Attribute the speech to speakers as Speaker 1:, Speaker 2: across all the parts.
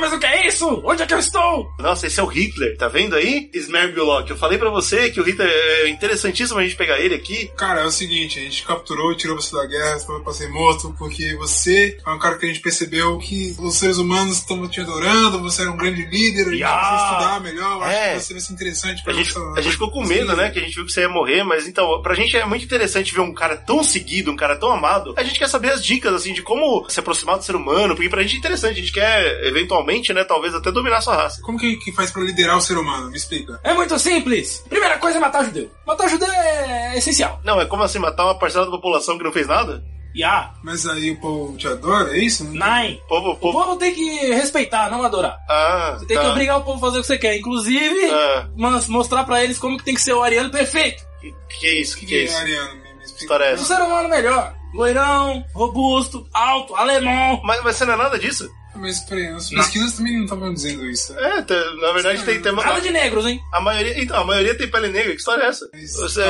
Speaker 1: mas o que é isso? Onde é que eu estou?
Speaker 2: Nossa, esse é o Hitler, tá vendo aí? Smergulok, eu falei pra você que o Hitler é interessantíssimo a gente pegar ele aqui.
Speaker 3: Cara, é o seguinte, a gente capturou e tirou você da guerra, você pra ser morto, porque você é um cara que a gente percebeu que os seres humanos estão te adorando, você era um grande líder, a gente
Speaker 2: Ya!
Speaker 3: precisa estudar melhor, eu
Speaker 2: É.
Speaker 3: acho que você vai ser interessante pra
Speaker 2: A gente,
Speaker 3: nossa-
Speaker 2: a gente ficou com medo, né? Que a gente viu que você ia morrer, mas então, pra gente é muito interessante ver um cara tão seguido, um cara tão amado. A gente quer saber as dicas, assim, de como se aproximar do ser humano, porque pra gente é interessante, a gente quer, eventualmente, né, talvez até dominar a sua raça.
Speaker 3: Como que, que faz pra liderar o ser humano? Me explica.
Speaker 1: É muito simples. Primeira coisa é matar o judeu. Matar o judeu é essencial.
Speaker 2: Não, é como assim, matar uma parcela da população que não fez nada?
Speaker 1: Ya,
Speaker 3: Mas aí o povo te adora, é isso?
Speaker 1: nine.
Speaker 2: Povo,
Speaker 1: O
Speaker 2: povo.
Speaker 1: povo tem que respeitar, não adorar.
Speaker 2: Ah,
Speaker 1: Você tem que
Speaker 2: tá.
Speaker 1: obrigar o povo a fazer o que você quer. Inclusive,
Speaker 2: Ah,
Speaker 1: mas- mostrar pra eles como que tem que ser o ariano perfeito.
Speaker 2: que, que é isso? Que, que é isso?
Speaker 3: Ariano, me, me
Speaker 2: Que
Speaker 3: explica.
Speaker 2: história é
Speaker 1: Um
Speaker 2: essa?
Speaker 1: ser humano melhor. Loirão, robusto, alto, alemão.
Speaker 2: Mas, mas você não é nada disso?
Speaker 3: Mas peraí, as pesquisas também não estavam dizendo isso. né?
Speaker 2: É, tá- na verdade tem, tem uma-
Speaker 1: Nada de negros, hein?
Speaker 2: A maioria, então, a maioria tem pele negra, que história é essa?
Speaker 3: Mas,
Speaker 2: Você,
Speaker 3: tá,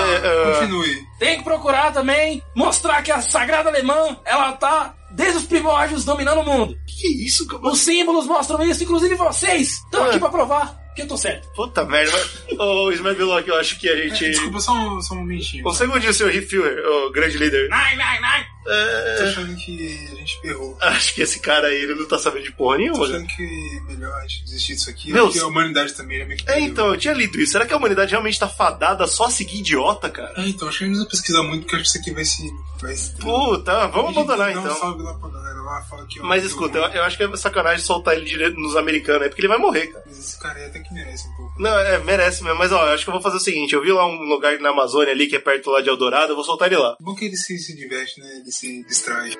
Speaker 2: ah,
Speaker 3: Continue.
Speaker 1: Tem que procurar também mostrar que a sagrada alemã, ela tá desde os primórdios dominando o mundo.
Speaker 2: que é isso? Como... assim?
Speaker 1: Os símbolos mostram isso, inclusive vocês estão
Speaker 2: Ah.
Speaker 1: aqui pra provar que eu tô certo.
Speaker 2: Puta merda. mas- Ô, Smerbilock, eu acho que a gente...
Speaker 3: Desculpa, só um, só um momentinho.
Speaker 2: Um segundinho, seu Refuer, o grande líder.
Speaker 1: Nine, nine, nine.
Speaker 3: Tô
Speaker 2: É,
Speaker 3: achando que a gente errou.
Speaker 2: acho que esse cara aí, ele não tá sabendo de porra
Speaker 3: Tô
Speaker 2: nenhuma. né?
Speaker 3: achando que é melhor a gente desistir disso aqui,
Speaker 2: Meu,
Speaker 3: porque a humanidade também é meio que.
Speaker 2: É,
Speaker 3: perdeu.
Speaker 2: então, eu tinha lido isso. Será que a humanidade realmente tá fadada só a seguir idiota, cara?
Speaker 3: É, então, acho que a gente não precisa pesquisar muito, porque acho que isso aqui vai se. Vai se...
Speaker 2: Puta,
Speaker 3: A
Speaker 2: vamos
Speaker 3: gente
Speaker 2: abandonar
Speaker 3: dá um
Speaker 2: então.
Speaker 3: salve lá pra galera lá, fala que, ó,
Speaker 2: Mas
Speaker 3: que
Speaker 2: escuta, eu,
Speaker 3: eu-
Speaker 2: eu acho que é sacanagem soltar ele direto nos americanos aí, porque ele vai morrer, cara.
Speaker 3: Mas esse cara aí até que merece um pouco.
Speaker 2: Não, é, merece mesmo, mas ó, eu acho que eu vou fazer o seguinte, eu vi lá um lugar na Amazônia ali, que é perto lá de Eldorado, eu vou soltar ele lá.
Speaker 3: Bom que ele se, se diverte, né? Ele se distrai.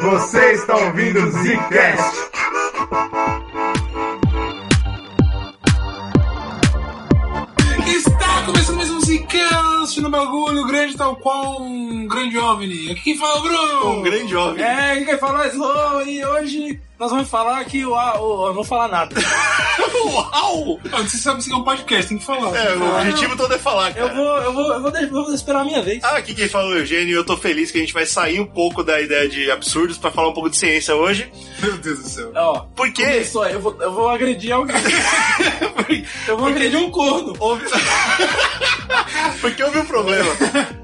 Speaker 4: Você está ouvindo o Zcast.
Speaker 3: Está começando mais um Zcast no bagulho grande, tal qual um grande OVNI. Aqui quem fala, é o Bruno!
Speaker 2: Um grande jovem.
Speaker 1: É, aqui quem fala é Slow e hoje nós vamos falar que o. a- o- eu não vou falar nada.
Speaker 2: Uau!
Speaker 3: Ah, Você sabe que é um podcast, tem que falar.
Speaker 2: É,
Speaker 3: tem que
Speaker 2: o
Speaker 3: falar.
Speaker 2: objetivo todo é falar,
Speaker 1: Eu
Speaker 2: cara.
Speaker 1: vou, eu vou, eu vou, de- vou esperar a minha vez.
Speaker 2: Ah, aqui quem fala é o Eugênio, e eu tô feliz que a gente vai sair um pouco da ideia de absurdos pra falar um pouco de ciência hoje.
Speaker 3: Meu Deus do céu.
Speaker 1: Ó,
Speaker 2: Por quê?
Speaker 1: começou, eu vou, eu vou agredir alguém. eu vou agredir um corno.
Speaker 2: Houve... Porque houve um problema.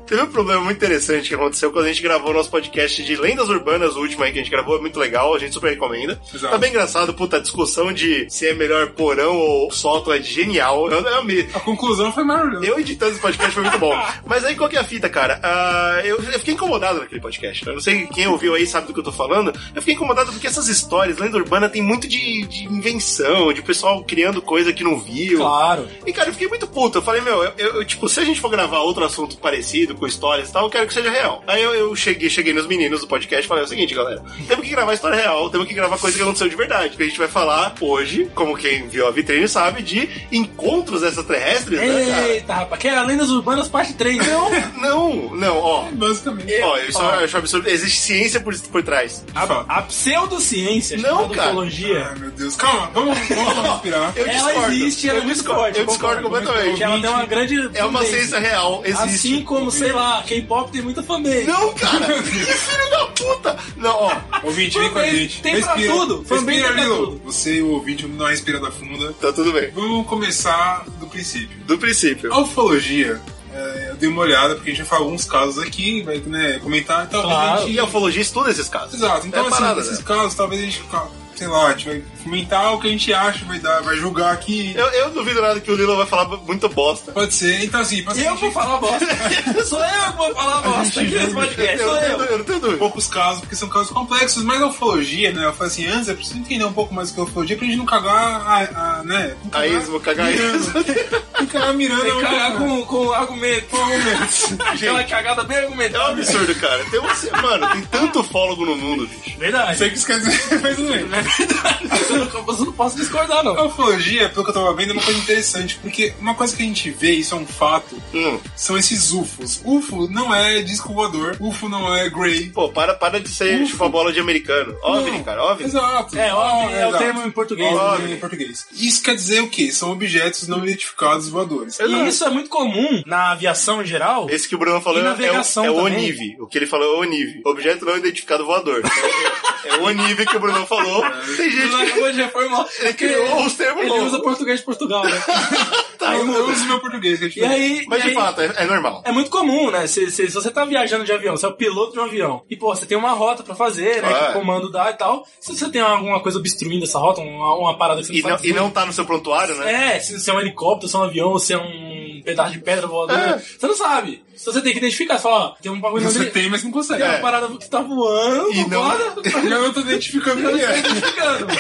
Speaker 2: Teve um problema muito interessante que aconteceu quando a gente gravou o nosso podcast de lendas urbanas, o último aí que a gente gravou, é muito legal, a gente super recomenda.
Speaker 3: Exato.
Speaker 2: Tá bem engraçado, puta, a discussão de se é melhor porão ou sótão é genial. Eu, eu amei.
Speaker 3: A conclusão foi maravilhosa.
Speaker 2: Eu editando esse podcast foi muito bom. Mas aí qual que é a fita, cara? Ah, eu, eu fiquei incomodado naquele podcast. né? Eu não sei quem ouviu aí sabe do que eu tô falando. Eu fiquei incomodado porque essas histórias, lenda urbana, tem muito de, de invenção, de pessoal criando coisa que não viu.
Speaker 1: Claro.
Speaker 2: E, cara, eu fiquei muito puto. Eu falei, meu, eu, eu- tipo, se a gente for gravar outro assunto parecido, com histórias e tal, eu quero que seja real. Aí eu, eu cheguei, cheguei nos meninos do podcast e falei é o seguinte, galera. Temos que gravar história real, temos que gravar coisa que aconteceu de verdade. Porque a gente vai falar hoje, como quem viu a vitrine sabe, de encontros extraterrestres, né,
Speaker 1: É.
Speaker 2: cara?
Speaker 1: Eita, rapaz, que era Lendas Urbanas parte 3. Não,
Speaker 2: Não, não, ó.
Speaker 3: Basicamente.
Speaker 2: Ó, eu só
Speaker 1: Ó.
Speaker 2: eu acho absurdo. Existe ciência por, por trás.
Speaker 3: Fato.
Speaker 1: a pseudociência,
Speaker 2: Não,
Speaker 1: chamada
Speaker 2: cara.
Speaker 1: ufologia,
Speaker 3: Ai, meu Deus. Calma, vamos, vamos respirar.
Speaker 2: Eu
Speaker 1: Ela
Speaker 2: discordo.
Speaker 1: existe, ela
Speaker 2: eu
Speaker 1: não
Speaker 2: discordo.
Speaker 1: discorde,
Speaker 2: Eu discordo
Speaker 1: concordo.
Speaker 2: completamente.
Speaker 1: que ela tem uma grande.
Speaker 2: É uma
Speaker 1: tendência.
Speaker 2: ciência real, existe.
Speaker 1: Assim como, sei lá, K-pop tem muita fanbase.
Speaker 2: Não, cara! Que filho da puta! Não, ó. tá
Speaker 3: Ouvinte, vem com a
Speaker 1: Fanbase
Speaker 3: gente.
Speaker 1: tem pra
Speaker 3: respira.
Speaker 1: tudo. Fanbase
Speaker 3: Respira,
Speaker 1: tem pra
Speaker 3: Lilo.
Speaker 1: tudo.
Speaker 3: Você e o ouvinte, vamos dar uma respirada funda.
Speaker 2: Tá tudo bem.
Speaker 3: Vamos começar do princípio.
Speaker 2: Do princípio.
Speaker 3: A ufologia, é, eu dei uma olhada, porque a gente vai falar alguns casos aqui, vai né, comentar e talvez
Speaker 1: Claro.
Speaker 3: a gente...
Speaker 2: E a ufologia estuda esses casos.
Speaker 3: Exato, então
Speaker 2: é
Speaker 3: assim,
Speaker 2: parada,
Speaker 3: nesses
Speaker 2: né?
Speaker 3: casos, talvez a gente, sei lá, a gente vai comentar o que a gente acha, vai, dar, vai julgar aqui.
Speaker 2: Eu, eu duvido nada que o Lilo vai falar muita bosta.
Speaker 3: Pode ser, então assim, pode ser
Speaker 1: Eu vou falar bosta. Sou eu que vou falar bosta aqui nesse podcast.
Speaker 2: eu,
Speaker 1: É, Sou eu.
Speaker 2: não tenho, dú- eu não tenho dúvida.
Speaker 3: poucos casos, porque são casos complexos, mas a ufologia, né? Eu falo assim, antes é preciso entender um pouco mais do que é ufologia pra gente não cagar a, a né? não
Speaker 2: A
Speaker 3: cagar
Speaker 2: ismo, cagar
Speaker 3: mirando. Não cagar mirando
Speaker 1: Tem que cagar
Speaker 3: é um-
Speaker 1: com, com argumento. Aquela cagada bem
Speaker 2: É um
Speaker 1: argumentada.
Speaker 2: absurdo, cara. Tem você, mano, tem tanto fólogo no mundo, bicho.
Speaker 3: Não
Speaker 1: É Verdade.
Speaker 3: sei o que isso quer dizer, mas não é.
Speaker 1: Isso eu não- isso eu não posso discordar,
Speaker 3: A
Speaker 1: não.
Speaker 3: ufologia, pelo que eu tava vendo, é uma coisa interessante, porque uma coisa que a gente vê, isso é um fato,
Speaker 2: Hum.
Speaker 3: são esses UFOs. UFO não é disco voador, UFO não é Grey.
Speaker 2: Pô, para, para de ser
Speaker 3: Ufa.
Speaker 2: chupa bola de americano. OVNI,
Speaker 3: Não.
Speaker 2: cara, OVNI.
Speaker 3: Exato.
Speaker 1: É, óbvio, é o
Speaker 3: exato.
Speaker 1: termo em português. né?
Speaker 3: Óbvio, em português. Isso quer dizer o quê? São objetos não identificados voadores.
Speaker 1: E isso é muito comum na aviação em geral.
Speaker 2: Esse que o Bruno falou
Speaker 1: E
Speaker 2: é, o-
Speaker 1: navegação
Speaker 2: é o
Speaker 1: também.
Speaker 2: ONIV. O que ele falou é o ONIV. Objeto não identificado voador. É- É o Onive que o Bruno falou. Tem gente que
Speaker 1: Hoje foi mal. É que
Speaker 2: criou os termos
Speaker 1: ele
Speaker 2: novos.
Speaker 1: usa português de Portugal, né?
Speaker 2: Tá,
Speaker 3: Eu, eu uso meu português, que é
Speaker 1: E
Speaker 3: diferente.
Speaker 1: aí.
Speaker 2: Mas
Speaker 1: e
Speaker 2: de
Speaker 1: aí-
Speaker 2: fato, é, é normal.
Speaker 1: É muito comum, né? Se, se- se você tá viajando de avião, você é o piloto de um avião, e pô, você tem uma rota pra fazer, né?
Speaker 2: Ah,
Speaker 1: Que o comando dá e tal. Se você tem alguma coisa obstruindo essa rota, uma, uma parada que você
Speaker 2: E não,
Speaker 1: sabe
Speaker 2: e não tá no seu prontuário, né?
Speaker 1: É, se, se é um helicóptero, se é um avião, se é um pedaço de pedra voadora,
Speaker 2: É.
Speaker 1: você não sabe. Então você tem que identificar, você fala, ó, tem um bagulho
Speaker 3: Você
Speaker 1: ali,
Speaker 3: tem, mas não consegue.
Speaker 1: tem uma
Speaker 2: é.
Speaker 1: parada que tá voando,
Speaker 2: E não-
Speaker 1: vambora, tá
Speaker 3: Eu não tô identificando
Speaker 1: É.
Speaker 3: ninguém.
Speaker 1: ficando. tá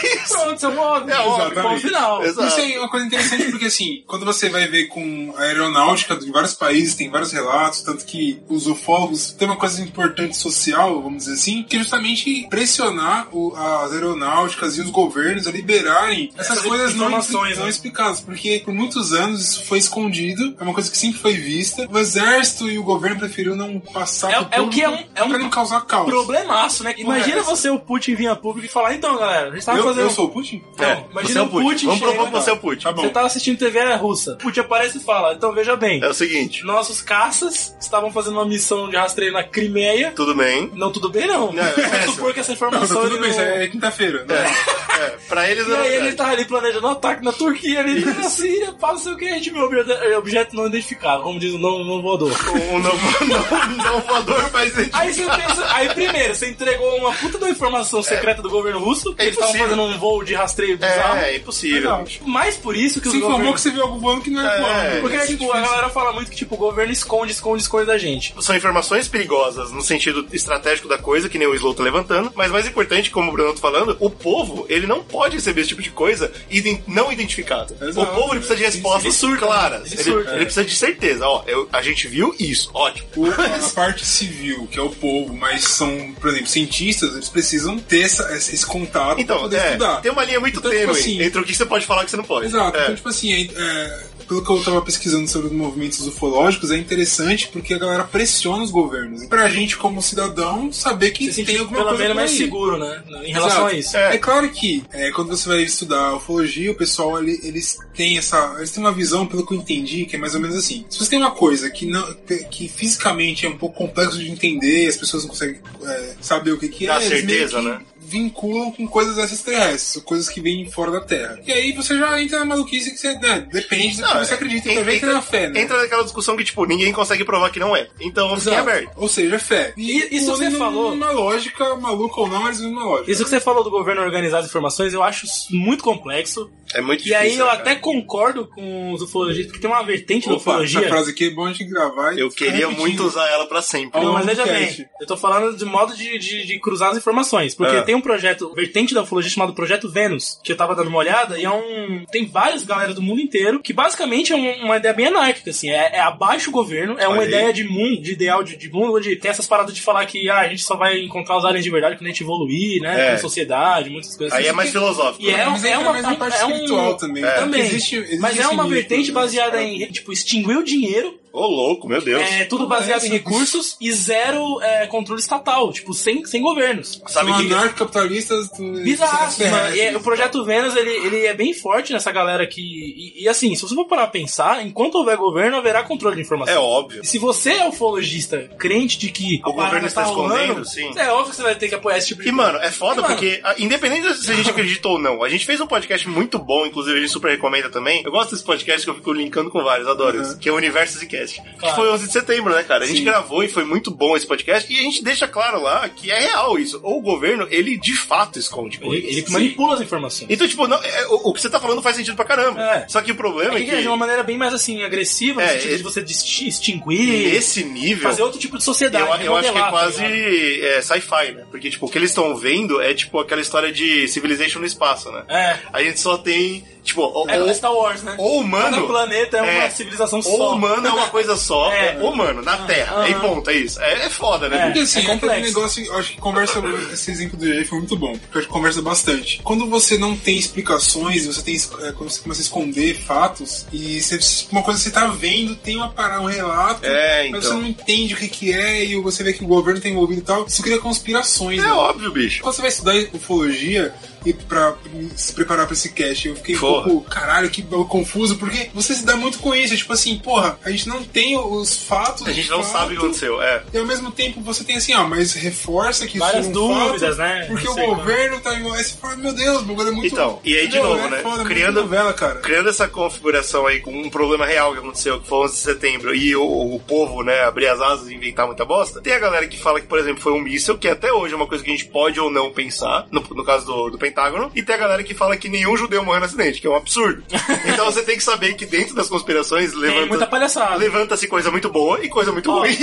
Speaker 1: Pronto, você é um óbvio.
Speaker 2: É óbvio.
Speaker 1: Ponto final.
Speaker 2: Exato.
Speaker 3: Isso aí é uma coisa interessante porque, assim, quando você vai ver com a aeronáutica de vários países, tem vários relatos, tanto que os ufólogos tem uma coisa importante social, vamos dizer assim, que é justamente pressionar o- as aeronáuticas e os governos a liberarem essas
Speaker 1: Essas
Speaker 3: coisas não,
Speaker 1: informações,
Speaker 3: não
Speaker 1: né?
Speaker 3: explicadas, porque por muitos anos isso foi escondido, é uma coisa que sempre foi vista, o exército e o governo preferiu não passar
Speaker 1: É-
Speaker 3: pro
Speaker 1: é o que é
Speaker 3: público
Speaker 1: um- é um
Speaker 3: pra não causar caos.
Speaker 1: Problemaço, né? Imagina
Speaker 3: Porra, essa-
Speaker 1: você, o Putin, vir a público e falar, então, galera, a gente tava
Speaker 3: Eu,
Speaker 1: fazendo...
Speaker 3: eu sou o Putin?
Speaker 1: Não,
Speaker 2: É, você é
Speaker 1: imagina
Speaker 2: o
Speaker 1: o Putin
Speaker 2: Vamos propor
Speaker 1: chega,
Speaker 2: que você é o Putin.
Speaker 3: Tá bom.
Speaker 1: Você tava assistindo TV russa. O Putin aparece e fala, então veja bem,
Speaker 2: É o seguinte,
Speaker 1: nossos caças estavam fazendo uma missão de rastreio na Crimeia,
Speaker 2: tudo bem.
Speaker 1: Não, tudo bem não.
Speaker 2: Não, é
Speaker 1: Vamos
Speaker 2: péssimo.
Speaker 1: supor que essa
Speaker 3: Não, tá
Speaker 1: informação
Speaker 3: tudo
Speaker 1: ele
Speaker 3: bem,
Speaker 1: não-
Speaker 3: é quinta-feira, né?
Speaker 2: É, é, pra eles
Speaker 1: E
Speaker 2: não
Speaker 1: aí ele tá ali planejando um ataque na Turquia, ele tá na Síria, pá, não sei o que, a gente viu obje- objeto não identificado, como diz o não, não voador.
Speaker 2: Um não, não, não voador faz sentido.
Speaker 1: tá- Aí você pensa, aí primeiro, você entregou uma puta da informação secreta do governo russo, que
Speaker 2: É
Speaker 1: eles estavam
Speaker 2: impossível.
Speaker 1: fazendo um voo de rastreio bizarro.
Speaker 2: É, é impossível.
Speaker 3: Não,
Speaker 1: Tipo, mais por isso que os
Speaker 3: Você informou que
Speaker 1: governos...
Speaker 3: você viu algo bom que não
Speaker 2: É,
Speaker 3: é,
Speaker 2: é.
Speaker 3: bom.
Speaker 1: Porque,
Speaker 3: Isso é
Speaker 1: tipo, a
Speaker 3: difícil.
Speaker 1: galera fala muito que, tipo, o governo esconde, esconde, esconde da gente.
Speaker 2: São informações perigosas no sentido estratégico da coisa, que nem o Slow tá levantando, mas mais importante, como o Bruno tá falando, o povo, ele não pode receber esse tipo de coisa iden- não identificado.
Speaker 3: Exato.
Speaker 2: o povo, ele precisa de respostas
Speaker 1: Ele surta,
Speaker 2: claras.
Speaker 1: né?
Speaker 2: Ele,
Speaker 1: Ele surta.
Speaker 2: ele precisa de certeza. Ó, eu- a gente viu isso, ótimo.
Speaker 3: O- a parte civil, que é o povo, mas são, por exemplo, cientistas, eles precisam ter essa- esse esse contato para pra
Speaker 2: Então,
Speaker 3: poder
Speaker 2: é,
Speaker 3: estudar.
Speaker 2: tem uma linha muito
Speaker 3: Então, tipo
Speaker 2: tênue
Speaker 3: assim-
Speaker 2: entre o que você pode falar e o que você não pode.
Speaker 3: Exato.
Speaker 2: É.
Speaker 3: Então, tipo assim, é- é, pelo que eu tava pesquisando sobre os movimentos ufológicos, é interessante porque a galera pressiona os governos. E pra gente, como cidadão, saber que
Speaker 1: Você se
Speaker 3: tem
Speaker 1: sente
Speaker 3: alguma
Speaker 1: pelo
Speaker 3: coisa
Speaker 1: menos
Speaker 3: por
Speaker 1: mais
Speaker 3: aí.
Speaker 1: seguro, né? Em relação a
Speaker 3: Exato.
Speaker 1: isso.
Speaker 3: É. claro que é, quando você vai estudar ufologia, o pessoal ele- eles têm essa. Eles têm uma visão, pelo que eu entendi, que é mais ou menos assim. Se você tem uma coisa que, não, que fisicamente é um pouco complexo de entender, e as pessoas não conseguem é, saber o que, que é,
Speaker 2: Dá
Speaker 3: eles meio
Speaker 2: certeza,
Speaker 3: que
Speaker 2: né?
Speaker 3: vinculam com coisas extraterrestres, coisas que vêm fora da Terra. E aí você já entra na maluquice que você. né, depende do que
Speaker 2: Não,
Speaker 3: você
Speaker 2: é.
Speaker 3: acredita,
Speaker 2: Entra-
Speaker 3: também entra na fé, né?
Speaker 2: Entra naquela discussão que, tipo, ninguém consegue provar que não é. Então, fica em
Speaker 3: Exato.
Speaker 2: aberto.
Speaker 3: Ou seja, fé.
Speaker 1: E- isso você
Speaker 3: numa
Speaker 1: falou-
Speaker 3: Uma lógica, maluca ou não, mas uma lógica.
Speaker 1: Isso que você falou do governo organizar as informações, eu acho muito complexo.
Speaker 2: É muito
Speaker 1: E
Speaker 2: difícil.
Speaker 1: aí eu
Speaker 2: né, cara?
Speaker 1: até concordo com os ufologistas, porque tem uma vertente da
Speaker 3: Opa, essa
Speaker 1: ufologia. né?
Speaker 3: frase aqui é bom a gente gravar. e
Speaker 2: Eu
Speaker 3: ficar
Speaker 2: queria
Speaker 3: repetindo.
Speaker 2: muito usar ela pra sempre.
Speaker 1: Não, mas veja
Speaker 3: podcast.
Speaker 1: bem, eu tô falando de modo de, de- de cruzar as informações. Porque
Speaker 2: Ah.
Speaker 1: tem um projeto, vertente da ufologia chamado Projeto Vênus, que eu tava dando uma olhada, e é um. Tem várias galera do mundo inteiro, que basicamente é um- uma ideia bem anárquica, assim. É, é abaixo o governo, é uma
Speaker 2: Olha aí.
Speaker 1: ideia de mundo, de ideal de, de mundo, onde tem essas paradas de falar que ah, a gente só vai encontrar os aliens de verdade quando a gente evoluir, né?
Speaker 2: É.
Speaker 1: Na sociedade, muitas coisas
Speaker 2: Aí é
Speaker 1: assim.
Speaker 2: mais filosófico.
Speaker 1: E é,
Speaker 3: Mas
Speaker 1: é
Speaker 3: entra
Speaker 1: uma
Speaker 3: mais na parte
Speaker 1: é um-
Speaker 3: espiritual também.
Speaker 1: É. Também.
Speaker 3: Existe- existe
Speaker 1: Mas é
Speaker 3: esse
Speaker 1: uma
Speaker 3: mito,
Speaker 1: vertente
Speaker 3: né?
Speaker 1: baseada em, tipo, extinguir o dinheiro,
Speaker 2: Ô, louco, meu Deus.
Speaker 1: é, tudo
Speaker 3: Como é
Speaker 1: baseado
Speaker 3: isso?
Speaker 1: em recursos e zero é, controle estatal, tipo, sem, sem governos.
Speaker 2: Sabe
Speaker 3: São
Speaker 2: que-
Speaker 3: anarcocapitalistas do-
Speaker 1: Bizarro,
Speaker 3: do-
Speaker 1: mano. E, é, o projeto Vênus ele, ele é bem forte nessa galera que. E, e, assim, se você for parar a pensar, enquanto houver governo, haverá controle de informação.
Speaker 2: É óbvio.
Speaker 1: E Se você é ufologista, crente de que
Speaker 2: O
Speaker 1: a parada
Speaker 2: governo está
Speaker 1: tá rolando,
Speaker 2: escondendo, sim.
Speaker 1: É óbvio que você vai ter que apoiar esse tipo de
Speaker 2: E, mano, é foda
Speaker 1: E, mano-
Speaker 2: porque, a- independente se a gente acreditou ou não, a gente fez um podcast muito bom, inclusive a gente super recomenda também. Eu gosto desse podcast que eu fico linkando com vários,
Speaker 1: Uhum.
Speaker 2: adoro isso, que é o Universo Zcast. Que
Speaker 1: Claro.
Speaker 2: foi 11 de setembro, né, cara? A gente
Speaker 3: Sim.
Speaker 2: gravou e foi muito bom esse podcast. E a gente deixa claro lá que é real isso. Ou o governo, ele de fato esconde
Speaker 1: Ele,
Speaker 2: coisas.
Speaker 1: ele
Speaker 2: Sim.
Speaker 1: manipula as informações.
Speaker 2: Então, tipo, não- é, o, o que você tá falando faz sentido pra caramba.
Speaker 1: É.
Speaker 2: Só que o problema
Speaker 1: É
Speaker 2: é
Speaker 1: que é de
Speaker 2: que,
Speaker 1: uma maneira bem mais assim, agressiva,
Speaker 2: É,
Speaker 1: no sentido
Speaker 2: é-
Speaker 1: de você desti- extinguir,
Speaker 2: nesse nível.
Speaker 1: fazer outro tipo de
Speaker 2: Eu,
Speaker 1: sociedade.
Speaker 2: eu acho que é
Speaker 1: remodelar, tá
Speaker 2: quase
Speaker 1: ligado?
Speaker 2: é, sci-fi, né? Porque, tipo, o que eles estão vendo é, tipo, aquela história de Civilization no espaço, né?
Speaker 1: É.
Speaker 2: A gente só tem, tipo, ou,
Speaker 1: É
Speaker 2: ou-
Speaker 1: o Star Wars, né?
Speaker 2: ou
Speaker 1: Cada
Speaker 2: humano...
Speaker 1: planeta é uma
Speaker 2: é.
Speaker 1: civilização
Speaker 2: Ou
Speaker 1: só.
Speaker 2: humano é uma coisa só,
Speaker 1: É.
Speaker 2: ou humano, na Terra. Aí ponto, é isso. É, é foda, né?
Speaker 3: Porque assim,
Speaker 1: É
Speaker 3: entra
Speaker 1: complexo.
Speaker 3: um negócio, eu acho que conversa. Esse exemplo do Jay foi muito bom, porque eu acho que conversa bastante. Quando você não tem explicações, você tem. es- é, Quando você começa a esconder fatos, e você- uma coisa que você tá vendo, tem uma parada, um relato,
Speaker 2: É,
Speaker 3: mas você
Speaker 2: então.
Speaker 3: não entende o que, que é, e você vê que o governo tá envolvido e tal, isso cria conspirações,
Speaker 2: É
Speaker 3: né?
Speaker 2: óbvio, bicho.
Speaker 3: Quando você vai estudar ufologia e pra se preparar pra esse cast, eu fiquei
Speaker 2: Porra.
Speaker 3: um pouco, caralho, que confuso, porque você se dá muito com isso. Tipo assim, porra, a gente não não tem os fatos.
Speaker 2: A gente
Speaker 3: de
Speaker 2: não
Speaker 3: fato,
Speaker 2: sabe o que aconteceu, é.
Speaker 3: E ao mesmo tempo você tem assim, ó, mas reforça que
Speaker 1: Várias
Speaker 3: isso é um fato,
Speaker 1: dúvidas, né?
Speaker 3: Porque
Speaker 1: Não
Speaker 3: o
Speaker 1: sei como.
Speaker 3: governo tá igual. Aí você fala, meu Deus, o bagulho é muito.
Speaker 2: Então, e aí de
Speaker 3: Meu,
Speaker 2: novo,
Speaker 3: é
Speaker 2: né?
Speaker 3: Foda,
Speaker 2: Criando-
Speaker 3: criando novela, cara.
Speaker 2: Criando essa configuração aí com um problema real que aconteceu, que foi 11 de setembro, e o, o povo, né, abrir as asas e inventar muita bosta, tem a galera que fala que, por exemplo, foi um míssil, que até hoje é uma coisa que a gente pode ou não pensar, no, no caso do, do Pentágono, e tem a galera que fala que nenhum judeu morreu no acidente, que é um absurdo. Então você tem que saber que dentro das conspirações
Speaker 1: muita
Speaker 2: levanta.
Speaker 1: palhaçada.
Speaker 2: Levanta-se coisa muito boa e coisa muito
Speaker 1: Ó,
Speaker 2: ruim.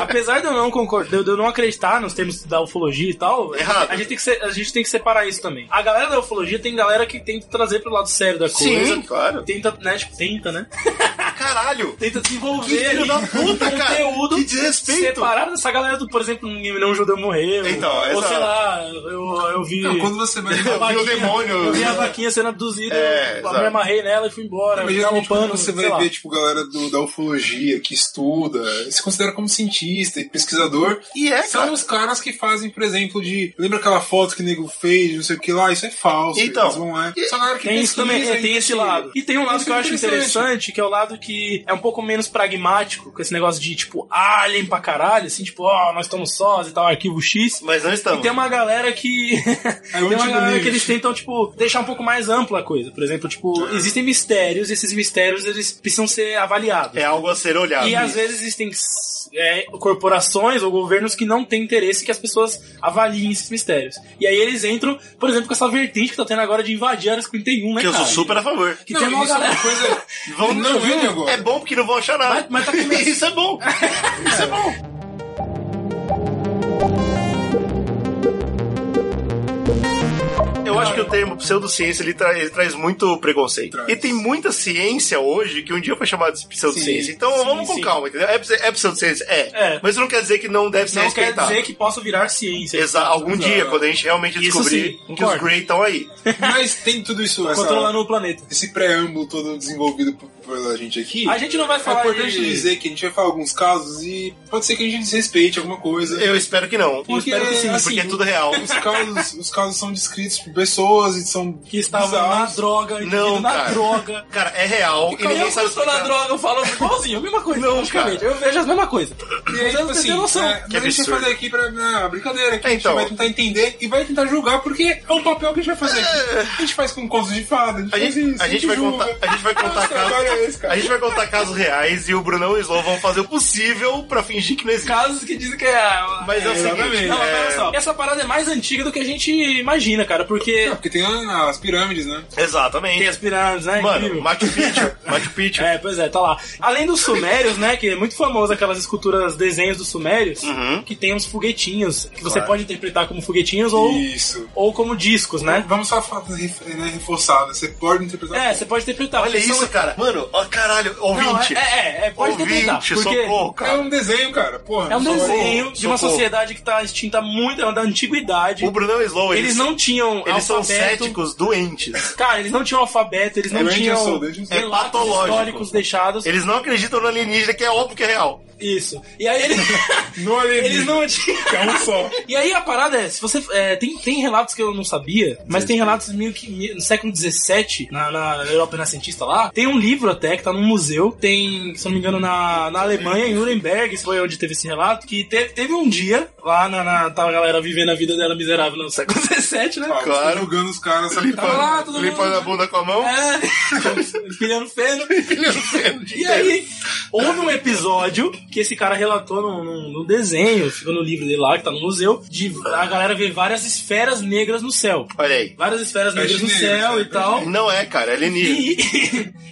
Speaker 1: Apesar de eu não concordar, de eu- de eu não acreditar nos termos da ufologia e tal,
Speaker 2: Errado.
Speaker 1: a gente, tem que se- a gente tem que separar isso também. A galera da ufologia tem galera que tenta trazer pro lado sério da coisa.
Speaker 2: Sim, claro.
Speaker 1: Tenta, né? tipo, tenta, né?
Speaker 2: Caralho!
Speaker 1: Tenta
Speaker 2: Que
Speaker 1: desenvolver
Speaker 2: filho
Speaker 1: ali
Speaker 2: da puta,
Speaker 1: um
Speaker 2: cara!
Speaker 1: conteúdo
Speaker 2: Que desrespeito!
Speaker 1: separado dessa galera do, por exemplo, um não judeu morreu.
Speaker 2: Então,
Speaker 1: ou
Speaker 2: essa-
Speaker 1: sei lá, eu, eu vi.
Speaker 3: Não, quando você vai.
Speaker 2: Eu vi o demônio.
Speaker 1: Eu vi a vaquinha sendo abduzida,
Speaker 2: É,
Speaker 1: eu
Speaker 2: exato.
Speaker 1: me amarrei nela e fui embora.
Speaker 3: Mas
Speaker 1: tava um
Speaker 3: geralmente quando
Speaker 1: pano,
Speaker 3: você
Speaker 1: sei
Speaker 3: vai
Speaker 1: lá.
Speaker 3: ver, tipo, galera do, da ufologia que estuda, se considera como cientista e pesquisador.
Speaker 2: E é,
Speaker 3: São
Speaker 2: cara.
Speaker 3: os caras que fazem, por exemplo, de. Lembra aquela foto que o nego fez, não sei o que lá? Isso é falso.
Speaker 2: Então.
Speaker 3: eles vão lá. Só a galera que
Speaker 1: Tem isso
Speaker 3: pesquisa
Speaker 1: também, é,
Speaker 3: e
Speaker 1: tem esse
Speaker 3: investiga.
Speaker 1: lado. E tem um lado
Speaker 3: Isso
Speaker 1: que eu
Speaker 3: é
Speaker 1: acho interessante, que é o lado que é um pouco menos pragmático, com esse negócio de, tipo, alien pra caralho, assim, tipo, ó, nós estamos sós e tal, arquivo X.
Speaker 2: Mas não estamos.
Speaker 1: E tem uma galera que. tem
Speaker 3: onde
Speaker 1: uma
Speaker 3: do
Speaker 1: galera
Speaker 3: livro?
Speaker 1: que eles tentam, tipo, deixar um pouco mais ampla a coisa. Por exemplo, tipo, existem mistérios, e esses mistérios eles precisam ser avaliados.
Speaker 2: É algo a ser olhado.
Speaker 1: E às vezes existem é, corporações ou governos que não têm interesse que as pessoas avaliem esses mistérios. E aí eles entram, por exemplo, com essa vertente que tá tendo agora de invadir a Área 51, né,
Speaker 2: que eu sou
Speaker 1: cara?
Speaker 2: super a favor.
Speaker 1: Que
Speaker 3: Não,
Speaker 1: tem uma
Speaker 3: isso é
Speaker 1: galera... né?
Speaker 3: uma coisa.
Speaker 2: Vão-
Speaker 3: não, viu,
Speaker 2: É bom porque não vão achar nada.
Speaker 1: Mas- mas tá começando.
Speaker 2: Isso é bom. Isso é bom. Eu acho que o termo pseudociência ele, tra- ele traz muito preconceito.
Speaker 3: Traz.
Speaker 2: E tem muita ciência hoje que um dia foi chamada de pseudociência.
Speaker 3: Sim.
Speaker 2: Então
Speaker 1: Sim,
Speaker 2: vamos com
Speaker 1: sim.
Speaker 2: calma, entendeu? É, pse- é pseudociência? É.
Speaker 1: É.
Speaker 2: Mas isso não quer dizer que não deve ser
Speaker 1: Não quer
Speaker 2: respeitado.
Speaker 1: dizer que possa virar ciência.
Speaker 2: Exa- algum
Speaker 3: Exato.
Speaker 2: dia, quando a gente realmente
Speaker 1: Isso sim,
Speaker 2: descobrir que os
Speaker 1: concordo.
Speaker 2: Grey estão aí.
Speaker 3: Mas tem tudo isso, essa,
Speaker 1: É. Controlando o planeta.
Speaker 3: esse preâmbulo todo desenvolvido p- pela gente aqui.
Speaker 1: A gente não vai
Speaker 3: é
Speaker 1: falar
Speaker 3: importante
Speaker 1: de-
Speaker 3: dizer que a gente vai falar alguns casos e pode ser que a gente desrespeite alguma coisa.
Speaker 2: Eu espero que não.
Speaker 3: Porque,
Speaker 1: espero que sim,
Speaker 3: assim,
Speaker 2: Porque é tudo real.
Speaker 3: Os casos, os casos são descritos por pessoas e são
Speaker 1: Que estava na
Speaker 3: bizarros.
Speaker 1: droga, indivíduo
Speaker 2: Não,
Speaker 1: na
Speaker 2: cara.
Speaker 1: droga.
Speaker 2: Cara, é real e
Speaker 1: Eu,
Speaker 2: ninguém
Speaker 1: que
Speaker 2: sabe
Speaker 1: estou na
Speaker 2: explicar.
Speaker 1: droga, eu falo igualzinho, a mesma coisa.
Speaker 2: Não,
Speaker 1: praticamente. Eu vejo as mesmas coisas.
Speaker 3: E aí,
Speaker 1: Mas eu
Speaker 3: tipo
Speaker 1: não
Speaker 3: assim,
Speaker 1: tenho noção.
Speaker 3: é, mas
Speaker 2: Que
Speaker 3: a gente vai
Speaker 2: absurdo.
Speaker 3: fazer aqui pra na brincadeira, que
Speaker 2: É,
Speaker 3: a gente
Speaker 2: então.
Speaker 3: vai tentar entender e vai tentar julgar, porque é um papel que a gente vai fazer aqui. A gente faz com contos de fada, a
Speaker 2: É. A
Speaker 3: gente, faz
Speaker 2: gente,
Speaker 1: Assim,
Speaker 3: isso,
Speaker 2: a gente vai
Speaker 3: julga.
Speaker 2: contar, a gente vai contar
Speaker 3: Nossa,
Speaker 2: casos,
Speaker 3: olha esse, cara.
Speaker 2: a gente vai contar casos reais e o Brunão e o Slow vão fazer o possível pra fingir que não existe.
Speaker 1: Casos que dizem que é.
Speaker 2: Mas é o
Speaker 3: É,
Speaker 2: seguinte,
Speaker 3: exatamente.
Speaker 1: Não, mas
Speaker 2: é-
Speaker 1: olha só. Essa parada é mais antiga do que a gente imagina, cara, porque
Speaker 3: Não, porque tem a- as pirâmides, né?
Speaker 2: exatamente.
Speaker 1: tem as pirâmides, né?
Speaker 2: Mano,
Speaker 1: incrível.
Speaker 2: Machu Picchu, Machu Picchu.
Speaker 1: É, pois é, tá lá. Além dos sumérios, né, que é muito famoso aquelas esculturas, desenhos dos sumérios,
Speaker 2: Uhum.
Speaker 1: que tem uns foguetinhos, que você
Speaker 2: Claro.
Speaker 1: pode interpretar como foguetinhos ou,
Speaker 3: Isso. É,
Speaker 1: ou como discos, né?
Speaker 3: Vamos só fa- ref- né, reforçar, né? você pode interpretar.
Speaker 1: É, você pode interpretar.
Speaker 2: Olha
Speaker 1: porque são-
Speaker 2: isso, cara. Mano, ó, caralho, ouvinte.
Speaker 1: Não, é, é, é, pode interpretar.
Speaker 2: ouvinte,
Speaker 1: porque
Speaker 2: socorro,
Speaker 3: É
Speaker 2: cara.
Speaker 3: um desenho, cara, porra.
Speaker 1: é um
Speaker 3: só-
Speaker 1: desenho de uma
Speaker 2: socorro.
Speaker 1: sociedade que tá extinta há muito, é da antiguidade.
Speaker 2: O Brunão e o Slow,
Speaker 1: Eles não tinham
Speaker 2: eles são
Speaker 1: alfabeto.
Speaker 2: céticos doentes.
Speaker 1: Cara, eles não tinham alfabeto, eles não
Speaker 3: Doente eu
Speaker 1: tinham
Speaker 3: sou, doente eu sou.
Speaker 2: É
Speaker 1: relatos
Speaker 2: patológico.
Speaker 1: históricos deixados.
Speaker 2: Eles não acreditam no alienígena, que é óbvio que é real.
Speaker 1: Isso. E aí eles,
Speaker 3: No alienígena.
Speaker 1: eles não tinham...
Speaker 3: Que é um só.
Speaker 1: E aí a parada é, se você. é, tem, tem relatos que eu não sabia, mas tem relatos meio que mi- no século XVII, na, na Europa Renascentista lá, tem um livro até que tá num museu, tem, se eu não me engano, na, na Alemanha, em Nuremberg, foi onde teve esse relato, que te- teve um dia, lá na, na tava a galera vivendo a vida dela miserável no século XVII, né?
Speaker 3: Ah,
Speaker 2: Claro.
Speaker 3: claro. julgando os caras. sabe?
Speaker 2: Limpando,
Speaker 1: Tá lá, todo mundo.
Speaker 2: limpando a bunda com a mão.
Speaker 1: É, empilhando feno. E aí, houve um episódio que esse cara relatou num, num- num desenho, ficou no livro dele lá, que tá no museu, de a galera ver várias esferas negras no céu.
Speaker 2: Olha aí.
Speaker 1: Várias esferas
Speaker 3: Peixe
Speaker 1: negras no
Speaker 3: negro,
Speaker 1: céu
Speaker 3: cara,
Speaker 1: e tal.
Speaker 2: Não é, cara, é alienígena.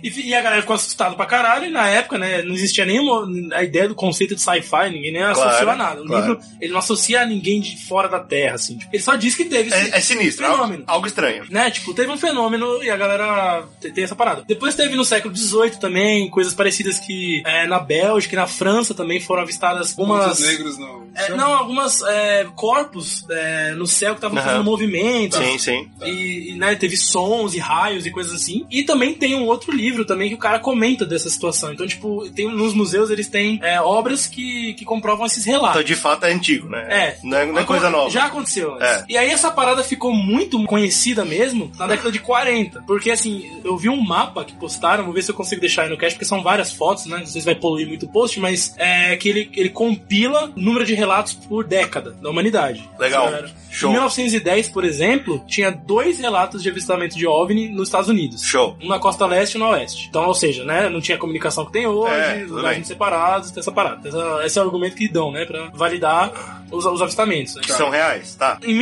Speaker 1: E, e- e a galera ficou assustada pra caralho, e na época, né, não existia nem mo- a ideia do conceito de sci-fi, ninguém nem associou a nada. O
Speaker 2: claro.
Speaker 1: livro, ele não associa a ninguém de fora da Terra, assim. tipo, ele só diz que teve esse
Speaker 2: É, é sinistro, algo,
Speaker 1: fenômeno
Speaker 2: algo estranho.
Speaker 1: né? Tipo, teve um fenômeno e a galera te- tem essa parada. Depois teve no século XVIII também coisas parecidas que é, na Bélgica e na França também foram avistadas algumas.
Speaker 3: Pontos negros no.
Speaker 1: é, não, algumas é, corpos é, no céu que estavam
Speaker 2: Aham.
Speaker 1: fazendo movimentos.
Speaker 2: Sim, sim.
Speaker 1: E, e, né, teve sons e raios e coisas assim. E também tem um outro livro também que o cara comenta dessa situação. Então, tipo, tem, nos museus eles têm é, obras que, que comprovam esses relatos.
Speaker 2: Então, de fato, é antigo, né?
Speaker 1: É.
Speaker 2: Não é, não é coisa nova.
Speaker 1: Já aconteceu antes.
Speaker 2: É.
Speaker 1: E aí essa parada ficou muito conhecida mesmo na década de 40. Porque assim, eu vi um mapa que postaram, vou ver se eu consigo deixar aí no cast, porque são várias fotos, né? Não sei se vai poluir muito o post, mas é que ele, ele compila o número de relatos por década da humanidade.
Speaker 2: Legal.
Speaker 1: Galera.
Speaker 2: Show.
Speaker 1: Em 1910, por exemplo, tinha dois relatos de avistamento de OVNI nos Estados Unidos.
Speaker 2: Show.
Speaker 1: Um na costa leste e um na oeste. Então, ou seja, né? Não tinha a comunicação que tem hoje,
Speaker 2: É, tudo
Speaker 1: lugares
Speaker 2: bem.
Speaker 1: muito separados, tem essa parada. Essa- Esse é o argumento que dão, né? Pra validar os, os avistamentos. né?
Speaker 2: Que são reais, tá?
Speaker 1: Em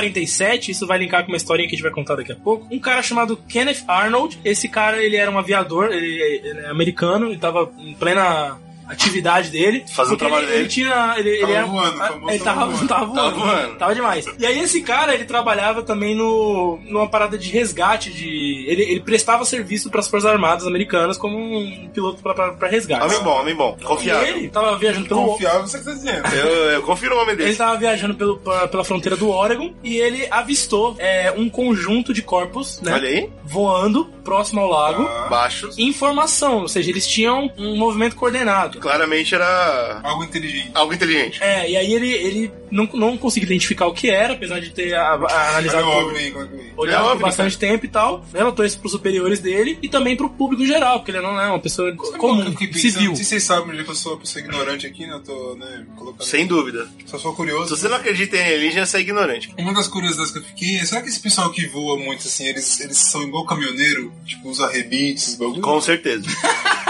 Speaker 1: 1947, isso vai linkar com uma historinha que a gente vai contar daqui a pouco. Um cara chamado Kenneth Arnold. Esse cara, ele era um aviador, ele, ele é americano, ele tava em plena atividade dele.
Speaker 2: Fazendo
Speaker 1: Porque
Speaker 2: o trabalho
Speaker 1: ele,
Speaker 2: dele.
Speaker 1: Ele tinha... Ele, ele
Speaker 3: Tava
Speaker 1: era,
Speaker 3: voando, o famoso
Speaker 1: ele tava,
Speaker 3: tava voando.
Speaker 1: tava Tá voando.
Speaker 2: Tava voando.
Speaker 1: Tava demais. E aí esse cara, ele trabalhava também no, numa parada de resgate de... Ele, ele prestava serviço para as Forças Armadas americanas como um piloto para resgate.
Speaker 2: Homem bom, homem bom.
Speaker 1: e
Speaker 2: Confiável.
Speaker 1: ele tava viajando pelo...
Speaker 3: Confiável você que tá dizendo.
Speaker 2: Eu, eu confio no homem
Speaker 1: Ele tá,
Speaker 2: dele.
Speaker 1: estava viajando pelo- pra- pela fronteira do Oregon e ele avistou é, um conjunto de corpos, né?
Speaker 2: Olha aí.
Speaker 1: Voando próximo ao lago.
Speaker 3: Ah,
Speaker 2: Baixos.
Speaker 1: Informação, ou seja, eles tinham um movimento coordenado.
Speaker 2: Claramente era
Speaker 3: Algo inteligente.
Speaker 2: algo inteligente.
Speaker 1: É, e aí ele, ele não, não conseguiu identificar o que era, apesar de ter a- a-
Speaker 3: Olha
Speaker 1: analisado.
Speaker 3: o
Speaker 1: por-
Speaker 3: OVNI aí, coloca aí.
Speaker 2: É
Speaker 1: Olhava por
Speaker 2: óbvio,
Speaker 1: bastante tempo e tal, relatou isso pros superiores dele e também pro público geral, porque ele não é uma pessoa
Speaker 3: Eu
Speaker 1: comum,
Speaker 3: fiquei pensando,
Speaker 1: civil.
Speaker 3: Não sei se vocês sabem, mas já que eu sou uma pessoa ignorante aqui, né? Eu tô, né, colocando...
Speaker 2: Sem dúvida.
Speaker 3: Só sou
Speaker 2: Se
Speaker 3: curioso.
Speaker 2: você não acredita em alienígena, você é ignorante.
Speaker 3: Uma das curiosidades que eu fiquei é, será que esse pessoal que voa muito, assim, eles, eles são igual caminhoneiro? Tipo, usa rebites, esses bagulho?
Speaker 2: Com certeza.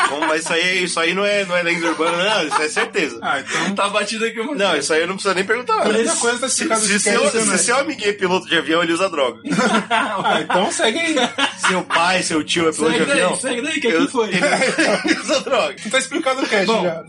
Speaker 2: Com- mas isso aí, isso aí não, é, não é lenda urbana, não. Isso é certeza.
Speaker 3: Ah, então...
Speaker 1: Tá batido aqui uma
Speaker 2: Não, isso aí eu não preciso nem perguntar.
Speaker 3: A
Speaker 2: nada.
Speaker 3: primeira coisa tá
Speaker 2: Se,
Speaker 3: explicado
Speaker 2: se,
Speaker 3: esse
Speaker 2: seu,
Speaker 3: cara, né?
Speaker 2: se seu amiguinho é piloto de avião, ele usa droga.
Speaker 3: Ah, então segue aí, né?
Speaker 2: Seu pai, seu tio é piloto
Speaker 1: Segue
Speaker 2: de avião.
Speaker 1: daí, segue daí, que aqui foi.
Speaker 2: Ele usa droga.
Speaker 3: Tá explicado o cast
Speaker 1: Bom.
Speaker 3: já.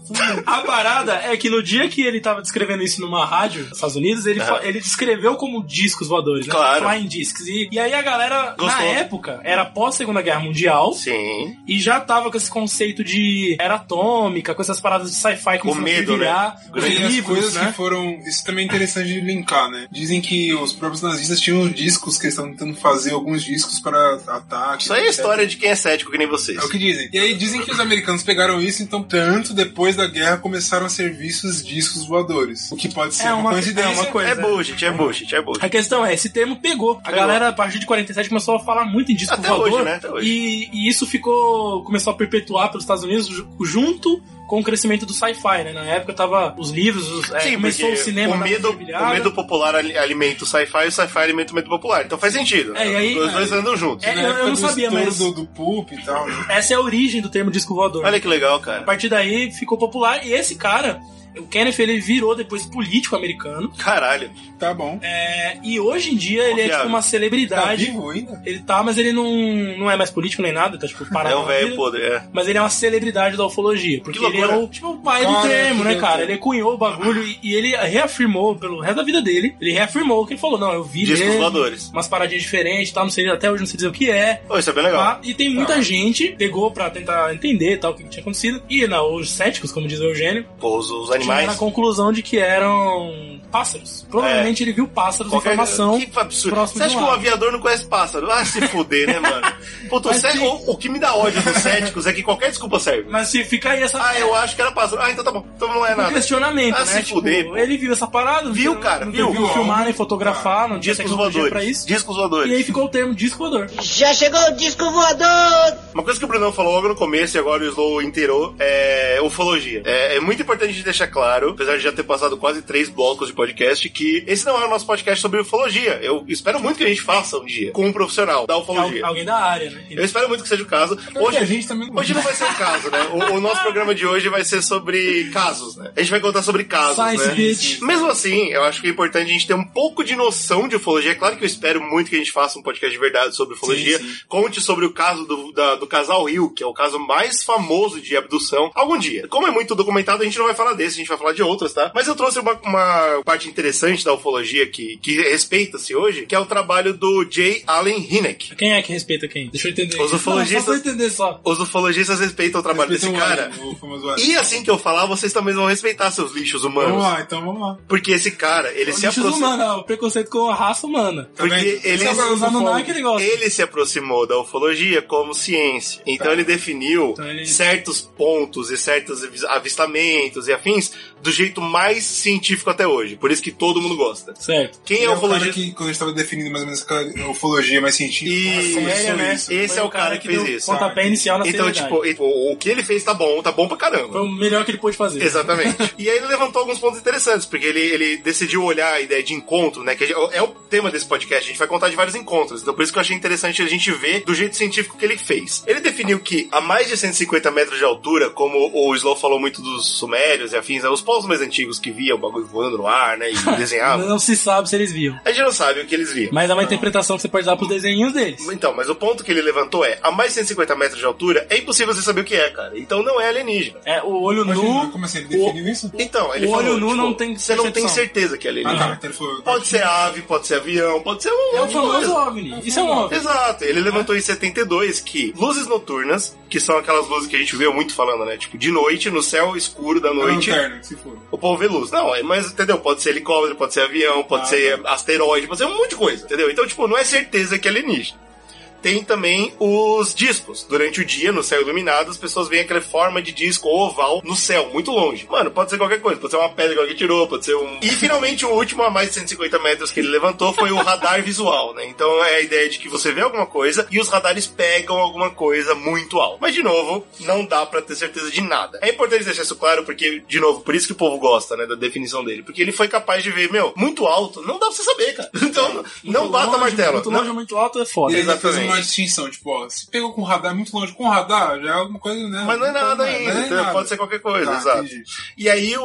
Speaker 1: A parada é que no dia que ele tava descrevendo isso numa rádio dos Estados Unidos, ele, fa- ele descreveu como discos voadores, né?
Speaker 2: É. Claro.
Speaker 1: Flying discs. E, e aí a galera, na
Speaker 2: Gostou.
Speaker 1: época, era pós Segunda Guerra Mundial
Speaker 2: Sim.
Speaker 1: e já tava com esse conceito de era atômica, com essas paradas de sci-fi
Speaker 2: Com
Speaker 1: começando a
Speaker 2: medo, né?
Speaker 1: virar, os
Speaker 3: E as
Speaker 1: livros,
Speaker 3: coisas
Speaker 1: né?
Speaker 3: que foram. Isso também é interessante de linkar, né? Dizem que os próprios nazistas tinham discos que eles estavam tentando fazer, alguns discos para ataques.
Speaker 2: Isso aí é
Speaker 3: etc.
Speaker 2: história de quem é cético que nem vocês.
Speaker 3: É o que dizem. E aí dizem que os americanos pegaram isso, então tanto depois da guerra começaram a ser vistos discos voadores. O que pode ser
Speaker 1: É
Speaker 3: uma,
Speaker 1: uma-
Speaker 3: coincidência.
Speaker 1: é uma coisa.
Speaker 2: É bullshit, é bullshit, é bullshit.
Speaker 1: A questão é, esse termo pegou. A
Speaker 2: Pegou.
Speaker 1: galera, a partir de 47, começou a falar muito em disco
Speaker 2: Até
Speaker 1: voador.
Speaker 2: hoje, né? Até hoje.
Speaker 1: E, e isso ficou. começou a perpetuar pelos Estados Unidos ju- junto com o crescimento do sci-fi, né? Na época tava os livros, os, é,
Speaker 2: Sim,
Speaker 1: começou o
Speaker 2: né? porque
Speaker 1: cinema. ah,
Speaker 2: o
Speaker 1: tava
Speaker 2: medo,
Speaker 1: fervilhado.
Speaker 2: o medo popular ali- alimenta o sci-fi e o sci-fi alimenta o medo popular. Então faz sentido.
Speaker 1: É, e aí-
Speaker 2: Os dois andam juntos.
Speaker 1: É,
Speaker 3: Na
Speaker 1: eu- eu
Speaker 3: época
Speaker 1: não
Speaker 3: do
Speaker 1: sabia,
Speaker 3: estouro
Speaker 1: mas-
Speaker 3: Do, do Pulp e tal. né?
Speaker 1: Essa é a origem do termo disco voador.
Speaker 2: Olha que legal, cara.
Speaker 1: A partir daí ficou popular e esse cara. O Kenneth ele virou depois político americano
Speaker 2: Caralho.
Speaker 3: Tá bom.
Speaker 1: é, e hoje em dia ele é
Speaker 2: Confiável.
Speaker 1: tipo uma
Speaker 3: Tá
Speaker 1: celebridade.
Speaker 3: vivo ainda?
Speaker 1: ele tá, mas ele não, não é mais político nem nada, tá tipo parado.
Speaker 2: É um
Speaker 1: na
Speaker 2: velho
Speaker 1: vida.
Speaker 2: podre, é.
Speaker 1: Mas ele é uma celebridade da ufologia. Porque
Speaker 2: Que
Speaker 1: ele é
Speaker 2: loucura.
Speaker 1: o, tipo, o pai do
Speaker 3: Cara,
Speaker 1: termo,
Speaker 3: que
Speaker 1: né, cara?
Speaker 3: loucura.
Speaker 1: Ele cunhou o bagulho e, e ele reafirmou, pelo resto da vida dele, ele reafirmou que ele falou: não, eu vi
Speaker 2: Discos
Speaker 1: mesmo,
Speaker 2: voadores.
Speaker 1: umas paradinhas diferentes, tá? Não sei, até hoje não sei dizer o que é.
Speaker 2: Pô, isso é bem legal.
Speaker 1: tá? E tem muita gente pegou pra tentar entender tal o que tinha acontecido. E na, os céticos, como diz o Eugênio,
Speaker 2: Pô, os, os
Speaker 1: chegaram
Speaker 2: animais.
Speaker 1: à conclusão de que eram pássaros. Provavelmente ele viu pássaros em
Speaker 2: É. Qualquer-
Speaker 1: formação.
Speaker 2: Que absurdo.
Speaker 1: próximo
Speaker 2: Você acha
Speaker 1: de um
Speaker 2: que um
Speaker 1: lago.
Speaker 2: aviador não conhece pássaro? Ah, se fuder, né, mano? Puta, o,
Speaker 1: Mas
Speaker 2: cé-
Speaker 1: que-
Speaker 2: o- o que me dá ódio dos céticos é que qualquer desculpa serve.
Speaker 1: Mas se fica aí essa.
Speaker 2: Ah, eu acho que era pássaro. Ah, então tá bom. Então não é
Speaker 1: um
Speaker 2: nada.
Speaker 1: questionamento, né?
Speaker 2: Ah, se fuder, pô.
Speaker 1: ele viu essa parada,
Speaker 2: Viu,
Speaker 1: não-
Speaker 2: cara,
Speaker 1: não
Speaker 2: viu? Ah,
Speaker 1: viu filmar nem fotografar, não tinha
Speaker 2: Discos
Speaker 1: tecnologia pra
Speaker 2: voadores.
Speaker 1: isso.
Speaker 2: Discos
Speaker 1: E aí
Speaker 2: voadores.
Speaker 1: ficou o termo disco voador.
Speaker 5: Já chegou o disco voador!
Speaker 2: Uma coisa que o Brunão falou logo no começo e agora o Slow inteirou é ufologia. É, é muito importante a gente deixar claro, apesar de já ter passado quase três blocos de podcast, que esse não é o nosso podcast sobre ufologia. Eu espero muito que a gente faça um dia com um profissional da
Speaker 1: Al-
Speaker 2: ufologia.
Speaker 1: alguém da área, né?
Speaker 2: Eu espero muito que seja o caso.
Speaker 3: Hoje é a
Speaker 2: Hoje,
Speaker 3: gente também não
Speaker 2: hoje não vai ser o caso, né? O, o nosso programa de hoje vai ser sobre casos, né? A gente vai contar sobre casos,
Speaker 1: Science
Speaker 2: né?
Speaker 1: Beach.
Speaker 2: Mesmo assim, eu acho que é importante a gente ter um pouco de noção de ufologia. É claro que eu espero muito que a gente faça um podcast de verdade sobre ufologia. Conte sobre o caso do, da- do casal Rio, que é o caso mais famoso de abdução, algum dia. Como é muito documentado, a gente não vai falar desse, a gente vai falar de outras, tá? Mas eu trouxe uma, uma parte interessante da ufologia que, que respeita-se hoje, que é o trabalho do J. Allen Hynek.
Speaker 1: Quem é que respeita quem? Deixa eu entender.
Speaker 2: Os ufologistas-
Speaker 1: Não, só pra eu entender só.
Speaker 2: Os ufologistas respeitam o trabalho
Speaker 3: Respeitam
Speaker 2: desse cara.
Speaker 3: O, o famoso alien.
Speaker 2: E assim que eu falar, vocês também vão respeitar seus lixos
Speaker 3: Vamos
Speaker 2: humanos.
Speaker 3: lá, então vamos lá.
Speaker 2: Porque esse é cara, ele se
Speaker 1: Lixos
Speaker 2: aproxima.
Speaker 1: humanos, ó, o preconceito com a raça humana.
Speaker 3: Tá vendo?
Speaker 2: Porque ele- é
Speaker 3: Sabe
Speaker 2: Os
Speaker 1: Os
Speaker 3: os ufólogos?
Speaker 1: Anunnaki, ele gosta.
Speaker 2: Ele se aproximou da ufologia como ciência. Então ele definiu
Speaker 1: Então ele-
Speaker 2: certos pontos e certos avis- avistamentos e afins fez do jeito mais científico até hoje. Por isso que todo mundo gosta.
Speaker 1: Certo.
Speaker 2: Quem é
Speaker 3: É
Speaker 2: o
Speaker 3: o cara
Speaker 2: ufologista?
Speaker 3: que, quando a gente tava definindo mais ou menos a ufologia mais científica,
Speaker 2: E-
Speaker 3: começou
Speaker 2: Sério,
Speaker 1: né?
Speaker 3: isso.
Speaker 2: Esse
Speaker 1: Foi
Speaker 2: é o cara que
Speaker 1: deu
Speaker 2: fez isso.
Speaker 1: Pontapé inicial na
Speaker 2: Então,
Speaker 1: seriedade.
Speaker 2: tipo, e- o, o que ele fez tá bom, tá bom pra caramba.
Speaker 1: Foi o melhor que ele pôde fazer.
Speaker 2: Exatamente. e aí ele levantou alguns pontos interessantes, porque ele, ele decidiu olhar a ideia de encontro, né? Que a gente- é o tema desse podcast, a gente vai contar de vários encontros. Então por isso que eu achei interessante a gente ver do jeito científico que ele fez. Ele definiu que a mais de 150 metros de altura, como o Slow falou muito dos sumérios e afins, né, os povos mais antigos que via o bagulho voando no ar, né? E desenhavam.
Speaker 1: Não se sabe se eles viam.
Speaker 2: A gente não sabe o que eles viam.
Speaker 1: Mas é uma interpretação que você pode dar pros desenhinhos deles.
Speaker 2: Então, mas o ponto que ele levantou é: a mais de 150 metros de altura é impossível você saber o que é, cara. Então não é alienígena.
Speaker 1: É, o olho
Speaker 3: Imagina,
Speaker 1: nu.
Speaker 3: Como assim? Ele definiu isso?
Speaker 2: Então, ele
Speaker 1: O olho
Speaker 2: falou,
Speaker 1: nu
Speaker 2: tipo,
Speaker 1: não tem
Speaker 2: Você não tem
Speaker 1: percepção.
Speaker 2: certeza que é alienígena.
Speaker 3: Ah, tá. Então ele falou.
Speaker 2: Pode ser ave, pode ser avião, pode ser um.
Speaker 1: É o
Speaker 2: monte de coisa.
Speaker 1: famoso É. OVNI. Isso é um OVNI.
Speaker 2: Exato, ele levantou em 72 que luzes noturnas, que são aquelas luzes que a gente viu muito falando, né? Tipo, de noite, no céu escuro da
Speaker 3: É uma
Speaker 1: tá.
Speaker 2: noite,
Speaker 3: lanterna, se for.
Speaker 2: o povo vê luz. Não, é- mas entendeu? Pode ser helicóptero, pode ser avião, pode
Speaker 3: Ah,
Speaker 2: ser
Speaker 1: tá.
Speaker 2: asteroide, pode ser um monte de coisa, entendeu? Então, tipo, não é certeza que é alienígena. Tem também os discos. Durante o dia, no céu iluminado, as pessoas veem aquela forma de disco oval no céu, muito longe. Mano, pode ser qualquer coisa. Pode ser uma pedra que alguém tirou, pode ser um. E finalmente, o último a mais de 150 metros que ele levantou foi o radar visual, né? Então é a ideia de que você vê alguma coisa e os radares pegam alguma coisa muito alta. Mas, de novo, não dá pra ter certeza de nada. É importante deixar isso claro porque, de novo, por isso que o povo gosta, né, da definição dele. Porque ele foi capaz de ver, meu, muito alto, não dá pra você saber, cara. Então, não
Speaker 1: É, Muito
Speaker 2: bata
Speaker 1: longe,
Speaker 2: martelo.
Speaker 1: Muito
Speaker 2: Não-
Speaker 1: longe, muito alto é foda.
Speaker 3: E ele
Speaker 2: Exatamente.
Speaker 3: fez uma distinção, tipo, ó, se pegou com radar muito longe com radar, já é alguma coisa, né?
Speaker 2: Mas não é nada
Speaker 3: Não é
Speaker 2: ainda,
Speaker 3: nada.
Speaker 2: entendeu? pode ser qualquer coisa,
Speaker 3: Tá,
Speaker 2: exato.
Speaker 3: entendi.
Speaker 2: E aí o,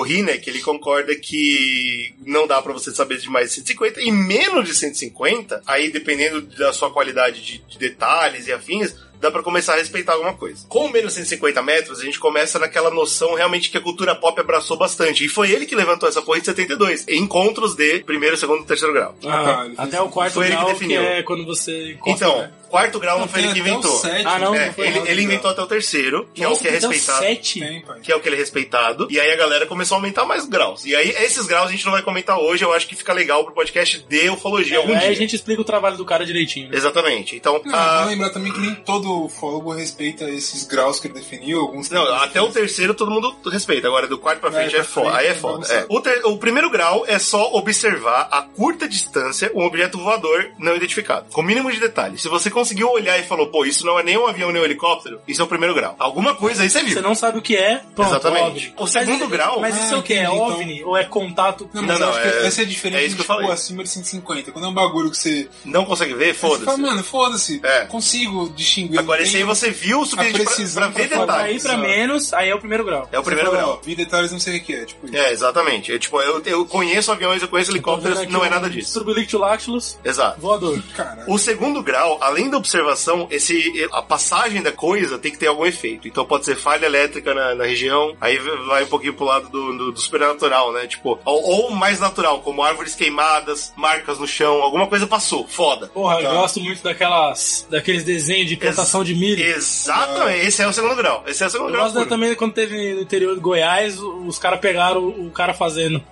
Speaker 2: o Hinek, ele concorda que não dá pra você saber de mais de 150 e menos de 150, aí dependendo da sua qualidade de, de detalhes e afins, dá pra começar a respeitar alguma coisa. Com menos 150 metros, a gente começa naquela noção realmente que a cultura pop abraçou bastante. E foi ele que levantou essa porra em 72, em encontros de primeiro, segundo e terceiro grau.
Speaker 1: Ah,
Speaker 3: tá, ele fez
Speaker 1: até o quarto
Speaker 2: Foi ele que
Speaker 1: grau, que,
Speaker 2: definiu.
Speaker 1: é quando você encosta,
Speaker 2: então,
Speaker 1: né?
Speaker 2: quarto grau não
Speaker 3: Não,
Speaker 2: foi ele que
Speaker 3: tem até o
Speaker 2: inventou.
Speaker 3: sete, né?
Speaker 1: Ah, não,
Speaker 2: É,
Speaker 1: não foi
Speaker 2: ele,
Speaker 1: errado,
Speaker 2: ele
Speaker 1: não.
Speaker 2: inventou até o terceiro, que é o
Speaker 1: Nossa,
Speaker 2: que é
Speaker 1: então
Speaker 2: respeitado.
Speaker 1: sete?
Speaker 3: Tem, pai.
Speaker 2: que é o que ele é respeitado. E aí a galera começou a aumentar mais graus. E aí esses graus a gente não vai comentar hoje, eu acho que fica legal pro podcast de
Speaker 3: É,
Speaker 2: ufologia algum
Speaker 1: Aí
Speaker 2: um dia.
Speaker 1: a gente explica o trabalho do cara direitinho. né?
Speaker 2: Exatamente. Então,
Speaker 3: Não,
Speaker 2: a-
Speaker 3: vale lembrar também que nem todo ufólogo respeita esses graus que ele definiu, alguns
Speaker 2: não,
Speaker 3: têm-
Speaker 2: até o terceiro todo mundo respeita. Agora, do quarto pra
Speaker 3: Vai,
Speaker 2: frente é,
Speaker 3: pra
Speaker 2: foda.
Speaker 3: frente
Speaker 2: Aí é
Speaker 3: é
Speaker 2: foda.
Speaker 3: bagunçado.
Speaker 2: é. O, ter- o primeiro grau é só observar a curta distância um objeto voador não identificado. Com o mínimo de detalhe. Se você conseguiu olhar e falou, pô, isso não é nem um avião nem um helicóptero, isso é o primeiro grau. Alguma coisa aí você viu.
Speaker 1: Você não sabe o que é, pronto,
Speaker 2: Exatamente.
Speaker 1: OVNI.
Speaker 2: O segundo
Speaker 1: mas,
Speaker 2: grau-
Speaker 1: Mas isso é o que? É
Speaker 3: Ah, entendi, então.
Speaker 1: OVNI ou é contato?
Speaker 3: Não, mas
Speaker 2: Não,
Speaker 3: eu
Speaker 2: não,
Speaker 3: acho que
Speaker 2: é-
Speaker 3: essa é
Speaker 2: é
Speaker 3: diferente
Speaker 2: isso que eu
Speaker 3: tipo,
Speaker 2: falei.
Speaker 3: acima de 150. Quando é um bagulho que você.
Speaker 2: Não consegue ver?
Speaker 3: Você
Speaker 2: Foda-se.
Speaker 3: fala, mano, foda-se.
Speaker 2: É.
Speaker 3: Consigo distinguir.
Speaker 2: Agora,
Speaker 3: não
Speaker 2: esse aí
Speaker 3: tem-
Speaker 2: você viu o suficiente pra,
Speaker 3: precisão
Speaker 2: pra ver
Speaker 3: pra falar
Speaker 2: detalhes.
Speaker 1: Aí pra
Speaker 3: Exato.
Speaker 1: menos, aí é o primeiro grau.
Speaker 2: É o primeiro
Speaker 3: fala,
Speaker 2: grau.
Speaker 3: ó, Vi detalhes, não sei o que é. Tipo, isso.
Speaker 2: É, exatamente. Eu, tipo, eu, eu conheço aviões, eu conheço helicópteros, não é
Speaker 1: um
Speaker 2: nada disso.
Speaker 1: Turbilictulactulus,
Speaker 2: Exato.
Speaker 1: Então, voador.
Speaker 3: Caralho.
Speaker 2: O segundo grau, além da observação, esse, a passagem da coisa tem que ter algum efeito. Então pode ser falha elétrica na, na região, aí vai um pouquinho pro lado do, do- do supernatural, né? Tipo, ou, ou mais natural, como árvores queimadas, marcas no chão, alguma coisa passou. Foda.
Speaker 1: Porra,
Speaker 3: Tá.
Speaker 1: eu gosto muito daquelas, daqueles desenhos de plantação de milho.
Speaker 2: Exatamente, esse é o segundo grau. Esse é o segundo
Speaker 1: Eu
Speaker 2: grau.
Speaker 1: gosto da-
Speaker 2: puro.
Speaker 1: também quando teve no interior de Goiás, o- os caras pegaram o, o cara fazendo.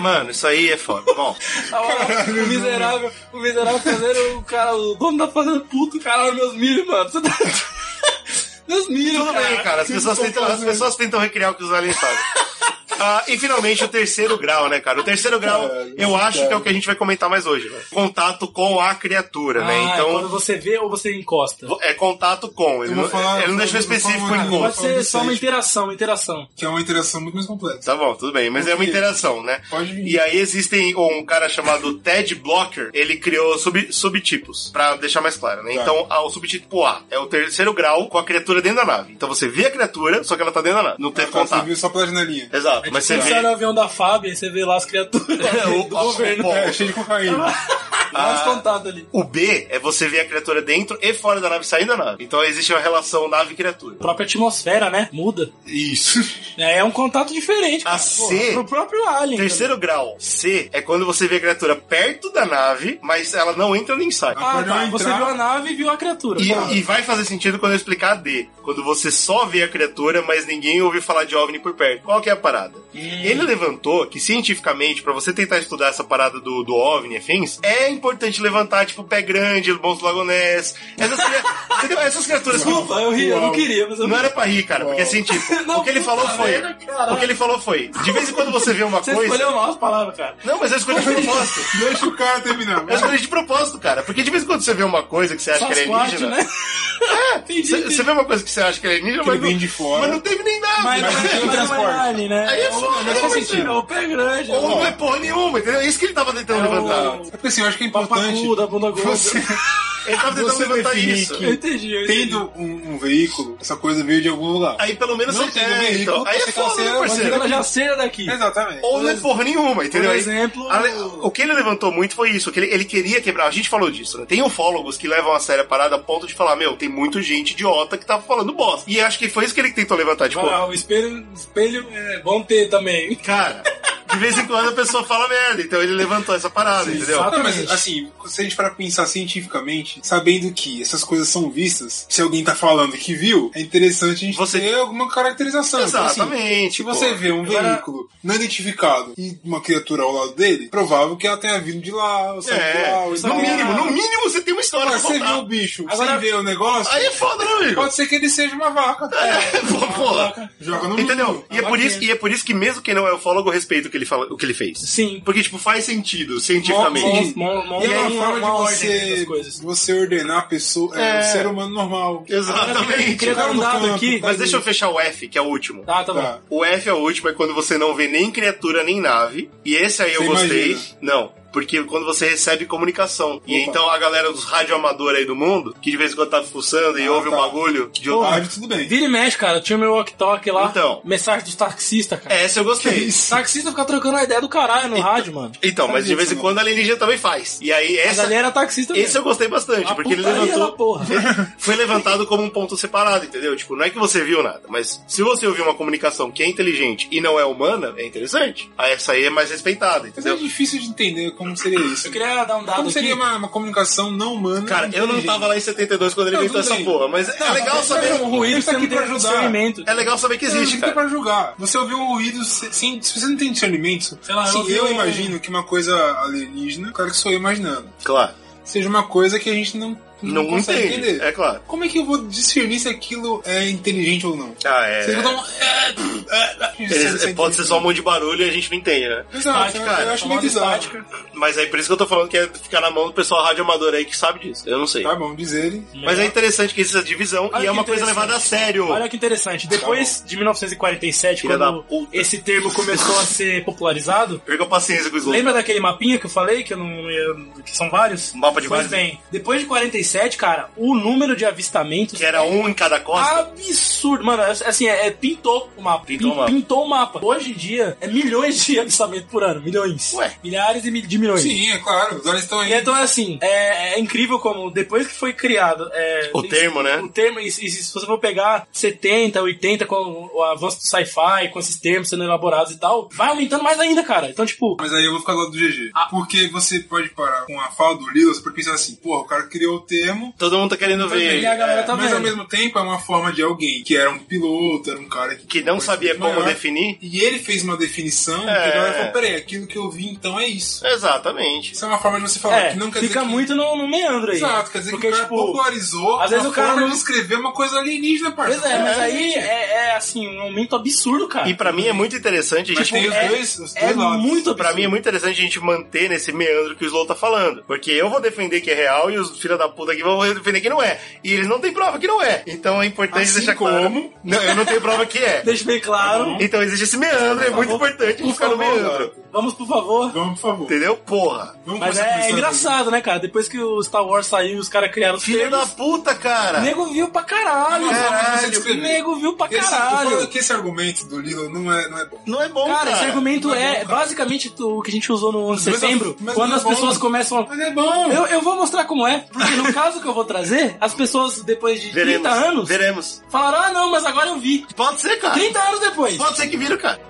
Speaker 2: Mano, isso aí é foda. Bom,
Speaker 1: o miserável, o miserável fazendo, o cara, o dono tá fazendo puto, caralho, meus milho, mano. Você tá- meus milho, Ah,
Speaker 2: tudo bem, cara. As pessoas, tentam, as pessoas tentam recriar o que os aliens fazem. Ah, e finalmente o terceiro grau, né, cara? O terceiro grau,
Speaker 3: Caralho,
Speaker 2: eu acho
Speaker 3: cara.
Speaker 2: que é o que a gente vai comentar mais hoje. né? Contato com a criatura, né?
Speaker 1: Ah, é quando
Speaker 2: Então,
Speaker 1: você vê ou você encosta.
Speaker 2: é contato com. Ele
Speaker 3: Eu vou
Speaker 2: não,
Speaker 3: falar-
Speaker 2: ele não
Speaker 3: eu
Speaker 2: deixou
Speaker 3: vou-
Speaker 2: específico
Speaker 3: eu vou
Speaker 2: de
Speaker 3: falar-
Speaker 2: com.
Speaker 1: Pode
Speaker 3: falando
Speaker 1: ser
Speaker 3: do
Speaker 1: só uma
Speaker 3: site.
Speaker 1: interação, uma interação.
Speaker 3: Que é uma interação muito mais complexa.
Speaker 2: Tá bom, tudo bem, mas é uma
Speaker 3: Ok.
Speaker 2: interação, né?
Speaker 3: Pode vir.
Speaker 2: E aí existem um cara chamado Ted Blocker, ele criou sub, subtipos, pra deixar mais claro, né?
Speaker 3: Tá.
Speaker 2: Então, ah, o subtipo A é o terceiro grau com a criatura dentro da nave. Então você vê a criatura, só que ela tá dentro da nave. Não teve
Speaker 3: Tá, Você
Speaker 2: contato.
Speaker 3: viu só pela janelinha.
Speaker 2: Exato, mas
Speaker 1: Você
Speaker 2: você vê.
Speaker 1: sai É tipo no avião da Fábio, aí você vê lá as criaturas
Speaker 2: o-
Speaker 1: do
Speaker 2: a- o
Speaker 1: governo.
Speaker 2: pó.
Speaker 3: É, cheio de cocaína.
Speaker 1: Lá os contatos ali.
Speaker 2: O B é você ver a criatura dentro e fora da nave, saindo da nave. Então existe uma relação nave-criatura.
Speaker 1: A própria atmosfera, né? Muda.
Speaker 2: Isso.
Speaker 1: É é um contato diferente.
Speaker 2: A
Speaker 1: cara.
Speaker 2: C-
Speaker 1: Pro próprio Alien.
Speaker 2: Terceiro grau, C, é quando você vê a criatura perto da nave, mas ela não entra nem sai.
Speaker 1: Ah,
Speaker 3: Acordou
Speaker 1: tá.
Speaker 3: entrar.
Speaker 1: Você viu a nave e viu a criatura. Tá.
Speaker 2: E, e vai fazer sentido quando eu explicar a D. Quando você só vê a criatura, mas ninguém ouviu falar de OVNI por perto. Qual que é a parada? Ele levantou que, cientificamente, pra você tentar estudar essa parada do, do OVNI e afins, é importante levantar, tipo, pé grande, bons lagonés. Essas, cria- entendeu? Essas criaturas. que-
Speaker 1: Desculpa, eu ri, eu não queria, mas eu
Speaker 2: Não é era pra rir, cara, porque assim, tipo,
Speaker 1: Não,
Speaker 2: o que ele falou
Speaker 1: puta
Speaker 2: foi.
Speaker 1: merda, caralho.
Speaker 2: o que ele falou foi. De vez em quando você vê uma
Speaker 1: Você
Speaker 2: coisa.
Speaker 1: escolheu assim? mal as palavras, cara.
Speaker 2: Não, mas eu escolhi de propósito.
Speaker 3: Deixa o cara terminar.
Speaker 2: Eu
Speaker 3: Mas
Speaker 2: escolhi de propósito, cara. Porque de vez em quando você vê uma coisa que você acha que é
Speaker 1: Sasquatch,
Speaker 2: alienígena.
Speaker 1: né? Entendi,
Speaker 2: Você
Speaker 1: entendi.
Speaker 2: você vê uma coisa que você acha que é alienígena,
Speaker 3: Que ele
Speaker 2: mas não,
Speaker 3: vem de fora.
Speaker 2: mas não teve nem nada.
Speaker 1: Mas, mas,
Speaker 3: Mas
Speaker 1: mas,
Speaker 3: tem o
Speaker 1: não é
Speaker 3: transporte.
Speaker 1: alien, né?
Speaker 2: Aí é foda,
Speaker 1: mas
Speaker 2: né,
Speaker 1: faz
Speaker 2: parceiro?
Speaker 1: sentido. É o pé grande.
Speaker 2: Ou
Speaker 1: ó.
Speaker 2: não é porra nenhuma, entendeu? É isso que ele tava tentando
Speaker 1: É o-
Speaker 2: levantar.
Speaker 3: É porque assim, eu acho que é importante.
Speaker 1: Papacu da bunda gorda.
Speaker 3: Você,
Speaker 2: Ele tava tentando
Speaker 3: você
Speaker 2: levantar
Speaker 3: definir
Speaker 2: isso.
Speaker 1: Eu entendi, eu entendi.
Speaker 3: tendo um, um veículo, essa coisa veio de algum lugar.
Speaker 2: Aí pelo menos
Speaker 3: Não
Speaker 2: você
Speaker 3: tem
Speaker 2: é,
Speaker 3: veículo,
Speaker 2: então. Aí é
Speaker 3: você tá
Speaker 2: foda, né,
Speaker 3: sendo-
Speaker 1: Mas
Speaker 2: parceiro?
Speaker 1: ela já seira daqui.
Speaker 3: Exatamente.
Speaker 2: Ou não é porra nenhuma, entendeu?
Speaker 1: Por
Speaker 2: Aí-
Speaker 1: exemplo,
Speaker 2: Ale-
Speaker 1: o-
Speaker 2: o que ele levantou muito foi isso, que ele, ele queria quebrar. A gente falou disso, né? Tem ufólogos que levam a sério a parada a ponto de falar, meu, tem muita gente idiota que tá falando bosta. E acho que foi isso que ele tentou levantar, tipo,
Speaker 1: Ah, o espelho, espelho é bom ter também.
Speaker 2: cara, de vez em quando a pessoa fala merda, então ele levantou essa parada, entendeu?
Speaker 1: exato.
Speaker 3: Não, mas
Speaker 1: Exatamente.
Speaker 3: assim, se a gente para pensar cientificamente, sabendo que essas coisas são vistas, se alguém tá falando que viu, é interessante a gente
Speaker 2: Você-
Speaker 3: ter alguma caracterização. Então, assim,
Speaker 2: Exatamente,
Speaker 3: se você
Speaker 2: pô.
Speaker 3: vê um
Speaker 1: Agora-
Speaker 3: veículo não identificado e uma criatura ao lado dele, provável que ela tenha vindo de lá, ou saiu de
Speaker 2: É,
Speaker 3: lá, ou
Speaker 2: no
Speaker 3: saiu de lá.
Speaker 2: mínimo, no mínimo você tem uma história
Speaker 3: Agora,
Speaker 2: pra
Speaker 3: você vê
Speaker 2: contar.
Speaker 3: o bicho
Speaker 1: Agora-
Speaker 3: sem ver o negócio,
Speaker 2: Aí é foda, né, amigo?
Speaker 3: pode ser que ele seja uma vaca.
Speaker 2: É, pô, porra.
Speaker 3: Joga no
Speaker 2: Entendeu?
Speaker 3: mundo.
Speaker 2: E é, por isso, e é por isso que mesmo quem não é ufólogo respeita o que ele, fala, o que ele fez.
Speaker 1: Sim.
Speaker 2: Porque, tipo, faz sentido, cientificamente.
Speaker 1: Mó- mó- mó-
Speaker 3: E é
Speaker 1: mó-
Speaker 3: uma forma de
Speaker 1: mó ordem
Speaker 3: você,
Speaker 1: das coisas. Tá
Speaker 3: de você ordenar a pessoa, é,
Speaker 2: É.
Speaker 3: um ser humano normal.
Speaker 1: Eu
Speaker 2: Exatamente.
Speaker 1: queria dar um
Speaker 3: no
Speaker 1: dado
Speaker 3: canto,
Speaker 1: aqui.
Speaker 2: Mas deixa eu fechar o F, que é o último.
Speaker 1: Ah, tá bom.
Speaker 3: Tá.
Speaker 2: O F é o último, é quando você não vê nem criatura nem nave. E esse aí eu
Speaker 3: Você
Speaker 2: gostei.
Speaker 3: imagina.
Speaker 2: Não, porque quando você recebe comunicação. E
Speaker 3: Opa.
Speaker 2: então a galera dos radioamadores aí do mundo, que de vez em quando tá fuçando e
Speaker 3: Ah,
Speaker 2: ouve um
Speaker 3: tá.
Speaker 2: bagulho de
Speaker 1: Então,
Speaker 3: Ah,
Speaker 2: outro.
Speaker 3: tudo bem.
Speaker 1: Vira e mexe, cara. Tinha meu walk-talk lá.
Speaker 2: Então.
Speaker 1: Mensagem dos taxistas, cara.
Speaker 2: É, essa eu gostei.
Speaker 1: Taxista fica trocando a ideia do caralho no rádio, mano.
Speaker 2: Então, mas de
Speaker 3: Sabe
Speaker 2: vez
Speaker 3: isso,
Speaker 2: em quando a alienígena também faz. E aí
Speaker 1: A
Speaker 2: essa.
Speaker 1: galera era taxista
Speaker 2: Esse
Speaker 1: mesmo.
Speaker 2: eu gostei bastante,
Speaker 1: A
Speaker 2: porque ele
Speaker 1: putaria
Speaker 2: levantou.
Speaker 1: da porra.
Speaker 2: foi levantado como um ponto separado, entendeu? Tipo, não é que você viu nada, mas se você ouviu uma comunicação que é inteligente e não é humana, é interessante. Aí essa aí é mais respeitada,
Speaker 3: Mas é
Speaker 2: entendeu?
Speaker 3: difícil de entender como seria isso.
Speaker 1: Eu queria dar um dado
Speaker 3: Como
Speaker 1: aqui.
Speaker 3: seria uma, uma comunicação não humana?
Speaker 2: Cara, eu não tava lá em 72 quando ele
Speaker 3: Não,
Speaker 2: inventou
Speaker 3: tudo
Speaker 2: essa
Speaker 3: bem.
Speaker 2: porra, mas é legal saber.
Speaker 1: um ruído
Speaker 3: Ele
Speaker 1: que você
Speaker 3: tá
Speaker 1: não
Speaker 3: aqui
Speaker 1: tem
Speaker 3: pra ajudar.
Speaker 1: discernimento.
Speaker 2: É legal saber que existe,
Speaker 3: Existe
Speaker 2: cara.
Speaker 3: pra julgar. Você ouviu um ruído se- sem, se você não tem discernimento.
Speaker 1: Sei lá,
Speaker 3: se
Speaker 1: eu ouvi
Speaker 3: eu,
Speaker 1: um-
Speaker 3: imagino que uma coisa alienígena, claro que sou eu imaginando,
Speaker 2: Claro.
Speaker 3: seja uma coisa que a gente não,
Speaker 2: Não,
Speaker 3: não, consegue
Speaker 2: entende.
Speaker 3: entender.
Speaker 2: É claro.
Speaker 3: Como é que eu vou discernir se aquilo é inteligente ou não?
Speaker 2: Ah, é.
Speaker 3: Vocês vão dar um. É, é,
Speaker 2: Eles-
Speaker 3: sem- sem
Speaker 2: pode ser
Speaker 3: entender.
Speaker 2: só um monte de barulho e a gente não entende, né?
Speaker 3: Exato,
Speaker 2: Estática,
Speaker 3: eu-
Speaker 2: cara.
Speaker 3: eu acho
Speaker 1: Chamada
Speaker 3: meio bizarro.
Speaker 1: estática.
Speaker 2: Mas aí por isso que eu tô falando que é ficar na mão do pessoal radioamador aí que sabe disso. Eu não sei.
Speaker 3: Tá bom, diz ele.
Speaker 2: Mas é interessante que existe essa divisão
Speaker 1: Olha
Speaker 2: e é
Speaker 1: que
Speaker 2: uma coisa
Speaker 1: interessante.
Speaker 2: levada a sério.
Speaker 1: Olha que interessante. Depois de 1947,
Speaker 2: Tá Filha da
Speaker 1: quando
Speaker 2: puta.
Speaker 1: esse termo começou a ser popularizado,
Speaker 2: Perca a paciência com o Slow.
Speaker 1: lembra daquele mapinha que eu falei que eu não ia- que são vários?
Speaker 2: Um mapa de
Speaker 1: pois
Speaker 2: vários.
Speaker 1: bem, depois de 47, cara, o número de avistamentos
Speaker 2: Que era um em cada costa.
Speaker 3: Ah,
Speaker 1: absurdo, mano. é- Assim, é, é- pintou o mapa.
Speaker 2: Pintou o mapa.
Speaker 1: pintou o mapa. Hoje em dia é milhões de avistamentos por ano, milhões.
Speaker 2: Ué.
Speaker 1: Milhares de, mi- de milhões.
Speaker 3: Sim, é claro, os olhos estão aí.
Speaker 1: E então, assim, é, é incrível como depois que foi criado. é,
Speaker 2: O termo, né?
Speaker 1: O termo, e, se- e se você for pegar 70, 80, com o, o avanço do sci-fi, com esses termos sendo elaborados e tal, vai aumentando mais ainda, cara. Então, tipo,
Speaker 3: Mas aí eu vou ficar do lado do GG.
Speaker 1: Ah.
Speaker 3: Porque você pode parar com a fala do Lilo, você pode pensar assim, porra, o cara criou o termo,
Speaker 2: Todo mundo tá querendo ver.
Speaker 1: e a galera tá
Speaker 3: mas ao
Speaker 1: vendo.
Speaker 3: mesmo tempo é uma forma de alguém que era um piloto, era um cara que,
Speaker 2: Que não
Speaker 3: foi
Speaker 2: sabia como
Speaker 3: maior,
Speaker 2: definir.
Speaker 3: E ele fez uma definição que
Speaker 2: É.
Speaker 3: a galera falou, peraí, aquilo que eu vi então é isso.
Speaker 2: Exatamente.
Speaker 3: Isso é uma forma de você falar,
Speaker 1: É,
Speaker 3: que não quer
Speaker 1: fica
Speaker 3: dizer que...
Speaker 1: muito no, no meandro aí.
Speaker 3: Exato, quer dizer
Speaker 1: Porque,
Speaker 3: que o cara é
Speaker 1: tipo,
Speaker 3: popularizou
Speaker 1: às vezes
Speaker 3: uma
Speaker 1: o cara
Speaker 3: forma
Speaker 1: não-
Speaker 3: de escrever uma coisa alienígena,
Speaker 1: Pois
Speaker 3: parceiro.
Speaker 1: é, mas
Speaker 3: É,
Speaker 1: aí
Speaker 3: gente.
Speaker 1: é, é, assim, um aumento absurdo, cara.
Speaker 2: E pra mim é muito interessante.
Speaker 3: Ah, Mas
Speaker 2: tipo,
Speaker 3: tem os
Speaker 1: é-
Speaker 3: dois, os dois
Speaker 1: é
Speaker 3: lados.
Speaker 1: muito
Speaker 2: Pra mim é muito interessante a gente manter nesse meandro que o Slow tá falando. Porque eu vou defender que é real e os filha da puta aqui vão defender que não é. E eles não têm prova que não é. Então é importante
Speaker 3: Assim
Speaker 2: deixar claro.
Speaker 3: como-
Speaker 2: Não, eu não tenho prova que é.
Speaker 1: Deixa bem claro.
Speaker 2: Então existe esse meandro, é muito importante
Speaker 1: Por
Speaker 2: ficar no
Speaker 1: favor,
Speaker 2: meandro.
Speaker 1: Vamos, por favor.
Speaker 3: Vamos, por favor.
Speaker 2: Entendeu? Porra.
Speaker 3: Vamos
Speaker 1: Mas
Speaker 3: começar a
Speaker 1: é,
Speaker 3: conversar.
Speaker 1: engraçado, né, cara? Depois que o Star Wars saiu, os caras criaram os
Speaker 2: Filha da
Speaker 1: termos,
Speaker 2: puta,
Speaker 1: O
Speaker 2: cara.
Speaker 1: nego viu pra caralho.
Speaker 3: Caralho,
Speaker 1: mano. o
Speaker 3: velho.
Speaker 1: nego viu pra
Speaker 3: Esse, eu falo
Speaker 1: caralho.
Speaker 3: que esse argumento do Lilo não é, não é bom.
Speaker 2: Não é bom,
Speaker 1: Cara,
Speaker 2: cara.
Speaker 1: esse argumento
Speaker 3: Mas
Speaker 1: é
Speaker 3: não, cara.
Speaker 1: basicamente o que a gente usou no 11 de
Speaker 3: Mas-
Speaker 1: setembro,
Speaker 3: mas
Speaker 1: quando
Speaker 3: não é
Speaker 1: as pessoas
Speaker 3: bom.
Speaker 1: começam a.
Speaker 3: Mas é bom!
Speaker 1: Eu, eu vou mostrar como é, porque no caso que eu vou trazer, as pessoas depois de 30
Speaker 2: Veremos.
Speaker 1: anos
Speaker 2: Veremos.
Speaker 1: falaram: ah, não, mas agora eu vi.
Speaker 2: Pode ser, cara.
Speaker 1: 30 anos depois.
Speaker 2: Pode ser que vira, cara.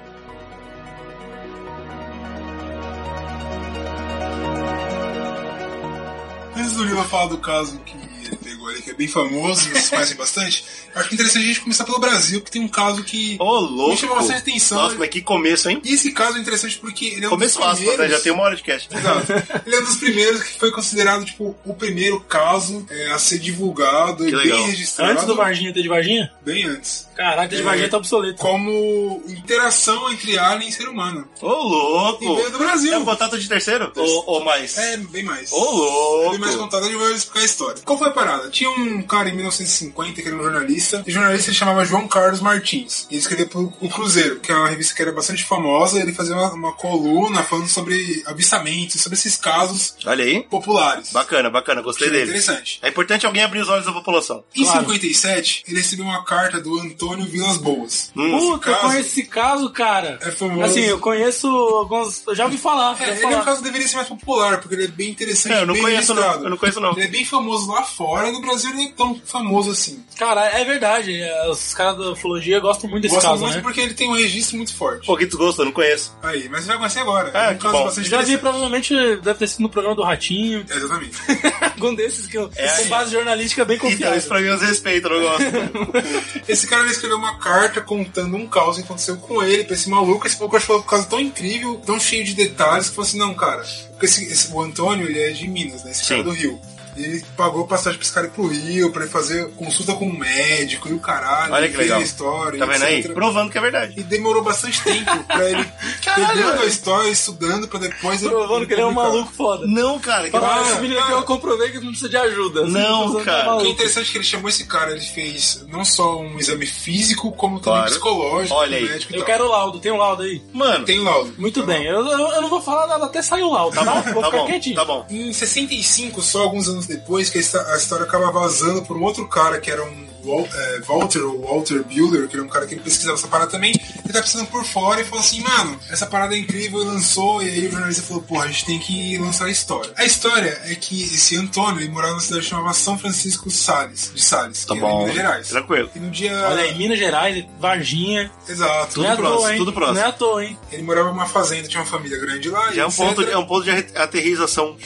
Speaker 3: Antes do Lila falar do caso que ele pegou ali, que é bem famoso, vocês conhecem bastante. Eu acho é interessante a gente começar pelo Brasil, que tem um caso que
Speaker 2: Ô, louco.
Speaker 3: me chamou bastante atenção.
Speaker 2: Nossa, mas que começo, hein?
Speaker 3: E esse caso é interessante porque ele é um
Speaker 2: Começo
Speaker 3: dos
Speaker 2: fácil, né?
Speaker 3: primeiros...
Speaker 2: Já tem uma hora de cast.
Speaker 3: Exato. Ele é um dos primeiros que foi considerado, tipo, o primeiro caso é, a ser divulgado e
Speaker 2: Que
Speaker 3: bem
Speaker 2: legal.
Speaker 3: registrado.
Speaker 1: Antes do Varginha ter de Varginha?
Speaker 3: Bem antes.
Speaker 1: Caraca, ter de
Speaker 3: É.
Speaker 1: Varginha tá obsoleto.
Speaker 3: Como interação entre alien e ser humano.
Speaker 2: Ô,
Speaker 3: E
Speaker 2: louco.
Speaker 3: veio do Brasil.
Speaker 2: É um contato de terceiro? Ou, ou mais?
Speaker 3: É, bem mais.
Speaker 2: Ô, louco.
Speaker 3: Bem mais contado, a gente vai explicar a história. Qual foi a parada? Tinha um cara em 1950 que era um jornalista. E o jornalista se chamava João Carlos Martins. E ele escrevia pro o Cruzeiro, que é uma revista que era bastante famosa. Ele fazia uma, uma coluna falando sobre avistamentos, sobre esses casos
Speaker 2: Olha aí.
Speaker 3: populares.
Speaker 2: Bacana, bacana. Gostei
Speaker 3: Achei
Speaker 2: dele.
Speaker 3: interessante.
Speaker 2: É importante alguém abrir os olhos da população.
Speaker 3: Em
Speaker 1: Claro.
Speaker 3: 57, ele recebeu uma carta do Antônio Vilas Boas.
Speaker 2: Hum.
Speaker 1: Puta, eu
Speaker 3: caso-
Speaker 1: conheço esse caso, cara.
Speaker 3: É famoso.
Speaker 1: Assim, eu conheço alguns. Eu já ouvi falar.
Speaker 3: É,
Speaker 1: já ouvi
Speaker 3: ele é um
Speaker 1: falar.
Speaker 3: caso que deveria ser mais popular, porque ele é bem interessante.
Speaker 2: É, eu não
Speaker 3: bem
Speaker 2: conheço, não.
Speaker 3: registrado.
Speaker 2: Eu não conheço, não.
Speaker 3: Ele é bem famoso lá fora, no Brasil ele não é tão famoso assim.
Speaker 1: Cara, é verdade. é, Os caras da ufologia gostam muito desse
Speaker 3: Gosto
Speaker 1: caso,
Speaker 3: muito
Speaker 1: né?
Speaker 3: porque ele tem um registro muito forte.
Speaker 2: Pô, que desgosto, eu não conheço.
Speaker 3: Aí, mas você vai conhecer agora.
Speaker 2: Ah,
Speaker 3: É um
Speaker 2: que
Speaker 3: caso
Speaker 2: bom.
Speaker 1: Eu
Speaker 3: bastante
Speaker 1: já vi,
Speaker 3: interessante.
Speaker 1: provavelmente deve ter sido no programa do Ratinho.
Speaker 3: Exatamente.
Speaker 1: Algum desses que eu.
Speaker 2: É,
Speaker 1: com base jornalística bem
Speaker 2: Então,
Speaker 1: confiável.
Speaker 2: isso pra mim é um respeito, eu não gosto.
Speaker 3: Esse cara ele escreveu uma carta contando um caos que aconteceu com ele, pra esse maluco. Esse maluco achou um caso tão incrível, tão cheio de detalhes, que falou assim: não, cara, porque esse, esse- o Antônio ele é de Minas, né? Esse cara
Speaker 2: Sim.
Speaker 3: do Rio. E ele pagou passagem pra esse cara ir pro Rio, pra ele fazer consulta com um médico e o caralho.
Speaker 2: Olha que
Speaker 3: fez
Speaker 2: legal.
Speaker 3: a história.
Speaker 2: Tá vendo aí?
Speaker 3: etc.
Speaker 2: Provando que é verdade.
Speaker 3: E demorou bastante tempo pra ele
Speaker 2: Caralho,
Speaker 3: pegando a
Speaker 2: velho.
Speaker 3: história, estudando, pra depois. ele
Speaker 1: Provando que ele é um
Speaker 2: Então,
Speaker 3: publicar.
Speaker 1: maluco foda.
Speaker 2: Não, cara. Que...
Speaker 1: Fala,
Speaker 3: Para,
Speaker 1: esse menino aqui
Speaker 3: para.
Speaker 1: eu comprovei que não precisa de ajuda. Esse
Speaker 2: ah, Não,
Speaker 1: menino tá
Speaker 2: cara.
Speaker 3: O que é
Speaker 1: maluco.
Speaker 3: interessante é que ele chamou esse cara, ele fez não só um exame físico, como também
Speaker 2: Claro.
Speaker 3: psicológico,
Speaker 2: Olha aí.
Speaker 3: médico e
Speaker 1: Eu
Speaker 3: tal.
Speaker 1: quero o laudo, tem um laudo aí?
Speaker 2: Mano,
Speaker 3: Tem laudo.
Speaker 1: Muito
Speaker 3: Tá
Speaker 1: bem, eu, eu- eu não vou falar nada até sair o laudo, tá bom? Vou
Speaker 2: tá
Speaker 1: ficar
Speaker 2: bom,
Speaker 1: quietinho.
Speaker 2: tá bom.
Speaker 3: Em 65, só alguns anos depois, que a histó- a história acaba vazando por um outro cara que era um Wal- é, Walter ou Walter Bueller, que era um cara que ele pesquisava essa parada também, ele tá precisando por fora e falou assim, mano, essa parada é incrível, ele lançou, e aí o jornalista falou, porra, a gente tem que lançar a história. A história é que esse Antônio, ele morava numa cidade chamada São Francisco Sales, de Sales,
Speaker 2: Tá
Speaker 3: que era em
Speaker 2: bom.
Speaker 3: Minas Gerais.
Speaker 2: Tranquilo.
Speaker 3: E no dia...
Speaker 1: Olha aí, Minas Gerais, Varginha.
Speaker 3: Exato.
Speaker 1: não é à
Speaker 2: próximo,
Speaker 1: toa, hein?
Speaker 2: tudo próximo.
Speaker 1: Não é à toa, hein?
Speaker 3: Ele morava numa fazenda, tinha uma família grande lá.
Speaker 2: Já é um
Speaker 3: etc.
Speaker 2: ponto, de- é um ponto de arre- aterrização.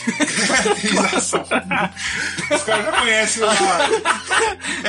Speaker 3: Realização. Os caras já conhecem lá.
Speaker 2: É,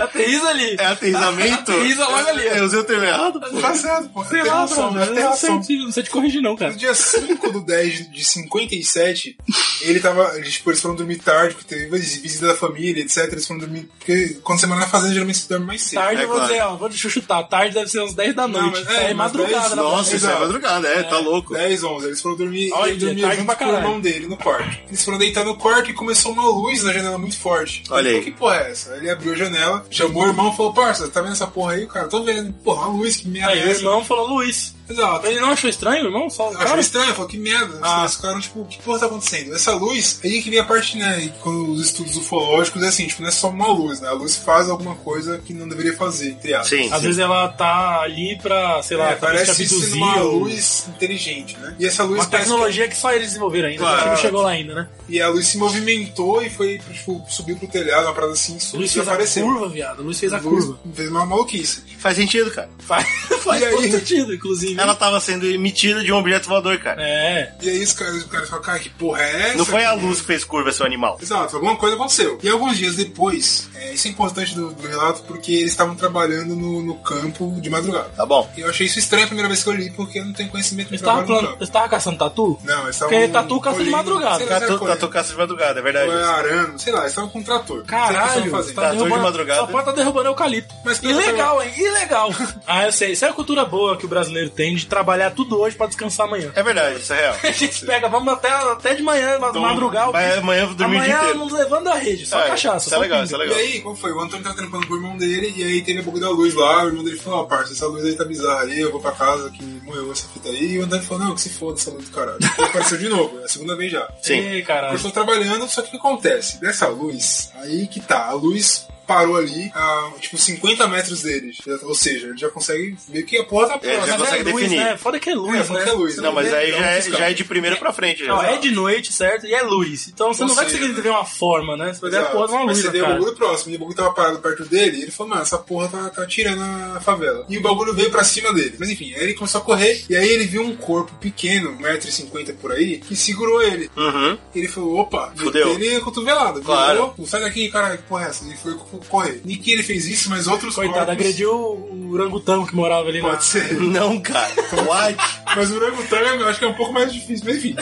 Speaker 1: Aterriza ali.
Speaker 2: é aterrizamento?
Speaker 1: Aterriza logo ali, ó.
Speaker 2: Eu usei o termo errado. pô.
Speaker 3: Tá certo, pô.
Speaker 2: um
Speaker 1: Sei lá,
Speaker 3: Aterração,
Speaker 1: Bruno, eu não sei,
Speaker 3: aterração.
Speaker 1: te- não sei te corrigir não, cara.
Speaker 3: No dia 5 do 10 de 57, ele tava. Eles, tipo, eles foram dormir tarde, porque teve visita da família, etc. Eles foram dormir. Porque quando você mora na fazenda, geralmente você dorme mais cedo.
Speaker 1: Tarde,
Speaker 2: É
Speaker 1: eu vou
Speaker 2: claro.
Speaker 1: dizer, ó, vou chutar. Tarde deve ser uns 10 da
Speaker 3: Não,
Speaker 1: noite.
Speaker 3: mas- é,
Speaker 1: é,
Speaker 3: mas
Speaker 1: madrugada.
Speaker 3: 10,
Speaker 1: na
Speaker 2: Nossa, isso é
Speaker 3: Exato.
Speaker 2: madrugada, é, tá louco.
Speaker 3: 10, 11, eles foram dormir
Speaker 1: Olha,
Speaker 3: ele dormia
Speaker 1: tarde
Speaker 3: junto
Speaker 1: pra
Speaker 3: com o irmão
Speaker 1: caralho.
Speaker 3: dele no quarto. Eles foram deitar no quarto e começou uma luz na janela muito forte.
Speaker 2: Olha
Speaker 3: Ele
Speaker 2: aí.
Speaker 3: falou, Que porra é essa? Ele abriu a janela, chamou o irmão e falou: Parça, tá vendo essa porra aí? O cara, tô vendo. Porra, uma luz, que merda
Speaker 1: Aí
Speaker 3: é
Speaker 1: o
Speaker 3: essa?
Speaker 1: irmão falou Luiz.
Speaker 3: Exato.
Speaker 1: Ele não achou estranho, irmão? Só,
Speaker 3: Eu achei
Speaker 1: cara,
Speaker 3: estranho, eu falei, que merda.
Speaker 1: Ah.
Speaker 3: Eles ficaram, tipo, que porra tá acontecendo? Essa luz, é aí que vem a parte, né, quando os estudos ufológicos é assim, tipo, não é só uma luz, né? A luz faz alguma coisa que não deveria fazer, entre aspas.
Speaker 2: Sim,
Speaker 1: às
Speaker 2: sim.
Speaker 1: vezes ela tá ali pra, sei lá,
Speaker 3: É,
Speaker 1: talvez
Speaker 3: parece
Speaker 1: te
Speaker 3: ser
Speaker 1: abduzir
Speaker 3: uma
Speaker 1: ou-
Speaker 3: luz inteligente, né? E essa luz
Speaker 1: Uma
Speaker 3: parece que-
Speaker 1: tecnologia que só eles desenvolveram ainda,
Speaker 2: Claro.
Speaker 1: que não chegou lá ainda, né?
Speaker 3: E a luz se movimentou e foi, tipo, subiu pro telhado, uma parada assim, subiu
Speaker 1: Luiz
Speaker 3: e
Speaker 1: fez a
Speaker 3: apareceu.
Speaker 1: curva, viado. Luiz fez a
Speaker 3: Luz
Speaker 1: curva.
Speaker 3: Fez uma maluquice.
Speaker 2: Faz sentido, cara.
Speaker 1: Faz, faz
Speaker 3: E aí?
Speaker 1: todo sentido, inclusive.
Speaker 2: Ela tava sendo emitida de um objeto voador, cara.
Speaker 1: É.
Speaker 3: E aí os caras, os caras falaram, cara, que porra é essa?
Speaker 2: Não foi a luz que fez curva, seu animal.
Speaker 3: Exato, alguma coisa aconteceu. E alguns dias depois, é, isso é importante do, do relato porque eles estavam trabalhando no, no campo de madrugada.
Speaker 2: Tá bom.
Speaker 3: E eu achei isso estranho a primeira vez que eu li, porque eu não tenho conhecimento de
Speaker 1: Eles estavam
Speaker 3: trabalho no
Speaker 1: plano...
Speaker 3: campo.
Speaker 1: eles tavam caçando tatu?
Speaker 3: Não, eles estavam.
Speaker 1: Porque tatu caça de
Speaker 3: colhendo-
Speaker 1: madrugada.
Speaker 3: sei lá,
Speaker 2: Catu,
Speaker 3: sabe qual é?
Speaker 2: catu caça de madrugada, é verdade.
Speaker 3: Ou é arame, sei lá, eles estavam com um trator. Não sei o que
Speaker 1: Caralho,
Speaker 3: eles
Speaker 1: tá
Speaker 3: estavam fazendo.
Speaker 2: Trator de
Speaker 1: derrubando-
Speaker 2: madrugada.
Speaker 1: Só pode tá derrubando eucalipto.
Speaker 3: Mas
Speaker 1: ilegal, hein? Ilegal. ah, eu sei. Isso é a cultura boa que o brasileiro tem de trabalhar tudo hoje pra descansar amanhã.
Speaker 2: É verdade, isso é real. Então,
Speaker 1: A gente pega, vamos até, até de manhã, mas madrugar. o
Speaker 2: Vai
Speaker 1: bicho.
Speaker 2: amanhã eu vou dormir o dia
Speaker 1: amanhã
Speaker 2: inteiro.
Speaker 1: não levando a rede, só
Speaker 2: Ah,
Speaker 1: cachaça.
Speaker 2: Isso é
Speaker 1: só
Speaker 2: legal,
Speaker 1: pinga.
Speaker 2: isso é
Speaker 3: E
Speaker 2: legal.
Speaker 3: aí, qual foi? O Antônio tava trampando com o irmão dele, e aí teve a boca da luz lá, o irmão dele falou, ó, parça, essa luz aí tá bizarra aí, eu vou pra casa que morreu essa fita aí, e o Antônio falou, não, que se foda essa luz do caralho. E apareceu de novo, é a segunda vez já.
Speaker 2: Sim.
Speaker 1: Ih, caralho.
Speaker 3: Eu estou trabalhando, só que o que acontece? Dessa luz, aí que tá, a luz parou ali a, tipo, 50 metros deles. Já- Ou seja, ele já consegue meio que a porta tá
Speaker 2: É, já
Speaker 3: próxima.
Speaker 1: Mas
Speaker 2: consegue
Speaker 1: é luz,
Speaker 2: definir.
Speaker 1: né? Foda que é luz,
Speaker 3: É,
Speaker 1: né?
Speaker 3: foda que é luz,
Speaker 1: Você
Speaker 3: né?
Speaker 2: Não, mas
Speaker 1: vê-
Speaker 2: aí já é,
Speaker 3: esses caras.
Speaker 2: já é de primeira pra frente. Já.
Speaker 1: Não, é de noite, certo? E é luz. Então você
Speaker 3: Ou
Speaker 1: não vai conseguir
Speaker 3: seja-
Speaker 1: ver uma forma, né? Você vai ver a
Speaker 3: Exato.
Speaker 1: porra de uma
Speaker 3: Mas
Speaker 1: luz,
Speaker 3: você
Speaker 1: na
Speaker 3: deu o
Speaker 1: cara.
Speaker 3: bagulho próximo, e o bagulho tava parado perto dele, e ele falou, mano, essa porra tá, tá tirando a favela. E o bagulho veio pra cima dele. Mas enfim, aí ele começou a correr, e aí ele viu um corpo pequeno, 1,50m por aí, que segurou ele.
Speaker 2: Uhum.
Speaker 3: Ele falou, opa,
Speaker 2: Fudeu.
Speaker 3: ele é cotovelado.
Speaker 2: Claro.
Speaker 3: Virou, sai daqui, cara, que porra é essa? E foi co- correr. E que ele fez isso, mas outros
Speaker 1: Coitado,
Speaker 3: corpos-
Speaker 1: agrediu o orangotango que morava ali na...
Speaker 3: Pode ser.
Speaker 2: Não, cara. What?
Speaker 3: Mas o orangotango eu acho que é um pouco mais difícil, mas enfim.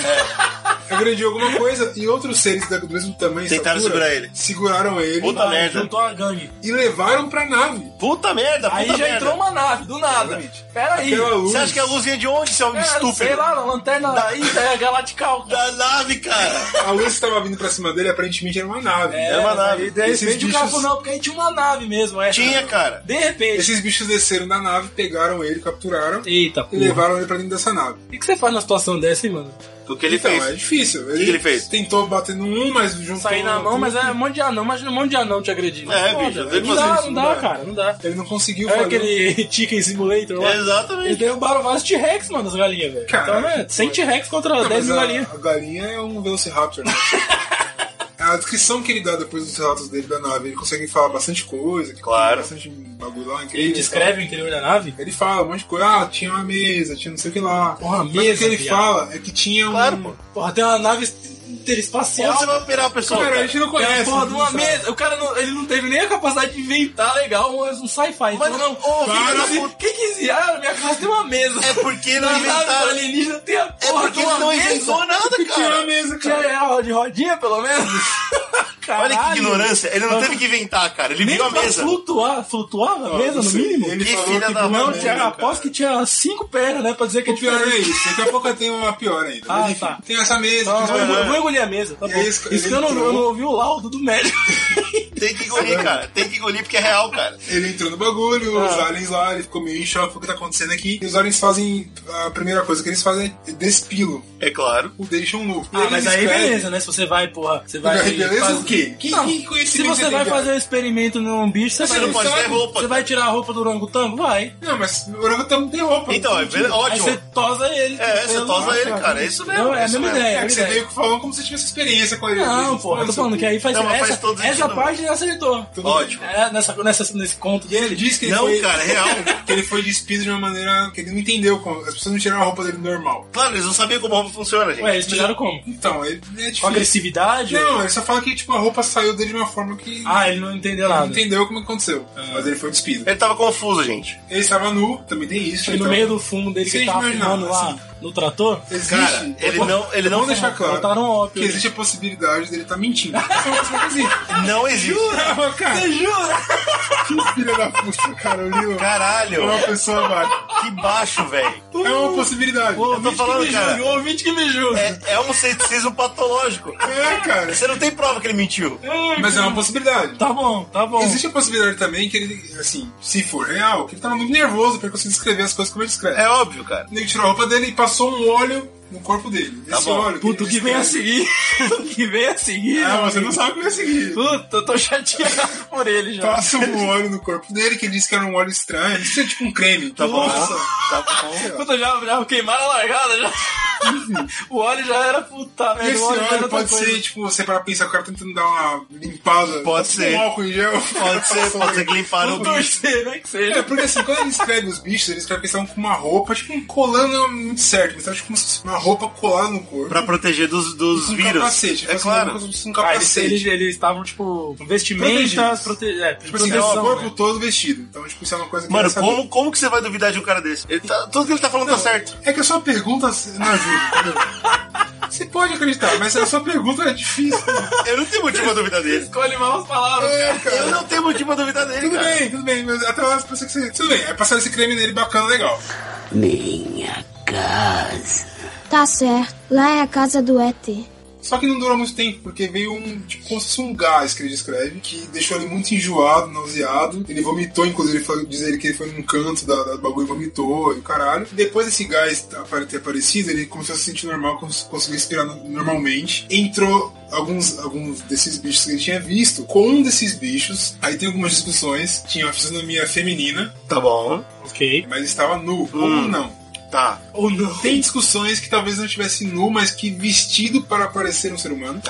Speaker 3: Agrediu alguma coisa e outros seres da- do mesmo tamanho e
Speaker 2: É. Tentaram
Speaker 3: estatura
Speaker 2: segurar ele.
Speaker 3: Seguraram ele
Speaker 2: Puta
Speaker 1: Ah,
Speaker 2: merda.
Speaker 1: Juntou uma gangue.
Speaker 3: e levaram pra nave.
Speaker 2: Puta merda, puta
Speaker 1: Aí já
Speaker 2: merda.
Speaker 1: entrou uma nave, do nada. Pera aí.
Speaker 3: Aquela luz.
Speaker 2: Você acha que a luz vinha de onde, seu homem
Speaker 1: É,
Speaker 2: estúpido?
Speaker 1: Sei lá, a lanterna da é, galactical.
Speaker 2: Da nave, cara.
Speaker 3: A luz que estava vindo pra cima dele aparentemente era uma nave.
Speaker 2: Era uma nave.
Speaker 1: E É, de
Speaker 3: Esses
Speaker 1: repente o cara
Speaker 3: bichos-
Speaker 1: falou, não, porque aí tinha uma nave mesmo. É.
Speaker 2: Tinha, cara.
Speaker 1: De repente.
Speaker 3: Esses bichos desceram da nave, pegaram ele, capturaram
Speaker 1: Eita,
Speaker 3: e
Speaker 1: porra.
Speaker 3: levaram ele pra dentro dessa nave.
Speaker 1: O que, que você faz numa situação dessa, hein, mano?
Speaker 2: O que ele
Speaker 3: então, é
Speaker 2: fez?
Speaker 3: difícil. Ele,
Speaker 2: que ele fez?
Speaker 3: Tentou bater no um, mas juntou...
Speaker 1: Sair na mão,
Speaker 3: tudo.
Speaker 1: mas é um monte de anão. Imagina um monte de anão te agredindo.
Speaker 2: É,
Speaker 1: Foda,
Speaker 2: bicho,
Speaker 1: né?
Speaker 2: tem que
Speaker 1: Não
Speaker 2: fazer
Speaker 1: dá,
Speaker 2: isso,
Speaker 1: não
Speaker 2: não
Speaker 1: dá,
Speaker 2: dá.
Speaker 1: cara, não dá.
Speaker 3: Ele não conseguiu
Speaker 1: É
Speaker 3: fazer.
Speaker 1: aquele Chicken Simulator
Speaker 2: É.
Speaker 1: lá. Eles
Speaker 2: Exatamente.
Speaker 1: derrubaram vários T-Rex, mano, as galinhas, velho. Então,
Speaker 3: Caralho,
Speaker 1: né?
Speaker 3: que
Speaker 1: 100 T-Rex contra
Speaker 3: Não,
Speaker 1: 10
Speaker 3: mas
Speaker 1: mil
Speaker 3: a,
Speaker 1: galinhas.
Speaker 3: a galinha é um Velociraptor, né? A descrição que ele dá depois dos relatos dele da nave, ele consegue falar bastante coisa, que
Speaker 2: Claro.
Speaker 3: tem bastante bagulho lá incrível.
Speaker 1: Ele
Speaker 3: e tal.
Speaker 1: descreve o interior da nave.
Speaker 3: Ele fala um monte de coisa, ah, tinha uma mesa, tinha não sei o que lá.
Speaker 1: Porra,
Speaker 3: Mas
Speaker 1: mesa,
Speaker 3: o que ele
Speaker 1: viado.
Speaker 3: fala é que tinha um.
Speaker 2: Claro, pô.
Speaker 1: Porra, tem uma nave
Speaker 2: Como
Speaker 1: interespacial.
Speaker 2: você vai operar a pessoa?
Speaker 3: Cara, a
Speaker 2: cara?
Speaker 3: gente não
Speaker 1: Tem a
Speaker 3: conhece.
Speaker 1: porra
Speaker 3: não
Speaker 1: de uma
Speaker 3: sabe.
Speaker 1: mesa. O cara não, ele não teve nem a capacidade de inventar legal um, um sci-fi. Então,
Speaker 2: Mas
Speaker 1: não.
Speaker 2: não- ô,
Speaker 1: que,
Speaker 2: filho da
Speaker 1: que,
Speaker 2: puta.
Speaker 1: que que esse- Ah, minha casa tem uma mesa.
Speaker 2: É porque
Speaker 1: Na
Speaker 2: não
Speaker 1: nave do
Speaker 2: inventaram.
Speaker 1: alienígena tem a
Speaker 2: É
Speaker 1: porra
Speaker 2: porque
Speaker 1: de
Speaker 2: ele
Speaker 1: uma
Speaker 2: não
Speaker 1: mesa.
Speaker 2: inventou nada,
Speaker 3: Tinha uma
Speaker 2: cara.
Speaker 3: mesa,
Speaker 1: Tinha
Speaker 3: cara.
Speaker 1: era de rodinha, pelo menos.
Speaker 2: Olha que
Speaker 1: Caralho.
Speaker 2: ignorância. Ele não
Speaker 1: Mas-
Speaker 2: teve que inventar, cara. Ele
Speaker 1: Nem
Speaker 2: viu a
Speaker 1: pra
Speaker 2: mesa.
Speaker 1: flutuar. Flutuava a mesa, no
Speaker 3: não sei.
Speaker 1: mínimo? Tipo,
Speaker 3: Ele
Speaker 2: Que
Speaker 3: falou
Speaker 2: filha
Speaker 3: que
Speaker 2: da
Speaker 3: tinha uma
Speaker 1: Não,
Speaker 2: mãe,
Speaker 3: mesa,
Speaker 1: tinha,
Speaker 3: cara.
Speaker 1: aposto que tinha cinco pernas, né? Pra dizer que é
Speaker 3: O pior é
Speaker 1: diferente.
Speaker 3: isso. Daqui a pouco eu tenho uma pior ainda.
Speaker 1: Ah,
Speaker 3: Mas, enfim,
Speaker 1: tá.
Speaker 3: Tem essa mesa.
Speaker 1: Não,
Speaker 3: tem
Speaker 1: eu,
Speaker 3: essa-
Speaker 1: vou- eu vou engolir a mesa, tá
Speaker 3: E
Speaker 1: bom?
Speaker 3: aí,
Speaker 1: Isso,
Speaker 3: ele
Speaker 1: que eu não,
Speaker 3: entrou.
Speaker 1: eu não ouvi o laudo do médico.
Speaker 2: Tem que engolir, cara. Tem que engolir porque é real, cara.
Speaker 3: Ele entrou no bagulho, os
Speaker 1: Ah.
Speaker 3: aliens lá, ele ficou meio em choque, o que tá acontecendo aqui. E os aliens fazem. A primeira coisa que eles fazem é despilo,
Speaker 2: É claro.
Speaker 3: o deixam louco.
Speaker 1: Ah,
Speaker 3: Ele
Speaker 1: mas aí
Speaker 3: descreve-
Speaker 1: beleza, né? Se você vai, porra, você vai.
Speaker 3: Aí beleza
Speaker 1: faz-
Speaker 3: o quê? Que-
Speaker 1: Não,
Speaker 3: que
Speaker 1: se
Speaker 3: conhecimento
Speaker 1: você
Speaker 3: ele
Speaker 1: vai
Speaker 3: tem,
Speaker 1: fazer um experimento num bicho, você,
Speaker 2: Você
Speaker 1: vai.
Speaker 2: não pode
Speaker 3: sabe,
Speaker 2: ter roupa.
Speaker 1: você vai tirar a roupa do orangotango? Vai.
Speaker 3: Não, mas o orangotango não tem roupa.
Speaker 2: Então, é
Speaker 3: não tem
Speaker 2: ver-
Speaker 3: sentido.
Speaker 1: Aí você
Speaker 2: ótimo.
Speaker 1: tosa ele. tipo,
Speaker 2: É, você
Speaker 1: Pelo-
Speaker 2: tosa ele,
Speaker 1: Nossa,
Speaker 2: cara. É isso mesmo.
Speaker 1: Não, é a
Speaker 2: isso
Speaker 1: mesma
Speaker 2: mesmo.
Speaker 1: ideia. é a
Speaker 3: É que você
Speaker 1: mesma ideia.
Speaker 3: veio falando como se tivesse experiência com ele.
Speaker 1: Não, porra, eu tô falando que aí faz
Speaker 2: Não, mas faz
Speaker 1: essa,
Speaker 2: todo sentido.
Speaker 1: essa parte ele acertou.
Speaker 3: Tudo
Speaker 2: Ótimo.
Speaker 1: É, nessa, nessa, nesse conto
Speaker 3: E ele
Speaker 1: dele.
Speaker 3: diz que ele
Speaker 2: Não,
Speaker 3: foi,
Speaker 2: cara, é real.
Speaker 3: que ele foi despido de uma maneira que ele não entendeu. como- As pessoas não tiraram a roupa dele normal.
Speaker 2: Claro, eles não sabiam como a roupa funciona, gente.
Speaker 1: Ué, eles tiraram como?
Speaker 3: Então, ele é
Speaker 1: Com
Speaker 3: difícil.
Speaker 1: agressividade?
Speaker 3: Não, ele só fala que tipo, a roupa saiu dele de uma forma que
Speaker 1: Ah, ele não entendeu
Speaker 3: não
Speaker 1: nada. Ah.
Speaker 3: entendeu como aconteceu. Mas ele foi despido.
Speaker 2: Ele tava confuso, gente.
Speaker 3: Ele estava nu, também tem
Speaker 1: E
Speaker 3: isso.
Speaker 1: no
Speaker 3: então.
Speaker 1: meio do fumo dele que
Speaker 3: Sim,
Speaker 1: ele tava
Speaker 3: mas não,
Speaker 1: fumando lá
Speaker 3: assim.
Speaker 1: no trator,
Speaker 3: Existe.
Speaker 2: Cara, ele não, ele não,
Speaker 3: Vamos deixar claro
Speaker 1: botaram um
Speaker 3: que
Speaker 1: ópio.
Speaker 3: existe a possibilidade dele estar mentindo. Isso é uma coisa que existe.
Speaker 2: não existe.
Speaker 3: Jurava, cara.
Speaker 1: jura?
Speaker 3: Que filha da puta, cara. O Lilo é
Speaker 2: Caralho,
Speaker 3: uma pessoa, velho.
Speaker 2: que baixo, velho.
Speaker 3: É
Speaker 1: Uh,
Speaker 3: uma possibilidade.
Speaker 2: Eu tô falando,
Speaker 1: Me julgue,
Speaker 2: cara,
Speaker 1: o ouvinte que me julga.
Speaker 2: é, é um ceticismo patológico.
Speaker 3: É, cara.
Speaker 2: Você não tem prova que ele mentiu.
Speaker 3: Mas é uma possibilidade.
Speaker 1: Tá bom, tá bom.
Speaker 3: Existe a possibilidade também que ele, assim, se for real, que ele tava muito nervoso pra conseguir descrever as coisas como ele descreve.
Speaker 2: É óbvio, cara.
Speaker 3: O nego tirou a roupa dele e passou um óleo no corpo dele.
Speaker 2: Tá
Speaker 3: Esse
Speaker 2: bom.
Speaker 3: óleo.
Speaker 1: Puta, o
Speaker 3: ele
Speaker 1: que vem a
Speaker 3: descreve-
Speaker 1: seguir? o que vem a
Speaker 2: É,
Speaker 1: seguir?
Speaker 3: Ah,
Speaker 1: meu
Speaker 3: você não
Speaker 1: amigo?
Speaker 3: sabe o que vai seguir.
Speaker 1: Puta, eu tô chateado por ele já.
Speaker 2: Tá.
Speaker 3: Passa um óleo no corpo dele, que ele disse que era um óleo estranho. Isso é tipo um creme.
Speaker 2: Tá bom.
Speaker 3: Nossa.
Speaker 2: Tá bom.
Speaker 1: Puta, já, já queimaram a largada já. o óleo já era puta,
Speaker 3: E
Speaker 1: velho.
Speaker 3: esse
Speaker 1: o óleo já era
Speaker 3: óleo
Speaker 1: outra
Speaker 3: pode
Speaker 1: coisa.
Speaker 3: ser, tipo, você para pensar, o cara tentando dar uma limpada.
Speaker 2: Pode
Speaker 3: Tipo
Speaker 2: ser.
Speaker 3: Um álcool em gel.
Speaker 2: Pode ser, pode ser que limparam
Speaker 1: Vamos
Speaker 2: o bicho.
Speaker 1: torcer, né? Que
Speaker 3: um É,
Speaker 1: seja.
Speaker 3: porque assim, quando ele escreve os bichos, ele escreve pensando com uma roupa, tipo, um colando não é muito certo, mas tá tipo como se fosse uma roupa colada no corpo. Tipo,
Speaker 2: Pra proteger dos, dos
Speaker 3: um
Speaker 2: vírus.
Speaker 3: capacete.
Speaker 2: É
Speaker 3: assim,
Speaker 2: claro.
Speaker 3: como se fosse Um
Speaker 1: Ah, eles,
Speaker 3: capacete.
Speaker 1: eles, eles estavam, tipo, com
Speaker 3: Protegidos.
Speaker 1: vestimentas, prote... é,
Speaker 3: Tipo assim,
Speaker 1: proteção,
Speaker 3: o corpo
Speaker 1: né?
Speaker 3: todo vestido. Então, tipo, isso é uma coisa que
Speaker 2: Mano,
Speaker 3: eu quero saber.
Speaker 2: como, como que você vai duvidar de um cara desse? Ele tá- tudo que ele tá falando tá certo.
Speaker 3: É que a sua pergunta não ajuda, entendeu? Você pode acreditar, mas a sua pergunta é difícil.
Speaker 2: Eu não tenho motivo pra duvidar dele.
Speaker 1: Escolhe mal as palavras, cara.
Speaker 3: É, cara.
Speaker 2: Eu não tenho motivo pra duvidar dele,
Speaker 3: Tudo
Speaker 2: cara.
Speaker 3: bem, tudo bem, mas até lá pensei que você. Tudo bem, é passar esse creme nele bacana, legal.
Speaker 6: Minha casa.
Speaker 7: Tá certo. Lá é a casa do ET.
Speaker 3: Só que não durou muito tempo, porque veio um, tipo, como se fosse um gás que ele descreve, que deixou ele muito enjoado, nauseado. Ele vomitou, inclusive, ele foi, diz ele que ele foi num canto da, da bagulho e vomitou e o caralho. Depois desse gás apare- ter aparecido, ele começou a se sentir normal, cons- conseguiu respirar no- normalmente. Entrou alguns, alguns desses bichos que ele tinha visto com um desses bichos. Aí tem algumas discussões. Tinha uma fisionomia feminina,
Speaker 2: Tá bom.
Speaker 1: Ok.
Speaker 3: mas estava nu. Ou
Speaker 2: Hum.
Speaker 3: não.
Speaker 2: Tá.
Speaker 1: Ou não.
Speaker 3: Tem discussões que talvez não estivesse nu, mas que vestido para parecer um ser humano.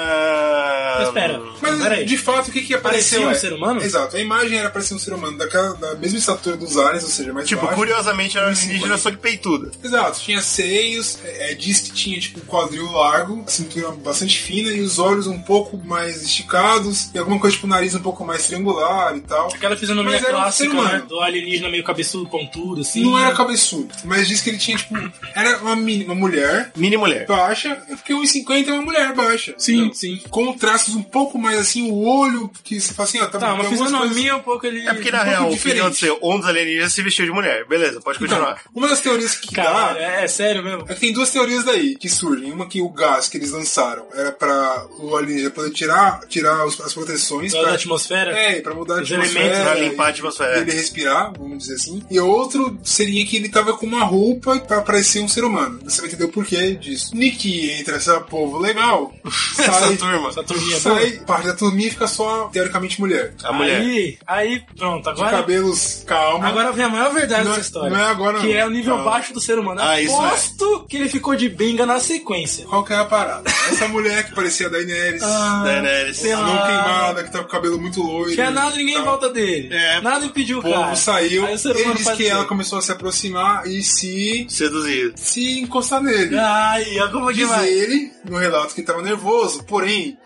Speaker 2: Ah.
Speaker 1: Mas espera.
Speaker 3: Mas
Speaker 1: Peraí.
Speaker 3: de fato, o que, que apareceu?
Speaker 1: Parecia um
Speaker 3: é-
Speaker 1: ser humano?
Speaker 3: Exato, a imagem era parecer um ser humano, daquela, da mesma estatura dos aliens, ou seja, mais
Speaker 2: Tipo,
Speaker 3: baixo.
Speaker 2: curiosamente era alienígena, só que peituda.
Speaker 3: Exato, tinha seios, é, é, diz que tinha tipo um quadril largo, a cintura bastante fina e os olhos um pouco mais esticados, e alguma coisa tipo o nariz um pouco mais triangular e tal.
Speaker 1: Aquela fisionomia
Speaker 3: Mas era um
Speaker 1: clássica,
Speaker 3: ser humano.
Speaker 1: né? Do alienígena meio cabeçudo, pontudo, assim.
Speaker 3: Não era cabeçudo, mas diz que ele tinha tipo. Era uma, mini- uma mulher
Speaker 2: Mini mulher.
Speaker 3: baixa, porque 1,50 é uma mulher baixa.
Speaker 1: Sim,
Speaker 3: entendeu?
Speaker 1: sim.
Speaker 3: Com traços um pouco mais assim, o olho, que você fala assim, ó,
Speaker 1: Tá,
Speaker 3: tá, tem
Speaker 1: uma
Speaker 3: algumas coisas-
Speaker 1: fisionomia um pouco ele.
Speaker 2: É porque,
Speaker 3: um
Speaker 2: na
Speaker 3: pouco
Speaker 2: real, o que
Speaker 3: diferente.
Speaker 2: aconteceu? Um dos alienígenas se vestiu de mulher. Beleza, pode
Speaker 3: Então,
Speaker 2: continuar.
Speaker 3: uma das teorias que dá
Speaker 1: Caralho, é, é sério mesmo.
Speaker 3: É que tem duas teorias daí que surgem. Uma que o gás que eles lançaram era pra o alienígena poder tirar, tirar os- as proteções.
Speaker 1: Da,
Speaker 3: pra-
Speaker 1: da atmosfera.
Speaker 3: É, pra mudar a
Speaker 1: Os
Speaker 3: atmosfera.
Speaker 1: elementos,
Speaker 2: pra limpar a atmosfera.
Speaker 3: e Ele respirar, vamos dizer assim. E outro seria que ele tava com uma roupa pra parecer um ser humano. Você vai entender o porquê disso. Nick entra essa povo legal.
Speaker 2: Essa
Speaker 3: sai,
Speaker 2: turma.
Speaker 1: Essa turminha é boa.
Speaker 3: sai parte da turminha e fica só, teoricamente, mulher.
Speaker 2: A mulher.
Speaker 1: Aí, aí, pronto,
Speaker 3: De
Speaker 1: agora.
Speaker 3: cabelos calma.
Speaker 1: Agora vem a maior verdade
Speaker 3: Não é-
Speaker 1: dessa história.
Speaker 3: não é agora,
Speaker 1: que
Speaker 3: não.
Speaker 1: é o nível
Speaker 3: Ah.
Speaker 1: baixo do ser humano.
Speaker 2: Ah, isso é.
Speaker 1: Aposto que ele ficou de benga na sequência.
Speaker 3: Qual que é a parada? Essa mulher que parecia a Daenerys.
Speaker 1: Ah,
Speaker 2: Daenerys.
Speaker 1: sei lá.
Speaker 3: não queimada, que tá com o cabelo muito loiro.
Speaker 1: Que é nada, ninguém
Speaker 3: tá.
Speaker 1: em volta dele.
Speaker 2: É.
Speaker 1: Nada impediu o
Speaker 3: O povo
Speaker 1: cara.
Speaker 3: saiu,
Speaker 1: Aí o ser
Speaker 3: ele
Speaker 1: humano
Speaker 3: disse
Speaker 1: faz
Speaker 3: que
Speaker 1: o quê?
Speaker 3: ela começou a se aproximar e se,
Speaker 2: Seduzido.
Speaker 3: se encostar nele.
Speaker 1: Ai, olha como Ah, que
Speaker 3: Diz
Speaker 1: vai.
Speaker 3: ele, no relato, que tava nervoso, porém,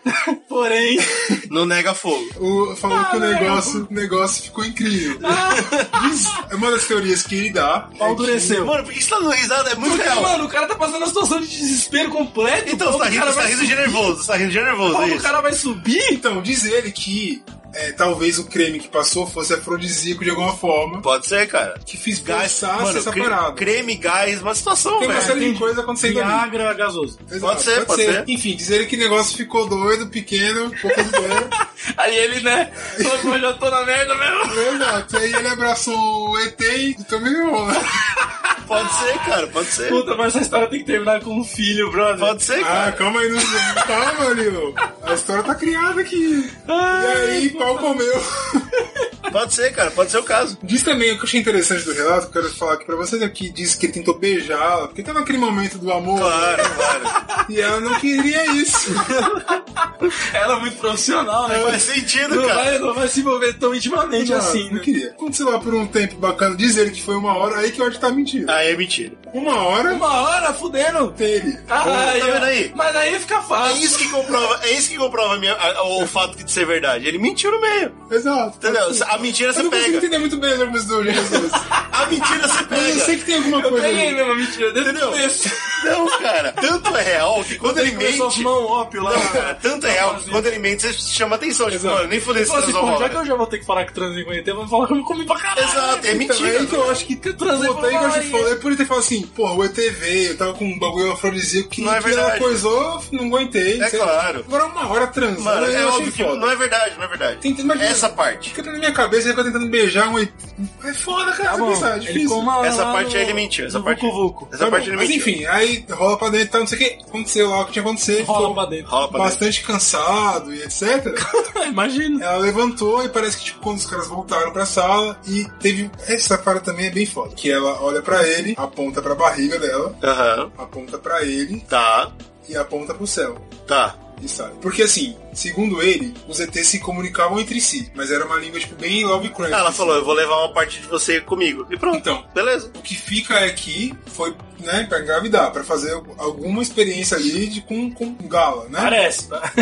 Speaker 1: Porém.
Speaker 2: Não nega fogo.
Speaker 3: o- falou que o
Speaker 1: não.
Speaker 3: negócio, o negócio ficou incrível.
Speaker 1: Ah.
Speaker 3: Diz- é uma das teorias que ele dá. é
Speaker 1: Aldureceu.
Speaker 2: Mano, por que você tá dando risada? É muito
Speaker 1: Porque,
Speaker 2: real.
Speaker 1: mano, o cara tá passando uma situação de desespero completo.
Speaker 2: Então, você
Speaker 1: o
Speaker 2: tá rindo,
Speaker 1: cara
Speaker 2: você tá
Speaker 1: vai
Speaker 2: rindo de nervoso. Você tá rindo de nervoso, é
Speaker 1: subir, o
Speaker 2: isso.
Speaker 1: cara vai subir.
Speaker 3: que- então, diz ele que é, talvez o creme que passou fosse afrodisíaco de alguma forma,
Speaker 2: Pode ser, cara.
Speaker 3: que fiz
Speaker 2: Gás,
Speaker 3: gastasse
Speaker 2: mano,
Speaker 3: essa
Speaker 2: cre-
Speaker 3: parada.
Speaker 2: creme, gás, uma situação,
Speaker 3: Tem uma
Speaker 2: velho.
Speaker 3: série de coisas acontecendo ali.
Speaker 1: Viagra gasoso.
Speaker 3: Exato,
Speaker 2: Pode ser, pode ser.
Speaker 3: Enfim, diz ele que o negócio ficou doido, pequeno, pouco ideia.
Speaker 1: Aí ele, né? falou, "Pô, já tô na merda mesmo.
Speaker 3: Exato, aí ele abraçou o ET e então também rola.
Speaker 2: Pode ser, cara, pode ser.
Speaker 1: Puta, mas essa história tem que terminar com um filho, brother.
Speaker 2: Pode ser,
Speaker 3: Ah,
Speaker 2: cara.
Speaker 3: calma aí, não calma, Lilo. A história tá criada aqui. E aí, pau comeu.
Speaker 2: Pode ser, cara, pode ser o caso.
Speaker 3: Diz também, o que eu achei interessante do relato, que eu quero falar aqui pra vocês, é que diz que ele tentou beijá-la, porque tava naquele momento do amor,
Speaker 2: Claro, claro.
Speaker 3: e ela não queria isso.
Speaker 1: Ela é muito profissional, né?
Speaker 2: Faz sentido,
Speaker 1: Não
Speaker 2: cara.
Speaker 1: vai, não vai se envolver tão intimamente
Speaker 3: Não,
Speaker 1: assim,
Speaker 3: não
Speaker 1: né?
Speaker 3: queria. Aconteceu lá por um tempo bacana, diz ele que foi uma hora, aí que eu acho que tá mentindo.
Speaker 2: Ah, é mentira.
Speaker 3: Uma hora,
Speaker 1: Uma hora, fudendo.
Speaker 3: teve.
Speaker 1: Caralho.
Speaker 2: Tá vendo aí?
Speaker 1: Mas aí fica
Speaker 2: É
Speaker 1: fácil.
Speaker 2: isso que comprova, é isso que comprova a minha- a- a- o fato de ser verdade. Ele mentiu no meio.
Speaker 3: Exato.
Speaker 2: Entendeu?
Speaker 3: Pode ser.
Speaker 2: A mentira
Speaker 3: Eu
Speaker 2: você
Speaker 3: não consigo
Speaker 2: pega.
Speaker 3: entender muito bem as armas do Jesus.
Speaker 2: A mentira você
Speaker 3: Eu sei
Speaker 2: pega.
Speaker 3: que tem alguma coisa ali.
Speaker 1: Peguei mesmo a mentira dele.
Speaker 2: Entendeu?
Speaker 1: Desse.
Speaker 2: Não, cara. Tanto é real que quando ele
Speaker 1: Começou a
Speaker 2: mente.
Speaker 1: fumar um ópio lá.
Speaker 2: Não, cara, tanto é real que
Speaker 1: Fazer.
Speaker 2: quando ele mente, você chama atenção. Tipo,
Speaker 3: Exato.
Speaker 2: mano, nem fudeu
Speaker 1: Ele
Speaker 2: esse
Speaker 1: falou assim, pô, já que
Speaker 2: transomóvel.
Speaker 1: eu já vou ter que falar que transei com o ET, vamos falar que eu me comi pra caralho.
Speaker 2: Exato, é
Speaker 3: Então,
Speaker 2: mentira.
Speaker 3: aí que eu acho que
Speaker 1: Eu transei
Speaker 3: voltei que eu acho
Speaker 1: com
Speaker 3: que
Speaker 1: uma
Speaker 3: falei por ele ter falado assim, porra, o ET veio, eu tava com um bagulho afrodisíaco que,
Speaker 2: Não é
Speaker 3: que ela
Speaker 2: verdade.
Speaker 3: coisou, não aguentei.
Speaker 2: É
Speaker 3: sei lá.
Speaker 2: claro.
Speaker 3: Agora uma hora transando,
Speaker 2: Mano,
Speaker 3: eu
Speaker 2: é
Speaker 3: achei
Speaker 2: óbvio que
Speaker 3: foda.
Speaker 2: não é verdade, não é verdade.
Speaker 3: Tem que imaginar.
Speaker 2: Essa parte.
Speaker 3: Fica na minha cabeça, ele fica tentando beijar um ET. É foda, cara,
Speaker 1: Tá
Speaker 3: essa
Speaker 1: bom,
Speaker 3: pensar, é
Speaker 1: ele ficou
Speaker 3: difícil.
Speaker 1: uma hora
Speaker 2: Essa
Speaker 1: lá
Speaker 2: parte
Speaker 1: no-
Speaker 2: aí ele mentiu. Essa
Speaker 1: no
Speaker 2: parte.
Speaker 1: Vucu Vucu.
Speaker 2: Essa
Speaker 3: Tá
Speaker 2: parte
Speaker 3: bom,
Speaker 2: ele
Speaker 3: Mas
Speaker 2: mentiu.
Speaker 3: enfim, aí rola pra dentro e tal, não sei o que. Aconteceu lá o que tinha acontecido,
Speaker 1: Rola
Speaker 3: ficou
Speaker 1: pra dentro.
Speaker 2: Rola pra dentro.
Speaker 3: bastante cansado e etc.
Speaker 1: Imagina.
Speaker 3: Ela levantou e parece que, tipo, quando os caras voltaram pra sala e teve. Essa para também é bem foda. Que ela olha pra ele, aponta pra barriga dela,
Speaker 2: Aham.
Speaker 3: aponta pra ele
Speaker 2: Tá,
Speaker 3: e aponta pro céu.
Speaker 2: tá.
Speaker 3: E sai. Porque assim, segundo ele, os ETs se comunicavam entre si, mas era uma língua, tipo, bem Lovecraft.
Speaker 2: Ah, ela
Speaker 3: assim.
Speaker 2: falou, eu vou levar uma parte de você comigo. E pronto.
Speaker 3: Então.
Speaker 2: Beleza.
Speaker 3: O que fica é que foi, né, pra engravidar, pra fazer alguma experiência ali de, com, com gala, né?
Speaker 1: Parece. tá?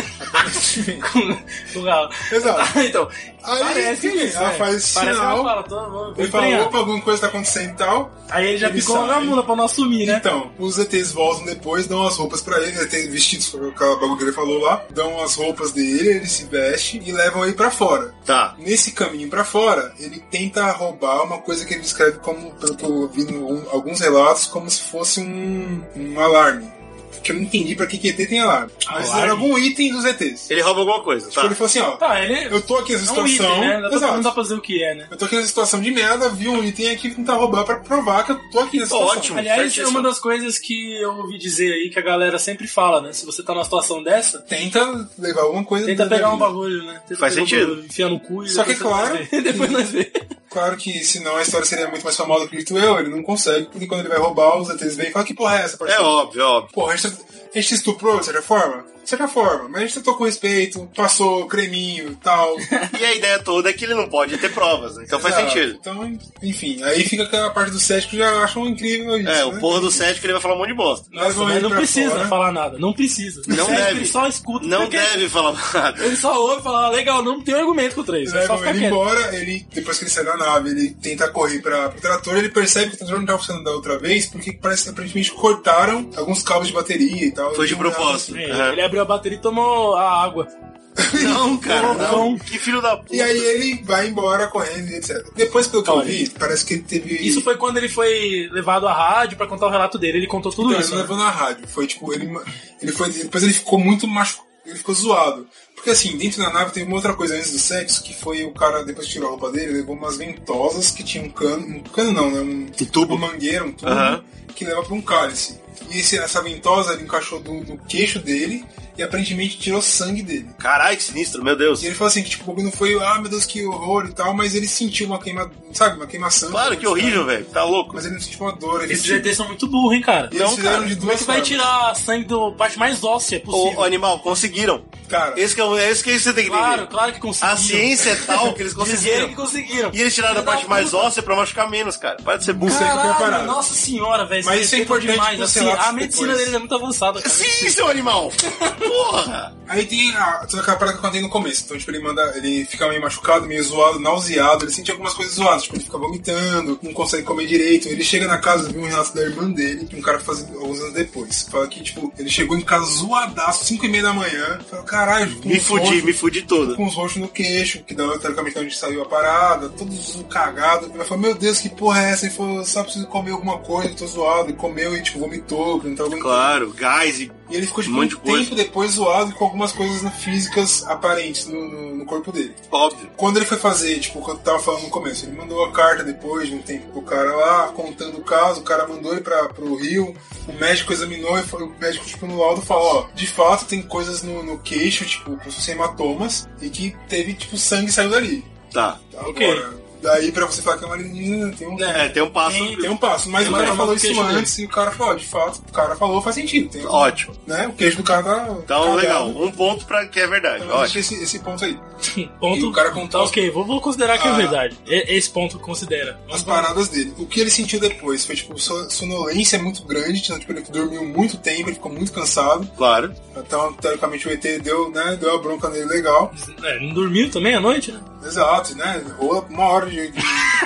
Speaker 1: Com- com galo.
Speaker 3: Exato.
Speaker 1: Então,
Speaker 3: Aí,
Speaker 1: parece
Speaker 3: enfim,
Speaker 1: isso,
Speaker 3: ela
Speaker 1: né?
Speaker 3: faz esse
Speaker 1: Parece que ela
Speaker 3: sinal.
Speaker 1: fala, tô, vou, vou
Speaker 3: Ele falou,
Speaker 1: emprenhar.
Speaker 3: opa, alguma coisa tá acontecendo e tal.
Speaker 1: Aí ele já
Speaker 3: ele
Speaker 1: ficou
Speaker 3: sai.
Speaker 1: na mula pra não assumir, né?
Speaker 3: Então, os ETs voltam depois, dão as roupas pra ele, ETs vestidos com aquela bagulho que ele falou lá, dão as roupas dele, ele se veste e levam ele pra fora.
Speaker 2: Tá.
Speaker 3: Nesse caminho pra fora, ele tenta roubar uma coisa que ele descreve como, pelo que eu vi em algum- alguns relatos, como se fosse um, um alarme. que eu não entendi pra que que ET tem alarme. Mas
Speaker 1: Alarme?
Speaker 3: era algum item dos ETs.
Speaker 2: Ele rouba alguma coisa, tá?
Speaker 3: Tipo, ele falou assim, ó,
Speaker 1: Tá, ele
Speaker 3: eu tô aqui nessa
Speaker 1: é um
Speaker 3: situação...
Speaker 1: item, né? Dá pra-
Speaker 3: Exato.
Speaker 1: Não dá pra dizer o que é, né?
Speaker 3: Eu tô aqui nessa situação de merda, vi um item aqui e tentar roubar pra provar que eu tô aqui nessa
Speaker 2: Ó,
Speaker 3: situação.
Speaker 2: ótimo.
Speaker 1: Aliás, é
Speaker 2: certíssimo.
Speaker 1: uma das coisas que eu ouvi dizer aí, que a galera sempre fala, né? Se você tá numa situação dessa,
Speaker 3: Tenta levar alguma coisa...
Speaker 1: tenta
Speaker 3: da- da
Speaker 1: pegar um
Speaker 3: vida.
Speaker 1: bagulho, né? Tenta
Speaker 2: Faz
Speaker 1: pegar um
Speaker 2: sentido.
Speaker 1: bagulho, enfia no cu e
Speaker 3: Só que,
Speaker 1: depois nós
Speaker 3: claro,
Speaker 1: vê. depois nós vê.
Speaker 3: Claro que senão a história seria muito mais famosa, acredito eu. Ele não consegue, porque quando ele vai roubar, os ETs vêm e falam que porra é essa,
Speaker 2: É
Speaker 3: parceiro?
Speaker 2: óbvio, óbvio.
Speaker 3: Porra, a gente, tá- a gente te estuprou de certa forma? De certa forma, mas a gente tratou com respeito, passou creminho e tal.
Speaker 2: E a ideia toda é que ele não pode ter provas, né? Então faz
Speaker 3: Exato.
Speaker 2: sentido.
Speaker 3: Então, enfim, aí fica aquela parte do cético que já acham incrível isso.
Speaker 2: É,
Speaker 3: né?
Speaker 2: o porra do cético ele vai falar um monte de bosta.
Speaker 3: Nós vamos
Speaker 1: Mas
Speaker 3: indo
Speaker 1: não
Speaker 3: pra
Speaker 1: precisa
Speaker 3: fora.
Speaker 1: falar nada, não precisa.
Speaker 2: Não
Speaker 1: O cético,
Speaker 2: deve.
Speaker 1: Ele só escuta.
Speaker 2: Não
Speaker 1: porque
Speaker 2: deve falar nada.
Speaker 1: Ele só ouve e fala, "Ah, legal, não tem argumento contra isso. É só
Speaker 3: Levam
Speaker 1: ficar
Speaker 3: ele
Speaker 1: quieto.
Speaker 3: embora, ele, depois que ele sai da nave, ele tenta correr pra, pro trator, ele percebe que o trator não tá funcionando da outra vez, porque parece que aparentemente cortaram alguns cabos de bateria e tal.
Speaker 2: Foi de
Speaker 3: Ele não-
Speaker 2: propósito.
Speaker 1: É,
Speaker 2: Aham.
Speaker 1: Ele abriu a bateria e tomou a água.
Speaker 2: Não, cara, não.
Speaker 1: Não.
Speaker 2: Que filho da puta.
Speaker 3: E aí ele vai embora correndo e etc. Depois, pelo que eu
Speaker 1: Olha.
Speaker 3: vi, parece que ele teve.
Speaker 1: Isso foi quando ele foi levado à rádio pra contar o relato dele. Ele contou tudo
Speaker 3: Então, ele
Speaker 1: isso.
Speaker 3: não
Speaker 1: né?
Speaker 3: levou na rádio. Foi tipo, ele, ele foi. Depois ele ficou muito machucado. Ele ficou zoado. Porque assim, dentro da nave teve uma outra coisa antes do sexo, que foi o cara, depois que tirou a roupa dele, levou umas ventosas que tinha um cano. Um cano não, né? Um,
Speaker 2: tubo.
Speaker 3: Uma mangueira, um tubo,
Speaker 2: Aham.
Speaker 3: que leva pra um cálice. E esse- essa ventosa ele encaixou do, do queixo dele e aparentemente tirou sangue dele.
Speaker 2: Caralho, que sinistro, meu Deus.
Speaker 3: E ele falou assim que tipo, o bagulho não foi, ah meu Deus, que horror e tal, mas ele sentiu uma queima, sabe, uma queimação.
Speaker 2: Claro, que horrível, velho. Tá louco.
Speaker 3: Mas ele não sentiu uma dor. Ele
Speaker 1: Esses
Speaker 3: sentiu-
Speaker 1: ETs são muito burros, hein, é cara.
Speaker 3: e eles
Speaker 2: Não,
Speaker 3: fizeram
Speaker 2: cara.
Speaker 3: de
Speaker 1: Como é
Speaker 3: duas
Speaker 1: que vai
Speaker 3: formas.
Speaker 1: tirar sangue da parte mais óssea possível?
Speaker 2: Ô, ô, animal, conseguiram.
Speaker 3: é Cara,
Speaker 2: Esse que é, o- é isso que você tem que entender.
Speaker 1: Claro, claro que conseguiram.
Speaker 2: A ciência é tal que eles
Speaker 1: Dizeram
Speaker 2: conseguiram.
Speaker 1: que conseguiram.
Speaker 2: E eles tiraram a
Speaker 1: Filha da
Speaker 2: parte mais
Speaker 1: puta.
Speaker 2: óssea pra machucar menos, cara. Para de ser burro.
Speaker 3: Sei que eu tenho parado.
Speaker 1: Caralho, nossa senhora, velho.
Speaker 3: Mas
Speaker 1: esses
Speaker 3: isso é
Speaker 1: ETs são
Speaker 3: importante
Speaker 1: demais.
Speaker 3: pros
Speaker 1: assim,
Speaker 3: relatos
Speaker 1: a medicina
Speaker 3: depois.
Speaker 1: deles é muito avançada, cara.
Speaker 2: Sim, seu animal! Porra!
Speaker 3: aí tem a, toda aquela parada que eu contei no começo. Então, tipo, ele manda. Ele fica meio machucado, meio zoado, nauseado. Ele sente algumas coisas zoadas. Tipo, ele fica vomitando, não consegue comer direito. Ele chega na casa, viu um relato da irmã dele, que um cara faz alguns anos depois. Fala que, tipo, ele chegou em casa zoadaço, 5 e meia da manhã. Fala, caralho, com
Speaker 2: Me
Speaker 3: os
Speaker 2: fudi,
Speaker 3: roxos-
Speaker 2: me fudi todo.
Speaker 3: Com os roxos no queixo, que da hora, teoricamente onde saiu a parada, todos cagados. Ele falou, meu Deus, que porra é essa? Ele falou, só preciso comer alguma coisa, tô zoado. E comeu e, tipo, vomitou, que não tava aguentando.
Speaker 2: Claro, gás e.
Speaker 3: E ele ficou tipo,
Speaker 2: Um monte de
Speaker 3: um
Speaker 2: coisa.
Speaker 3: tempo depois zoado com algumas coisas físicas aparentes no, no- no corpo dele.
Speaker 2: Óbvio.
Speaker 3: Quando ele foi fazer, tipo, quando eu tava falando no começo, ele mandou a carta depois de um tempo pro cara lá, contando o caso, o cara mandou ele pra, pro Rio, o médico examinou e foi, o médico, tipo, no laudo falou, ó, de fato tem coisas no, no queixo, tipo, com se fossem hematomas, e que teve, tipo, sangue saiu dali.
Speaker 2: Tá.
Speaker 3: Agora,
Speaker 1: Ok.
Speaker 3: daí pra você falar que é uma alienígena, tem um...
Speaker 2: É, tem um passo.
Speaker 1: Tem-
Speaker 3: Tem um passo, mas o
Speaker 1: Mas
Speaker 3: cara
Speaker 1: não
Speaker 3: falou
Speaker 1: do
Speaker 3: isso
Speaker 1: queixo dele.
Speaker 3: antes e o cara falou, ó, de fato, o cara falou, faz sentido. Tem,
Speaker 2: Ótimo.
Speaker 3: né? O queijo do cara tá.
Speaker 2: Então,
Speaker 3: cagado.
Speaker 2: legal. Um ponto pra que é verdade.
Speaker 3: Então,
Speaker 2: Ótimo.
Speaker 3: deixa esse, esse ponto aí.
Speaker 1: Ponto.
Speaker 3: E o cara contar
Speaker 1: Tá, ok, vou, vou considerar que
Speaker 3: Ah.
Speaker 1: é verdade. E- Esse ponto considera.
Speaker 3: as
Speaker 1: Vamos lá.
Speaker 3: paradas dele. O que ele sentiu depois foi, tipo, so- sonolência muito grande, então, tipo, ele dormiu muito tempo, ele ficou muito cansado.
Speaker 2: Claro.
Speaker 3: Então, teoricamente, o ET deu, né, deu a bronca nele legal.
Speaker 1: É, não dormiu também à noite? né?
Speaker 3: Exato, né? Rola uma hora de. de-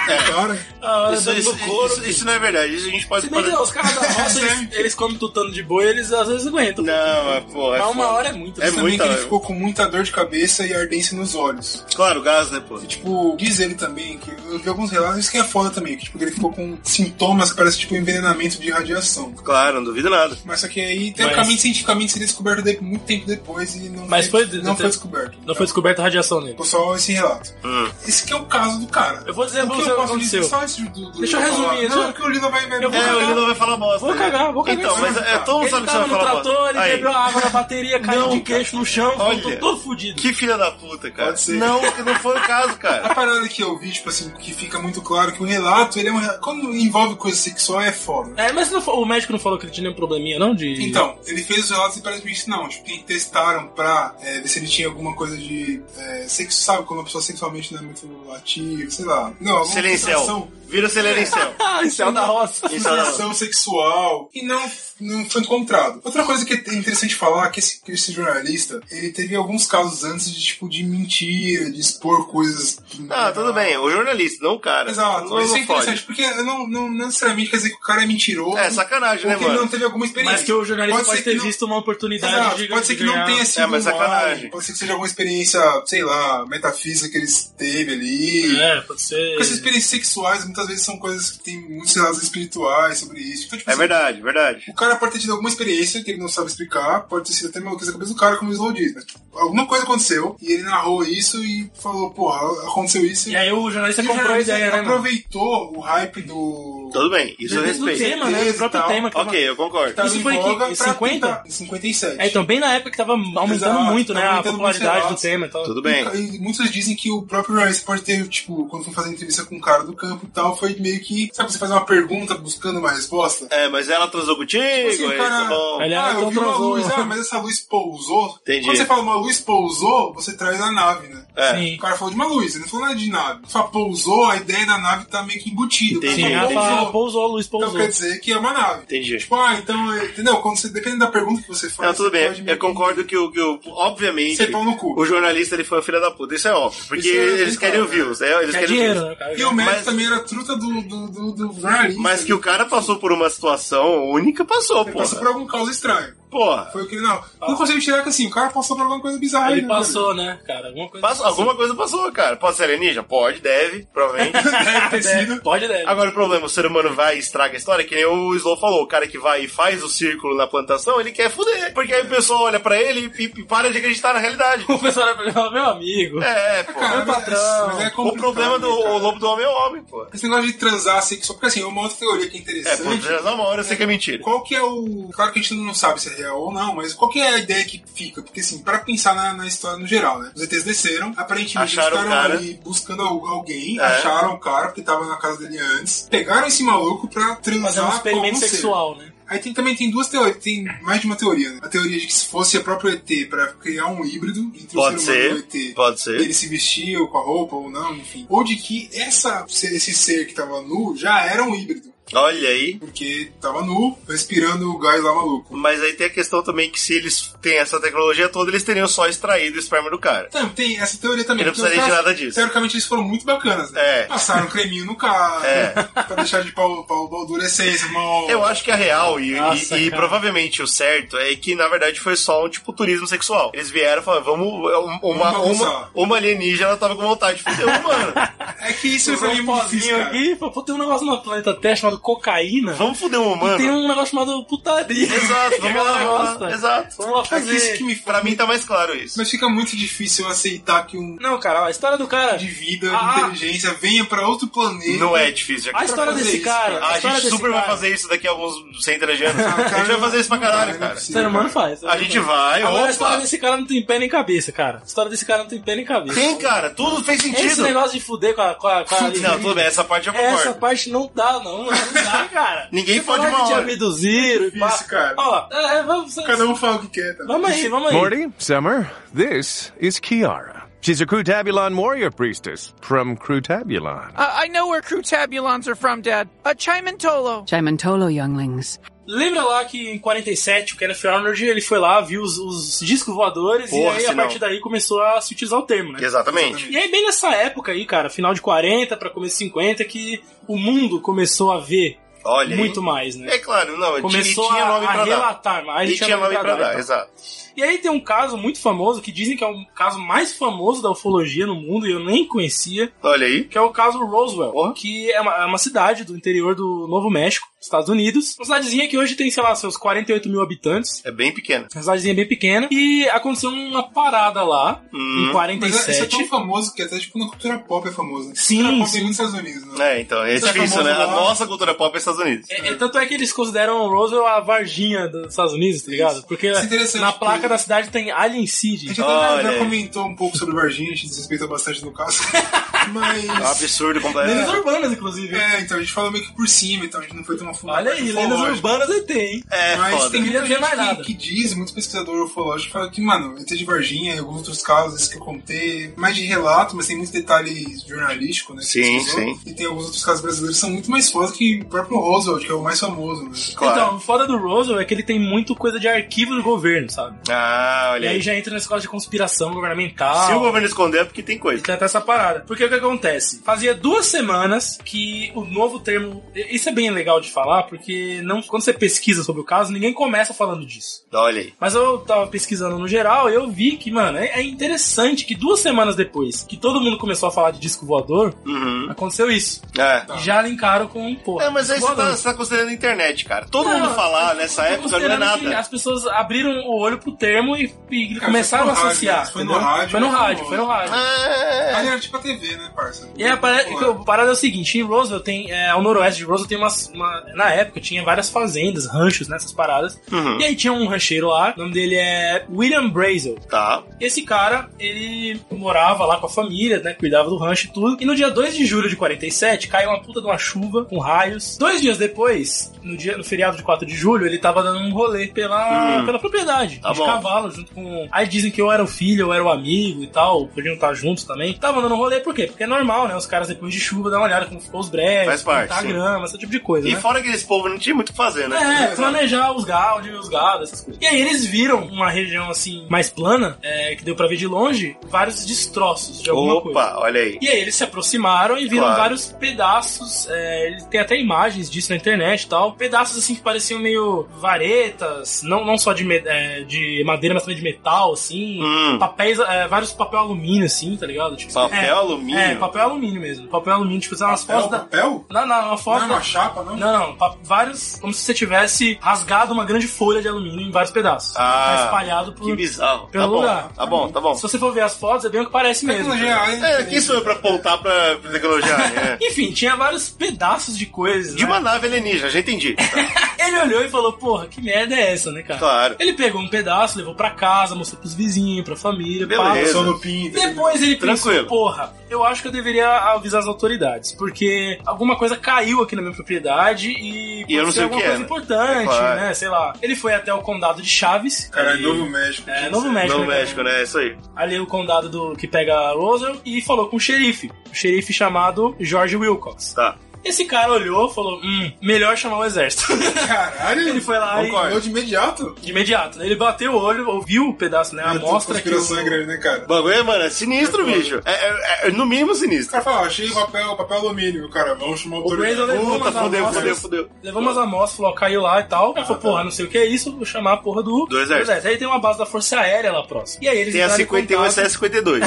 Speaker 2: É,
Speaker 3: de hora.
Speaker 1: Ah,
Speaker 2: Isso,
Speaker 1: dando
Speaker 2: isso-
Speaker 1: no couro.
Speaker 2: isso- isso não é verdade. Isso a gente pode.
Speaker 1: Se bem que os caras da roça, eles, eles comem tutano de boi, eles às vezes aguentam.
Speaker 2: Não, é porra. é
Speaker 1: Mas uma
Speaker 2: foda.
Speaker 1: hora é muito.
Speaker 2: É
Speaker 1: né?
Speaker 2: muito.
Speaker 3: Também que
Speaker 2: muita-
Speaker 3: ele ficou com muita dor de cabeça e ardência nos olhos.
Speaker 2: Claro, gás, né, pô?
Speaker 3: E, tipo, diz ele também que eu vi alguns relatos, isso que é foda também, que tipo, ele ficou com sintomas que parecem tipo envenenamento de radiação.
Speaker 2: Claro, não duvido nada.
Speaker 3: Mas só que aí, teoricamente, cientificamente seria descoberto de- muito tempo depois e não,
Speaker 1: Mas
Speaker 3: foi,
Speaker 1: foi-
Speaker 3: não foi descoberto. Então,
Speaker 1: Não foi descoberta a radiação nele.
Speaker 3: Ficou só esse relato.
Speaker 2: Hum.
Speaker 3: Esse que é o caso do cara.
Speaker 1: Eu vou dizer
Speaker 3: o
Speaker 1: pra
Speaker 3: que
Speaker 1: você
Speaker 3: eu
Speaker 1: o que
Speaker 3: posso dizer
Speaker 1: aconteceu.
Speaker 3: só antes do, do
Speaker 1: Deixa eu
Speaker 3: do-
Speaker 1: resumir,
Speaker 3: Não,
Speaker 1: só-
Speaker 3: é que o Lino vai ver.
Speaker 1: Eu vou
Speaker 2: É, o
Speaker 1: cagar.
Speaker 2: Lino vai falar bosta.
Speaker 1: Vou
Speaker 2: né?
Speaker 1: cagar, vou cagar.
Speaker 2: Então, mas é, todo mundo
Speaker 1: Ele
Speaker 2: sabe que você
Speaker 1: tava
Speaker 2: vai
Speaker 1: no
Speaker 2: falar
Speaker 1: trator,
Speaker 2: bosta.
Speaker 1: ele
Speaker 2: Aí.
Speaker 1: bebeu a água da bateria, caiu
Speaker 2: Não,
Speaker 1: de queixo no chão,
Speaker 2: Olha.
Speaker 1: voltou todo fudido.
Speaker 2: Que filha da puta, cara.
Speaker 3: Pode ser.
Speaker 2: Não, que não foi o caso,
Speaker 3: A
Speaker 2: cara.
Speaker 3: parada que eu vi, tipo assim, que fica muito claro que o relato, ele é um relato. Quando envolve coisa sexual, é foda.
Speaker 1: É, mas não fa- o médico não falou que ele tinha nenhum probleminha, não? De...
Speaker 3: Então, ele fez os relatos e aparentemente não. Tipo, quem testaram pra é, ver se ele tinha alguma coisa de é, sexo, sabe? Quando a pessoa sexualmente não é muito ativa, sei lá. Não, alguma
Speaker 2: Silencial.
Speaker 3: tentação-
Speaker 2: Vira silencial.
Speaker 1: Ah, isso é o da roça.
Speaker 2: Silencial.
Speaker 3: relação sexual e não, não foi encontrado. Outra coisa que é interessante falar é que esse, que esse jornalista ele teve alguns casos antes de tipo de mentira, de expor coisas.
Speaker 2: Ah, tudo bem. O jornalista, não o cara.
Speaker 3: Exato.
Speaker 2: Não,
Speaker 3: Isso é
Speaker 2: não
Speaker 3: interessante
Speaker 2: fode.
Speaker 3: porque eu não, não, não necessariamente quer dizer que o cara é mentiroso.
Speaker 2: É sacanagem,
Speaker 3: ou
Speaker 2: né,
Speaker 3: que ele não
Speaker 2: mano?
Speaker 3: teve alguma experiência.
Speaker 1: Mas que o jornalista
Speaker 3: ser
Speaker 1: pode,
Speaker 3: que
Speaker 1: ter
Speaker 3: não-
Speaker 1: visto uma oportunidade
Speaker 3: Exato,
Speaker 1: de
Speaker 3: pode ser
Speaker 1: de
Speaker 3: que não
Speaker 1: ganhar.
Speaker 3: tenha sido
Speaker 2: É, mas
Speaker 3: um
Speaker 2: sacanagem.
Speaker 3: alien, pode ser que seja alguma experiência, sei lá, metafísica que eles teve ali.
Speaker 1: É, Você...
Speaker 3: Porque essas experiências sexuais muitas vezes são coisas que tem muitos relatos espirituais sobre isso. Então, tipo,
Speaker 2: É
Speaker 3: assim,
Speaker 2: verdade, verdade.
Speaker 3: O cara pode ter tido alguma experiência que ele não sabe explicar, pode ter sido até maluquice da cabeça do cara, como o Slow diz, mas alguma coisa aconteceu e ele narrou isso e falou, porra, aconteceu isso.
Speaker 1: E aí o jornalista
Speaker 3: E o
Speaker 1: comprou a
Speaker 3: jornalista
Speaker 1: ideia, né? mano?
Speaker 3: aproveitou o hype do.
Speaker 2: Tudo bem, isso eu
Speaker 1: Mesmo
Speaker 2: respeito.
Speaker 1: tema, né? Tá. O próprio
Speaker 3: Tal.
Speaker 1: tema que tava-
Speaker 2: Ok, eu concordo.
Speaker 3: Tava
Speaker 1: Isso
Speaker 3: em
Speaker 1: foi em que?
Speaker 3: voga
Speaker 1: Em
Speaker 3: pra
Speaker 1: 50?
Speaker 3: tentar- Em 57.
Speaker 1: É, então, bem na época que tava aumentando
Speaker 3: Exato,
Speaker 1: muito, né?
Speaker 3: tava
Speaker 1: A
Speaker 3: aumentando muito
Speaker 1: popularidade do
Speaker 3: relato.
Speaker 1: tema e tal.
Speaker 2: Tudo bem.
Speaker 3: E muitos dizem que o próprio jornalista pode ter, tipo, quando foi fazer entrevista com um cara do campo e tal, foi meio que. Sabe, você faz uma pergunta buscando uma resposta?
Speaker 2: É, mas ela transou contigo,
Speaker 3: Assim,
Speaker 2: aí,
Speaker 3: o
Speaker 2: tá bom.
Speaker 1: Ele
Speaker 3: ah,
Speaker 1: era tão
Speaker 3: eu vi uma
Speaker 1: transou.
Speaker 3: luz, ah, mas essa luz pousou.
Speaker 2: Entendi.
Speaker 3: Quando você fala uma luz pousou, você traz a nave, né?
Speaker 2: É.
Speaker 1: Sim.
Speaker 3: O cara falou de uma luz, ele não falou nada de nave. Só pousou, a ideia da nave tá meio que embutida. O cara
Speaker 2: Entendi.
Speaker 1: Sim,
Speaker 3: só
Speaker 1: ela
Speaker 2: Pousou.
Speaker 1: fala, pousou, a luz
Speaker 3: Então
Speaker 1: pousou.
Speaker 3: quer dizer que é uma nave.
Speaker 2: Entendi.
Speaker 3: Tipo, ah, então, é- entendeu? Quando você, dependendo da pergunta que você faz.
Speaker 2: Não, tudo
Speaker 3: você
Speaker 2: bem,
Speaker 3: pode meio
Speaker 2: eu
Speaker 3: que-
Speaker 2: concordo que o. Que o obviamente.
Speaker 3: Ser pau no cu.
Speaker 2: O jornalista ele foi um filho da puta, isso é óbvio. Porque
Speaker 3: Isso é
Speaker 2: eles
Speaker 3: bizarro,
Speaker 2: querem
Speaker 3: né?
Speaker 2: views, né? Eles
Speaker 1: É
Speaker 2: querem
Speaker 1: dinheiro,
Speaker 2: views.
Speaker 1: né, cara?
Speaker 3: E o médico
Speaker 2: Mas-
Speaker 3: também era truta do, do, do, do jornalista.
Speaker 2: Mas que
Speaker 3: né?
Speaker 2: o cara passou por uma situação única, passou,
Speaker 3: Ele
Speaker 2: pô.
Speaker 3: passou por algum causa estranho.
Speaker 2: Porra.
Speaker 3: Foi o que ele não. Não consigo tirar que assim, o cara passou por alguma coisa bizarra. aí,
Speaker 1: Ah. Ele
Speaker 3: né,
Speaker 1: passou, né, cara? Alguma coisa.
Speaker 2: Passou- alguma coisa passou, cara. Pode ser alienígena? Pode, deve, provavelmente.
Speaker 3: velho? Deve ter
Speaker 1: É,
Speaker 3: sido.
Speaker 1: pode deve.
Speaker 2: Agora o problema, o ser humano vai e estraga a história, que nem o Slow falou, o cara que vai e faz o círculo na plantação, ele quer fuder. Porque aí o pessoal olha pra ele e, e para de acreditar na realidade.
Speaker 1: O pessoal era pra mim, falar, meu amigo.
Speaker 2: É, pô.
Speaker 3: Cara, mas-
Speaker 1: patrão.
Speaker 3: mas é
Speaker 2: o
Speaker 3: complicado,
Speaker 2: problema do
Speaker 3: né, cara?
Speaker 2: o lobo do homem é o homem, pô.
Speaker 3: Esse negócio de transar sexo. Porque assim, é uma outra teoria que é
Speaker 2: É, pô,
Speaker 3: interessante.
Speaker 2: já na hora eu sei que é mentira.
Speaker 3: Qual que é o. Claro que a gente não sabe se é real ou não, mas qual que é a ideia que fica? Porque assim, para pensar na, na história no geral, né? Os ETs desceram, aparentemente
Speaker 2: Acharam o
Speaker 3: eles
Speaker 2: cara.
Speaker 3: ficaram ali buscando al- alguém,
Speaker 2: É.
Speaker 3: acharam o cara que tava na casa dele antes, pegaram esse maluco pra transar
Speaker 2: é
Speaker 1: Fazer um
Speaker 3: com algum
Speaker 1: experimento
Speaker 3: ser.
Speaker 1: sexual, né?
Speaker 3: Aí tem, também tem duas teorias, tem mais de uma teoria, né? A teoria de que se fosse a própria ET pra criar um híbrido entre
Speaker 2: Pode
Speaker 3: o ser humano
Speaker 2: ser,
Speaker 3: e o ET,
Speaker 2: pode ser.
Speaker 3: ele se vestiu com a roupa ou não, enfim. Ou de que essa, esse ser que tava nu já era um híbrido.
Speaker 2: Olha aí.
Speaker 3: Porque tava nu, respirando o gás lá maluco.
Speaker 2: Mas aí tem a questão também que se eles têm essa tecnologia toda, eles teriam só extraído o esperma do cara.
Speaker 3: Então, tem essa teoria também.
Speaker 2: Eu não
Speaker 3: porque
Speaker 2: precisaria
Speaker 3: os
Speaker 2: de
Speaker 3: caras,
Speaker 2: nada disso.
Speaker 3: Teoricamente eles foram muito bacanas, né?
Speaker 2: É.
Speaker 3: Passaram um creminho no carro,
Speaker 2: É.
Speaker 3: pra deixar de pau, pau, é baldura essência, mal.
Speaker 2: Eu acho que a real e,
Speaker 1: Nossa,
Speaker 2: e- e
Speaker 1: cara.
Speaker 2: provavelmente o certo é que na verdade foi só um tipo turismo sexual. Eles vieram e falaram, vamos. um- Uma,
Speaker 3: Vamos
Speaker 2: uma,
Speaker 3: bagunçar.
Speaker 2: uma alienígena tava com vontade de foder um humano.
Speaker 3: É que isso
Speaker 1: Eu
Speaker 3: pra mim é
Speaker 1: um
Speaker 3: muito difícil,
Speaker 1: pozinho
Speaker 3: cara.
Speaker 1: aqui, pô, pô, tem um negócio no planeta Terra chamado cocaína.
Speaker 2: Vamos foder um humano.
Speaker 1: Tem um negócio chamado putaria.
Speaker 2: Exato, vamos lá,
Speaker 1: Aquela
Speaker 2: vamos lá.
Speaker 1: bosta.
Speaker 2: Exato.
Speaker 1: Vamos lá
Speaker 3: É que isso
Speaker 1: fazer.
Speaker 3: que me
Speaker 2: Pra mim tá mais claro isso.
Speaker 3: Mas fica muito difícil eu aceitar que um
Speaker 1: Não, cara, a história do cara.
Speaker 3: de vida,
Speaker 1: Ah.
Speaker 3: de inteligência, venha pra outro planeta.
Speaker 2: Não é difícil.
Speaker 1: A
Speaker 2: Ah,
Speaker 1: história
Speaker 3: fazer
Speaker 1: desse
Speaker 3: isso,
Speaker 1: cara.
Speaker 2: a
Speaker 1: história
Speaker 2: gente
Speaker 1: desse
Speaker 2: super vai
Speaker 1: cara,
Speaker 2: fazer isso daqui a alguns centenas de anos.
Speaker 3: cara,
Speaker 2: a gente vai fazer isso pra caralho,
Speaker 3: não, não é
Speaker 2: cara.
Speaker 1: O
Speaker 3: possível.
Speaker 1: ser humano faz. né?
Speaker 2: A gente vai,
Speaker 1: Agora a história
Speaker 2: opa.
Speaker 1: desse cara não tem pé nem cabeça, cara. A história desse cara não tem pé nem cabeça.
Speaker 2: Tem, cara, tudo fez
Speaker 1: Esse
Speaker 2: sentido.
Speaker 1: negócio de fuder com a. Com a, com a
Speaker 2: Não, tudo bem, essa parte eu concordo.
Speaker 1: Essa parte não dá, não. Não dá, cara.
Speaker 2: Ninguém
Speaker 1: Você
Speaker 2: pode
Speaker 1: falar
Speaker 2: uma
Speaker 1: que te
Speaker 2: hora.
Speaker 1: abduziram e pá.
Speaker 3: Difícil, cara.
Speaker 1: Ó, é, é, vamos,
Speaker 3: Cada um fala o que quer, tá?
Speaker 1: vamos aí, vamos aí.
Speaker 6: Morty, Summer, this is Kiara. She's a Crutabulon warrior priestess from Crutabulon.
Speaker 8: Ah,
Speaker 7: Uh, I know where Crutabulons are from, Dad. A Chimantolo.
Speaker 8: Chimantolo younglings.
Speaker 1: Lembra lá que em 47 o Kenneth Arnold ele foi lá, viu os, os discos voadores
Speaker 2: Porra,
Speaker 1: e aí
Speaker 2: se
Speaker 1: a
Speaker 2: não.
Speaker 1: partir daí começou a se utilizar o termo, né?
Speaker 2: Exatamente.
Speaker 1: E aí, bem nessa época aí, cara, final de 40 pra começo de 50, que o mundo começou a ver
Speaker 2: Olha aí.
Speaker 1: muito mais, né?
Speaker 2: É claro, não,
Speaker 1: Começou
Speaker 2: e tinha
Speaker 1: a-
Speaker 2: nome
Speaker 1: a
Speaker 2: pra
Speaker 1: relatar,
Speaker 2: dar.
Speaker 1: mas
Speaker 2: e tinha nome pra dar,
Speaker 1: então.
Speaker 2: exato.
Speaker 1: E aí tem um caso muito famoso, que dizem que é o caso mais famoso da ufologia no mundo, e eu nem conhecia,
Speaker 2: Olha aí.
Speaker 1: que é o caso Roswell, que é uma, é uma cidade do interior do Novo México, Estados Unidos. Uma cidadezinha que hoje tem, sei lá, seus 48 mil habitantes.
Speaker 2: É bem pequena.
Speaker 1: Uma cidadezinha bem pequena. E aconteceu uma parada lá, em
Speaker 3: Mas isso é
Speaker 1: 47.
Speaker 3: tão famoso que até tipo na cultura pop é famoso. né?
Speaker 1: Sim,
Speaker 3: Cultura pop
Speaker 1: sim.
Speaker 3: é muito nos Estados Unidos, né?
Speaker 2: É, então, é
Speaker 3: Isso é
Speaker 2: difícil, né?
Speaker 3: famoso
Speaker 2: A
Speaker 3: lá.
Speaker 2: nossa cultura pop é Estados Unidos.
Speaker 1: É, é,
Speaker 3: né?
Speaker 1: tanto é que eles consideram Roswell a Varginha dos Estados Unidos, tá ligado?
Speaker 3: Isso.
Speaker 1: Porque
Speaker 3: Isso é interessante,
Speaker 1: na
Speaker 3: porque- É
Speaker 1: placa da cidade tem Alien
Speaker 3: A
Speaker 1: City.
Speaker 3: gente até
Speaker 2: Olha
Speaker 3: já-
Speaker 2: aí.
Speaker 3: já comentou um pouco sobre o Varginha, a gente desrespeita bastante no caso.
Speaker 2: É
Speaker 3: Mas.
Speaker 2: um absurdo
Speaker 1: Lendas
Speaker 2: completamente.
Speaker 1: urbanas, inclusive.
Speaker 3: É, então a gente falou meio que por cima, então a gente não foi tão afundo.
Speaker 1: Olha aí, lendas urbanas ET, hein?
Speaker 2: É,
Speaker 3: Mas
Speaker 2: foda.
Speaker 3: tem
Speaker 1: Não queria
Speaker 3: muita
Speaker 1: dizer mais
Speaker 3: gente
Speaker 1: nada.
Speaker 3: que, que diz, muito pesquisador ufológico, fala que, mano, ET de Varginha e alguns outros casos esses que eu contei, mais de relato, mas tem muito detalhe jornalístico, né? que
Speaker 2: Sim,
Speaker 3: pesquisou.
Speaker 2: sim.
Speaker 3: E tem alguns outros casos brasileiros que são muito mais fodas que o próprio Oswald, que é o mais famoso, né?
Speaker 2: Claro.
Speaker 1: Então, o foda do Roswell é que ele tem muito coisa de arquivo do governo, sabe?
Speaker 2: Ah,
Speaker 1: E
Speaker 2: olha
Speaker 1: aí
Speaker 2: aí.
Speaker 1: já Ah. entra na escola de conspiração governamental.
Speaker 2: Se o governo esconder é porque tem coisa.
Speaker 1: Tem até essa parada. Porque o que acontece? Fazia duas semanas que o novo termo. Isso é bem legal de falar, porque não, quando você pesquisa sobre o caso, ninguém começa falando disso.
Speaker 2: Olha aí.
Speaker 1: Mas eu tava pesquisando no geral e eu vi que, mano, é é interessante que duas semanas depois que todo mundo começou a falar de disco voador,
Speaker 2: Uhum.
Speaker 1: aconteceu isso.
Speaker 2: É.
Speaker 1: E Já linkaram com, pô.
Speaker 2: É, mas aí
Speaker 1: disco
Speaker 2: você tá,
Speaker 1: voador.
Speaker 2: você tá considerando a internet, cara. Todo
Speaker 1: Não,
Speaker 2: mundo falar
Speaker 1: eu-
Speaker 2: nessa
Speaker 1: eu tô
Speaker 2: época não é
Speaker 1: considerando que
Speaker 2: nada.
Speaker 1: As pessoas abriram o olho pro termo e, e
Speaker 3: Cara,
Speaker 1: começaram a
Speaker 3: foi no rádio,
Speaker 1: associar.
Speaker 3: né? Foi no
Speaker 1: entendeu?
Speaker 3: rádio,
Speaker 1: Foi no
Speaker 3: foi
Speaker 1: rádio,
Speaker 3: no-
Speaker 1: foi no rádio.
Speaker 2: É.
Speaker 3: Aí era tipo a TV, né, parça?
Speaker 1: E a parada, a parada é o seguinte, em Roswell tem. É, o noroeste de Roswell tem umas. uma- na época tinha várias fazendas, ranchos, nessas paradas.
Speaker 2: Uhum.
Speaker 1: E aí tinha um rancheiro lá, o nome dele é William Brazel.
Speaker 2: Tá.
Speaker 1: Esse cara, ele morava lá com a família, né? Cuidava do rancho e tudo. E no dia 2 de julho de 47, caiu uma puta de uma chuva com raios. Dois dias depois, no dia no feriado de 4 de julho, ele tava dando um rolê pela,
Speaker 2: Hum.
Speaker 1: pela propriedade.
Speaker 2: Tá
Speaker 1: de
Speaker 2: bom.
Speaker 1: cavalo, junto com. Aí dizem que eu era o filho, eu era o amigo e tal. Podiam estar juntos também. Tava dando um rolê, por quê? Porque é normal, né? Os caras depois de chuva dão uma olhada como ficou os breves,
Speaker 2: Faz parte,
Speaker 1: pintar a
Speaker 2: sim.
Speaker 1: grama, esse tipo de coisa.
Speaker 2: E
Speaker 1: né?
Speaker 2: fora que esse povo não tinha muito o que fazer, né?
Speaker 1: É, planejar os gados, onde os gados, essas coisas. E aí eles viram uma região assim, mais plana, é, que deu pra ver de longe, vários destroços de alguma coisa.
Speaker 2: Opa, olha aí.
Speaker 1: E aí eles se aproximaram e viram
Speaker 2: Claro.
Speaker 1: vários pedaços, é, ele- tem até imagens disso na internet e tal, pedaços assim que pareciam meio varetas, não, não só de, me- é, de madeira, mas também de metal, assim,
Speaker 2: Hum.
Speaker 1: papéis, é, vários papel alumínio, assim, tá ligado? Tipo,
Speaker 2: Papel
Speaker 1: é,
Speaker 2: alumínio?
Speaker 1: É, papel alumínio mesmo, papel alumínio, tipo, umas
Speaker 3: É o
Speaker 1: fotos da...
Speaker 3: papel?
Speaker 1: Não, não, uma
Speaker 3: Não
Speaker 1: foto
Speaker 3: é uma chapa, não?
Speaker 1: não, não. pa- Vários. Como se você tivesse rasgado uma grande folha de alumínio em vários pedaços.
Speaker 2: Ah,
Speaker 1: tá espalhado por,
Speaker 2: Que bizarro.
Speaker 1: pelo
Speaker 2: Tá bom,
Speaker 1: lugar.
Speaker 2: tá bom, tá bom.
Speaker 1: Se você for ver as fotos, é bem o que parece mesmo. né?
Speaker 3: Tecnologia alien.
Speaker 2: É, quem sou eu pra apontar pra pra tecnologia? É.
Speaker 1: Enfim, tinha vários pedaços de coisas.
Speaker 2: De
Speaker 1: né?
Speaker 2: uma nave alienígena, já entendi. Tá.
Speaker 1: Ele olhou e falou: Porra, que merda é essa, né, cara?
Speaker 2: Claro.
Speaker 1: Ele pegou um pedaço, levou pra casa, mostrou pros vizinhos, pra família.
Speaker 2: Beleza.
Speaker 1: pá.
Speaker 3: Só no pin. tá ligado?
Speaker 1: Depois ele pensou,
Speaker 2: Tranquilo.
Speaker 1: porra, eu acho que eu deveria avisar as autoridades, porque alguma coisa caiu aqui na minha propriedade e,
Speaker 2: E eu
Speaker 1: pode
Speaker 2: não
Speaker 1: ser
Speaker 2: sei o
Speaker 1: alguma
Speaker 2: que é,
Speaker 1: coisa
Speaker 2: né?
Speaker 1: importante,
Speaker 2: É claro.
Speaker 1: né? Sei lá. Ele foi até o condado de Chaves.
Speaker 3: Cara, é
Speaker 1: que-
Speaker 3: novo México.
Speaker 1: É, Novo México.
Speaker 2: Novo
Speaker 1: né,
Speaker 2: México, né? É isso aí.
Speaker 1: Ali o condado do que pega Roswell e falou com o xerife. O xerife chamado George Wilcox.
Speaker 2: Tá.
Speaker 1: Esse cara olhou falou: hum, melhor chamar o exército.
Speaker 3: Caralho,
Speaker 1: ele foi lá
Speaker 3: Concordo. Olhou de imediato.
Speaker 1: e. De imediato, né? Ele bateu o olho, ouviu o pedaço, né? A amostra que.
Speaker 3: Conspiração
Speaker 1: o-
Speaker 3: é grande, né, cara?
Speaker 2: O bagulho, mano, é sinistro, bicho. É, é- é no mínimo
Speaker 3: O
Speaker 2: sinistro.
Speaker 3: cara fala, "Ah, achei papel, papel alumínio, cara, vamos chamar o
Speaker 1: O Brazel
Speaker 3: autoridade.
Speaker 1: levou
Speaker 2: Puta,
Speaker 1: umas
Speaker 2: fudeu,
Speaker 1: amostras.
Speaker 2: fudeu, fudeu.
Speaker 1: Levou umas amostras, falou, ó, caiu lá e tal. Ela falou, porra, não sei o que é isso, vou chamar a porra do...
Speaker 2: Do exército.
Speaker 1: Aí tem uma base da Força Aérea lá próximo. E aí eles
Speaker 2: Tem a
Speaker 1: entraram em
Speaker 2: 51 e
Speaker 1: contato.
Speaker 2: essa é a 52.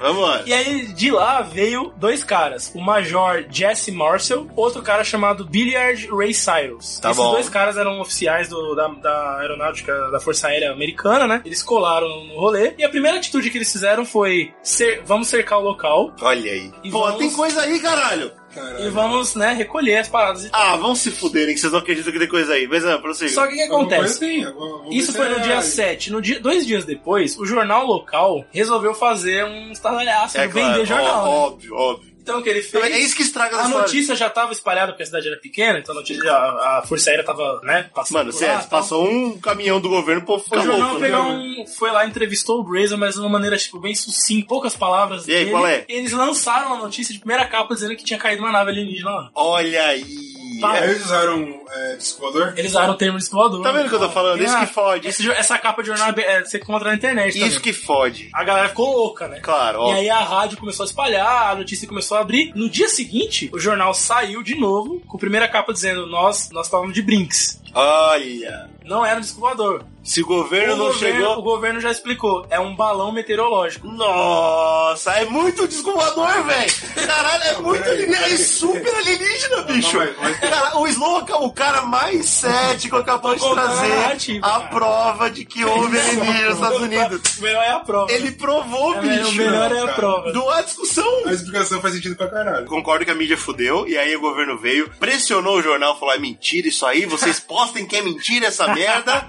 Speaker 2: Vamos lá.
Speaker 1: E aí de lá veio dois caras, o Major Jesse Marcel, outro cara chamado Billiard Ray Cyrus.
Speaker 2: Tá
Speaker 1: Esses
Speaker 2: bom.
Speaker 1: dois caras eram oficiais do- da, da aeronáutica da Força Aérea Americana, né? Eles colaram no rolê. E a primeira atitude que eles fizeram foi, cer- vamos cercar o local
Speaker 2: Olha aí.
Speaker 1: E
Speaker 2: Pô,
Speaker 1: vamos-
Speaker 2: tem coisa aí, caralho.
Speaker 1: e
Speaker 3: Caralho.
Speaker 1: vamos, né, recolher as paradas. e tal.
Speaker 2: Ah, vão se fuderem, que vocês não acreditam que tem coisa aí. Mas, ah, prossiga.
Speaker 1: Só que o que
Speaker 3: Alguma coisa
Speaker 1: acontece?
Speaker 3: assim, alguma- alguma
Speaker 1: Isso foi
Speaker 3: coisa
Speaker 2: é
Speaker 1: no dia
Speaker 3: assim,
Speaker 1: 7. No dia, dois dias depois, o jornal local resolveu fazer um estardalhaço
Speaker 2: é
Speaker 1: de
Speaker 2: claro,
Speaker 1: vender jornal. né?
Speaker 2: ó- Óbvio, óbvio.
Speaker 1: Então o que ele
Speaker 2: Então,
Speaker 1: fez.
Speaker 2: É isso que estraga
Speaker 1: a
Speaker 2: as histórias.
Speaker 1: notícia já estava espalhada porque a cidade era pequena, então a, notícia, a, a Força Aérea tava, né, passando.
Speaker 2: Mano,
Speaker 1: por
Speaker 2: sério,
Speaker 1: lá,
Speaker 2: se
Speaker 1: tal.
Speaker 2: passou um caminhão do governo, o povo
Speaker 1: O
Speaker 2: fica
Speaker 1: jornal
Speaker 2: louco. né?
Speaker 1: pegou um, foi lá, entrevistou o Brazen, mas de uma maneira, tipo, bem sucinta, poucas palavras.
Speaker 2: E aí,
Speaker 1: dele.
Speaker 2: qual é?
Speaker 1: Eles lançaram uma notícia de primeira capa dizendo que tinha caído uma nave alienígena lá.
Speaker 2: Olha aí.
Speaker 1: Tá.
Speaker 3: Aí
Speaker 2: É,
Speaker 3: eles usaram é, disco voador?
Speaker 1: Eles usaram o termo de voador.
Speaker 2: Tá vendo o que eu tô falando?
Speaker 1: Tem
Speaker 2: Isso
Speaker 1: a-
Speaker 2: que fode.
Speaker 1: esse jo- essa capa de jornal é bem- é, você encontra na internet também.
Speaker 2: Isso que fode.
Speaker 1: A galera ficou louca, né?
Speaker 2: Claro,
Speaker 1: E
Speaker 2: ó.
Speaker 1: aí a rádio começou a espalhar, a notícia começou a abrir. No dia seguinte, o jornal saiu de novo, com a primeira capa dizendo: Nós nós estávamos de brinks.
Speaker 2: Olha.
Speaker 1: Não era um disco voador.
Speaker 2: Se o governo
Speaker 1: o,
Speaker 2: não
Speaker 1: governo, o
Speaker 2: chegou.
Speaker 1: governo já explicou: é um balão meteorológico.
Speaker 2: Nossa, é muito desculpador, velho. Caralho, é muito alienígena. É super alienígena, bicho.
Speaker 3: mas- mas-
Speaker 2: Cara, o Slow é o cara mais cético acabou de
Speaker 1: Tô contando a
Speaker 2: trazer
Speaker 1: narrativa,
Speaker 2: a
Speaker 1: é cara.
Speaker 2: prova de que houve alienígena nos Estados Unidos.
Speaker 1: O melhor é a prova.
Speaker 2: Ele provou,
Speaker 1: É, o
Speaker 2: bicho.
Speaker 1: melhor é a
Speaker 3: cara.
Speaker 1: prova.
Speaker 2: Não há discussão.
Speaker 3: A explicação faz sentido pra caralho.
Speaker 2: Concordo que a mídia fudeu, e aí o governo veio, pressionou o jornal, falou: é mentira isso aí, vocês postem que é mentira essa merda.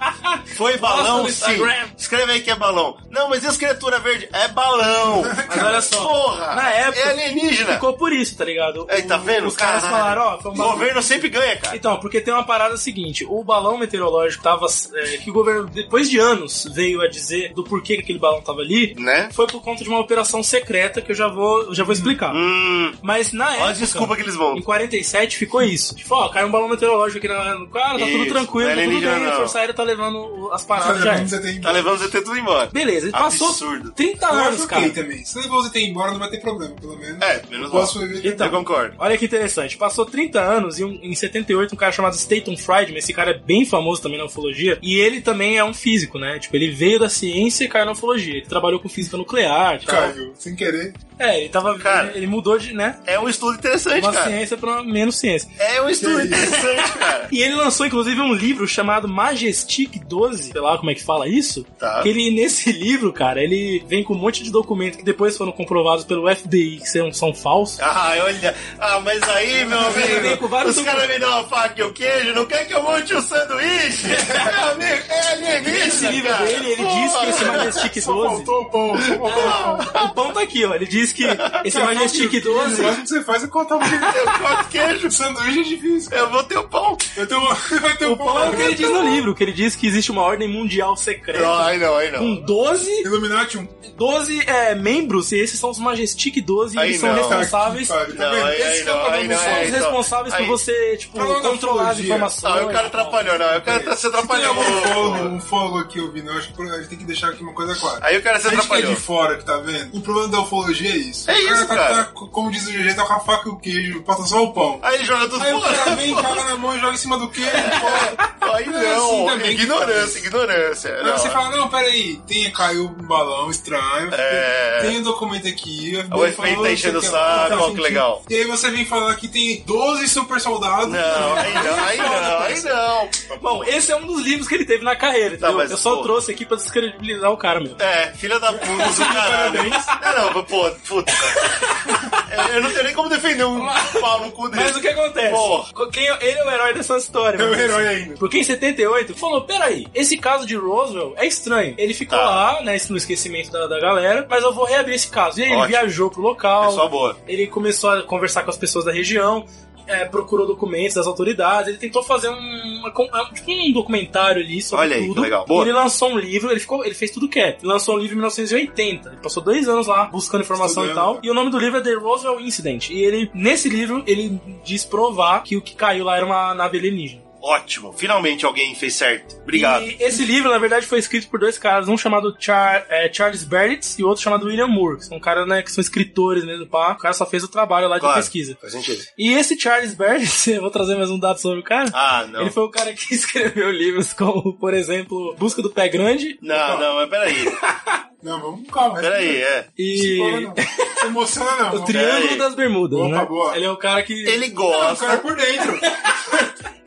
Speaker 2: Foi balão,
Speaker 1: no
Speaker 2: sim.
Speaker 1: Instagram.
Speaker 2: Escreve aí que é balão. Não, mas e as criaturas verdes? É balão.
Speaker 1: Mas olha só,
Speaker 2: Porra.
Speaker 1: na época
Speaker 2: É alienígena.
Speaker 1: ficou por isso, tá ligado?
Speaker 2: Aí, tá
Speaker 1: O-
Speaker 2: vendo?
Speaker 1: Os caras
Speaker 2: Caralho.
Speaker 1: falaram, ó, foi um
Speaker 2: O
Speaker 1: bagulho
Speaker 2: governo sempre ganha, cara.
Speaker 1: Então, porque tem uma parada seguinte: o balão meteorológico tava. é, que o governo, depois de anos, veio a dizer do porquê que aquele balão tava ali.
Speaker 2: Né?
Speaker 1: Foi por conta de uma operação secreta que eu já vou, eu já vou explicar.
Speaker 2: Hum.
Speaker 1: Mas na época.
Speaker 2: Olha a desculpa que eles vão.
Speaker 1: Em 47 ficou isso. Tipo, ó, caiu um balão meteorológico aqui na. no Cara, tá tudo
Speaker 2: Isso,
Speaker 1: tranquilo, tá
Speaker 2: não é
Speaker 1: tudo
Speaker 2: alienígena,
Speaker 1: bem, a
Speaker 2: não.
Speaker 1: Força Aérea tá levando o- as paradas já.
Speaker 3: Não
Speaker 1: é. Tá
Speaker 3: você tem
Speaker 2: Tá levando os ET tudo embora.
Speaker 1: Beleza, ele passou
Speaker 2: Absurdo.
Speaker 1: 30
Speaker 3: Eu
Speaker 1: anos,
Speaker 3: acho ok
Speaker 1: cara.
Speaker 3: também. Se levar você ter embora, não vai ter problema, pelo menos.
Speaker 2: É, menos
Speaker 3: Eu Posso
Speaker 2: mal.
Speaker 3: viver
Speaker 1: Então,
Speaker 2: Eu concordo.
Speaker 1: Olha que interessante. Passou 30 anos e um- em 78 um cara chamado Staten Friedman, esse cara é bem famoso também na ufologia, e ele também é um físico, né? Tipo, ele veio da ciência e caiu na ufologia. Ele trabalhou com física nuclear, e tal.
Speaker 3: Caiu, sem querer.
Speaker 1: É, ele tava
Speaker 2: Cara.
Speaker 1: ele, ele mudou de, né?
Speaker 2: É um estudo interessante,
Speaker 1: Uma
Speaker 2: cara.
Speaker 1: ciência pra menos ciência.
Speaker 2: É um estudo
Speaker 3: Que isso.
Speaker 2: interessante, cara.
Speaker 1: E ele lançou, inclusive, um livro chamado Majestic 12, sei lá como é que fala isso.
Speaker 2: Tá.
Speaker 1: Que ele, nesse livro, cara, ele vem com um monte de documentos que depois foram comprovados pelo FBI que são, são falsos.
Speaker 2: Ah, olha. Ah, mas
Speaker 3: É,
Speaker 2: aí, meu
Speaker 1: vem
Speaker 2: amigo,
Speaker 1: com vários
Speaker 2: os caras me dão a faca e o queijo, não quer que eu monte o sanduíche? meu amigo, é alienígena.
Speaker 1: Esse livro
Speaker 2: cara.
Speaker 1: dele, ele diz que esse Majestic 12
Speaker 3: Faltou o pão, só faltou o pão.
Speaker 1: O pão tá aqui, ó. Ele diz que esse
Speaker 3: Cara,
Speaker 1: Majestic
Speaker 3: o negócio
Speaker 1: 12.
Speaker 3: que você faz é cortar o queijo.
Speaker 2: Eu corto queijo.
Speaker 3: Sanduíche é difícil.
Speaker 2: Eu vou ter o pão.
Speaker 3: Eu tenho, eu tenho um
Speaker 1: O pão é o que ele diz no livro, que ele diz que existe uma ordem mundial
Speaker 2: Não,
Speaker 1: secreta
Speaker 2: aí não, aí não.
Speaker 3: Hum.
Speaker 1: com 12,
Speaker 3: Illuminati, um
Speaker 1: 12 é, membros, e esses são os Majestic 12, e
Speaker 2: Aí
Speaker 1: eles são
Speaker 2: não.
Speaker 1: responsáveis.
Speaker 3: Tá aqui, tá
Speaker 2: Não,
Speaker 3: vendo?
Speaker 2: aí-
Speaker 1: Esses é
Speaker 2: aí
Speaker 1: são
Speaker 2: não, aí não, aí
Speaker 1: os
Speaker 2: não.
Speaker 1: responsáveis por
Speaker 2: Aí-
Speaker 1: você, tipo,
Speaker 3: Falando da
Speaker 1: controlar as
Speaker 3: ufologia.
Speaker 1: informações.
Speaker 2: Ah, o cara
Speaker 1: e tal.
Speaker 2: atrapalhou, não. O cara tá se
Speaker 3: Tem
Speaker 2: atrapalhando.
Speaker 3: algum fogo, um fogo aqui ouvindo, eu acho que a gente tem que deixar aqui uma coisa clara.
Speaker 2: Aí o cara se
Speaker 3: a gente que é
Speaker 2: atrapalhou.
Speaker 3: de fora que tá vendo, o problema da ufologia é isso.
Speaker 2: É
Speaker 3: O
Speaker 2: isso,
Speaker 3: tá-
Speaker 2: cara.
Speaker 3: tá- como diz o GG, tá com a faca e o queijo, falta só o pão.
Speaker 2: Aí ele joga tudo
Speaker 3: Aí o cara
Speaker 2: fora.
Speaker 3: vem, caga na mão e joga em cima do queijo, fora.
Speaker 2: Aí
Speaker 3: Não é assim
Speaker 2: não,
Speaker 3: também,
Speaker 2: ignorância, ignorância.
Speaker 3: Aí
Speaker 2: Não,
Speaker 3: você fala, não, peraí, tem, caiu um balão estranho,
Speaker 2: É.
Speaker 3: tem um documento aqui.
Speaker 2: O
Speaker 3: FBI
Speaker 2: FBI tá
Speaker 3: falou,
Speaker 2: enchendo
Speaker 3: sei
Speaker 2: o
Speaker 3: que lá,
Speaker 2: saco,
Speaker 3: tá
Speaker 2: ó, que legal.
Speaker 3: E aí você vem falar que tem 12 super soldados.
Speaker 2: não, aí não, aí não, aí não.
Speaker 1: Bom, esse é um dos livros que ele teve na carreira,
Speaker 2: Tá,
Speaker 1: entendeu?
Speaker 2: mas,
Speaker 1: Eu só
Speaker 2: pô.
Speaker 1: trouxe aqui pra descredibilizar o cara, meu.
Speaker 2: É, filha da puta, do caralho. É, Não, não, pô, puta. Eu- Eu não tenho nem como defender um pau no cu desse.
Speaker 1: Mas o que acontece?
Speaker 2: Pô.
Speaker 1: Quem, ele é o herói dessa história.
Speaker 3: É o
Speaker 1: mano.
Speaker 3: herói ainda.
Speaker 1: Porque em 78 falou: peraí, esse caso de Roswell é estranho. Ele ficou
Speaker 2: Tá.
Speaker 1: lá, né? No esquecimento da, da galera, mas eu vou reabrir esse caso. E aí ele
Speaker 2: Ótimo.
Speaker 1: viajou pro
Speaker 3: É
Speaker 1: local.
Speaker 2: Pessoal boa.
Speaker 1: Ele começou a conversar com as pessoas da região. é, procurou documentos das autoridades, ele tentou fazer um, uma com- um- tipo um documentário ali sobre
Speaker 2: Olha aí, que
Speaker 1: tudo.
Speaker 2: legal. Boa.
Speaker 1: Ele lançou um livro, ele ficou, ele fez tudo quieto. Ele lançou um livro em 1980. Ele passou dois anos lá buscando informação e
Speaker 3: Estudando.
Speaker 1: tal. E o nome do livro é The Roswell Incident. E ele, nesse livro, ele diz provar que o que caiu lá era uma nave alienígena.
Speaker 2: Ótimo, finalmente alguém fez certo. Obrigado.
Speaker 1: E esse livro, na verdade, foi escrito por dois caras, um chamado Char- eh, Charles Berditz e outro chamado William Moore, que são caras né, que são escritores mesmo, pá. O cara só fez o trabalho lá de
Speaker 2: Claro.
Speaker 1: pesquisa.
Speaker 2: Faz sentido.
Speaker 1: E esse Charles Berditz, eu vou trazer mais um dado sobre o cara.
Speaker 2: Ah, não.
Speaker 1: Ele foi o cara que escreveu livros como, por exemplo, Busca do Pé Grande
Speaker 2: Não, não, mas peraí.
Speaker 3: Não, vamos com calma.
Speaker 2: Peraí, é.
Speaker 1: e
Speaker 3: Psicólogo não. Se emociona não.
Speaker 1: O Triângulo
Speaker 2: Peraí.
Speaker 1: das Bermudas,
Speaker 3: É. Opa,
Speaker 1: né?
Speaker 3: boa.
Speaker 1: Ele é o cara que...
Speaker 2: Ele
Speaker 3: Não, o cara é
Speaker 2: gosta.
Speaker 3: por dentro.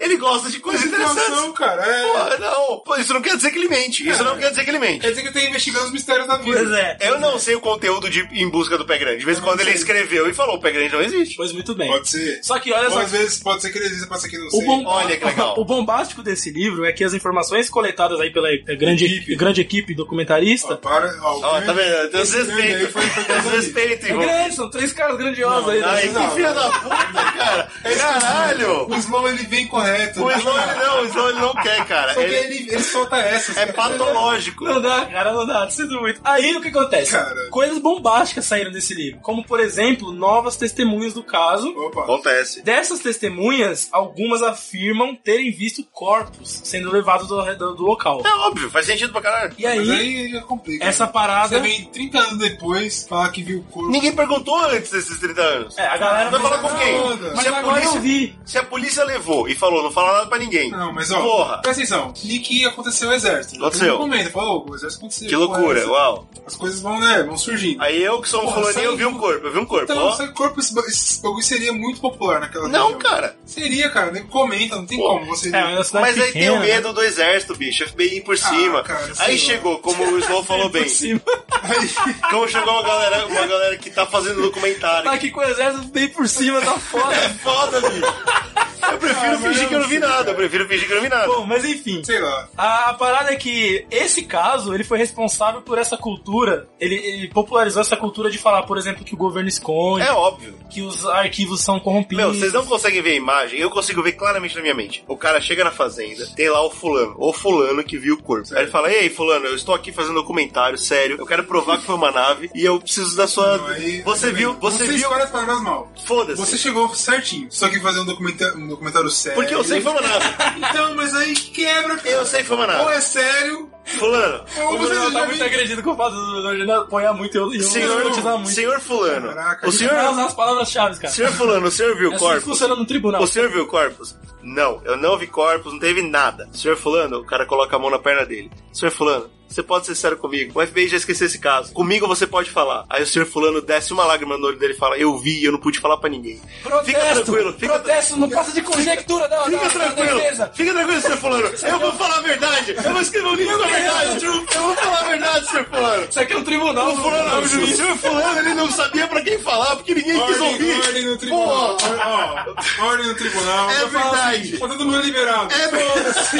Speaker 2: Ele gosta de coisas interessantes.
Speaker 3: Situação, cara. É...
Speaker 2: Porra, não. Pô, Isso não quer dizer que ele mente. Isso não quer dizer que ele mente.
Speaker 3: Quer dizer que eu tenho investigado os mistérios da vida.
Speaker 1: Pois é.
Speaker 2: Eu não sei o conteúdo de Em Busca do Pé Grande. De vez em quando ele escreveu e falou: o Pé Grande não existe.
Speaker 1: Pois muito bem.
Speaker 3: Pode ser.
Speaker 1: Só que olha
Speaker 3: Ou
Speaker 1: só...
Speaker 3: às vezes pode ser que ele exista, pode ser que não
Speaker 1: O,
Speaker 3: seja.
Speaker 1: bom-
Speaker 2: Olha que legal.
Speaker 1: o bombástico desse livro é que as informações coletadas aí pela eh, grande
Speaker 3: Equipe.
Speaker 1: equipe, grande equipe
Speaker 3: Ó,
Speaker 1: documentarista.
Speaker 3: para, ó,
Speaker 2: Ó,
Speaker 3: o
Speaker 2: tá
Speaker 3: grande-
Speaker 2: vendo?
Speaker 3: esse grande aí
Speaker 2: Desrespeito.
Speaker 3: foi- foi coisa ali.
Speaker 2: Desrespeito,
Speaker 1: é
Speaker 2: irmão.
Speaker 1: grande, são três caras grandiosos
Speaker 3: Não,
Speaker 1: aí.
Speaker 3: não,
Speaker 1: né?
Speaker 2: Ai, que
Speaker 3: Não,
Speaker 2: filha da puta, cara. Caralho.
Speaker 3: O Slow ele vem correto.
Speaker 2: O
Speaker 3: né?
Speaker 2: Slow ele não, o Slow ele não quer, cara.
Speaker 3: Só que
Speaker 2: Ele
Speaker 3: ele, ele solta essa.
Speaker 2: é
Speaker 3: sabe?
Speaker 2: patológico.
Speaker 1: Não dá, cara, não dá, sinto muito. Aí o que acontece?
Speaker 3: Cara.
Speaker 1: Coisas bombásticas saíram desse livro, como por exemplo, novas testemunhas do caso.
Speaker 3: Opa.
Speaker 2: Acontece.
Speaker 1: Dessas testemunhas, algumas afirmam terem visto corpos sendo levados do, do- do local.
Speaker 2: É óbvio, faz sentido pra caralho.
Speaker 1: E
Speaker 3: Mas
Speaker 1: aí,
Speaker 3: aí já complica. né?
Speaker 1: essa
Speaker 3: Você
Speaker 1: parada.
Speaker 3: vem 30 anos depois falar que viu o corpo.
Speaker 2: Ninguém perguntou antes desses 30 anos.
Speaker 1: É, a galera
Speaker 2: Vai
Speaker 1: fez
Speaker 2: falar com
Speaker 1: essa
Speaker 2: quem?
Speaker 3: onda.
Speaker 1: Mas
Speaker 2: Se a
Speaker 1: agora eu
Speaker 2: é polícia,
Speaker 1: vi.
Speaker 2: se a polícia levou e falou, não fala nada pra ninguém.
Speaker 3: Não, mas ó,
Speaker 2: Porra.
Speaker 3: presta atenção. E que aconteceu o exército.
Speaker 2: Aconteceu.
Speaker 3: Ele comenta, falou, "Ô, o exército aconteceu.
Speaker 2: Que loucura,
Speaker 3: Pô,
Speaker 2: uau.
Speaker 3: As coisas vão, né, vão surgindo.
Speaker 2: Aí eu que sou um
Speaker 3: Porra,
Speaker 2: fulaninho, eu
Speaker 3: saiu-
Speaker 2: vi um corpo, eu vi um corpo.
Speaker 3: Então,
Speaker 2: ó.
Speaker 3: esse corpo, esse, ba- esse bagulho seria muito popular naquela
Speaker 2: Não,
Speaker 3: região.
Speaker 2: cara.
Speaker 3: Seria, cara. Nem comenta, não tem
Speaker 2: Pô,
Speaker 3: como. Você...
Speaker 1: É, uma cidade
Speaker 2: Mas aí tem o
Speaker 1: pequena, né?
Speaker 2: medo do exército, bicho. FBI por cima.
Speaker 3: Ah, cara, sei
Speaker 2: aí
Speaker 3: lá.
Speaker 2: chegou, como o Slow falou bem.
Speaker 1: Por cima.
Speaker 2: Como Então chegou uma galera, uma galera que tá fazendo documentário.
Speaker 1: Tá aqui com o exército bem por cima, tá foda.
Speaker 2: É foda, bicho. Eu prefiro fingir que eu não vi nada. Eu prefiro fingir que eu não vi nada.
Speaker 1: Bom, mas enfim.
Speaker 3: Sei lá.
Speaker 1: A, a parada é que esse caso, ele foi responsável por essa cultura. Ele, ele popularizou essa cultura de falar, por exemplo, que o governo esconde,
Speaker 2: É óbvio.
Speaker 1: que os arquivos são corrompidos.
Speaker 2: Meu, vocês não conseguem ver a imagem, eu consigo ver claramente na minha mente. O cara chega na fazenda, tem lá o fulano, o fulano que viu o corpo. Aí ele fala: Ei, fulano, eu estou aqui fazendo um documentário, sério, eu quero provar que foi uma nave e eu preciso da sua.
Speaker 3: Aí,
Speaker 2: você
Speaker 3: tudo bem.
Speaker 2: viu, você,
Speaker 3: Você
Speaker 2: viu.
Speaker 3: escolhe as palavras mal.
Speaker 2: Foda-se.
Speaker 3: Você chegou certinho. Só que fazer um documentário, um documentário sério.
Speaker 2: Porque eu sei que foi uma nave.
Speaker 3: Então, mas aí quebra, cara.
Speaker 2: Eu sei que foi uma
Speaker 3: Ou
Speaker 2: nada.
Speaker 3: é sério,
Speaker 2: Fulano.
Speaker 1: O
Speaker 3: ou você
Speaker 1: Bruno
Speaker 3: já
Speaker 1: tá
Speaker 3: vem-
Speaker 1: muito agredido com o fato do do- do- apoiar muito e eu, eu
Speaker 2: Senhor,
Speaker 1: muito.
Speaker 2: senhor Fulano.
Speaker 3: Caraca,
Speaker 2: O
Speaker 3: que
Speaker 2: senhor.
Speaker 1: Vai usar as palavras-chave, cara.
Speaker 2: Senhor Fulano, o senhor
Speaker 1: É
Speaker 2: viu o
Speaker 1: assim que
Speaker 2: corpus?
Speaker 1: funciona no tribunal.
Speaker 2: O senhor viu corpos? Não, eu não vi corpos, não teve nada. Senhor Fulano, o cara coloca a mão na perna dele. Senhor Fulano, você pode ser sério comigo. O FBI já esqueceu esse caso. Comigo você pode falar. Aí o senhor Fulano desce uma lágrima no olho dele e fala: Eu vi, eu não pude falar pra ninguém. fica tranquilo, fica,
Speaker 1: protesto, não passa de conjectura, não.
Speaker 2: fica
Speaker 1: não,
Speaker 2: tranquilo. Fica tranquilo, senhor Fulano. Eu vou falar a verdade. Eu vou escrever um livro com a verdade. Eu vou falar a verdade, senhor Fulano.
Speaker 1: Isso aqui é um tribunal,
Speaker 2: O fulano,
Speaker 1: não,
Speaker 2: o
Speaker 1: juiz.
Speaker 2: senhor fulano, ele não sabia pra quem falar, porque ninguém quis
Speaker 3: Ordem,
Speaker 2: ouvir.
Speaker 3: ordem no tribunal.
Speaker 2: Pô,
Speaker 3: Ó, Ordem no tribunal.
Speaker 2: É
Speaker 3: Eu falo assim,
Speaker 2: verdade.
Speaker 3: Tá todo mundo liberado.
Speaker 2: É
Speaker 3: Foda-se.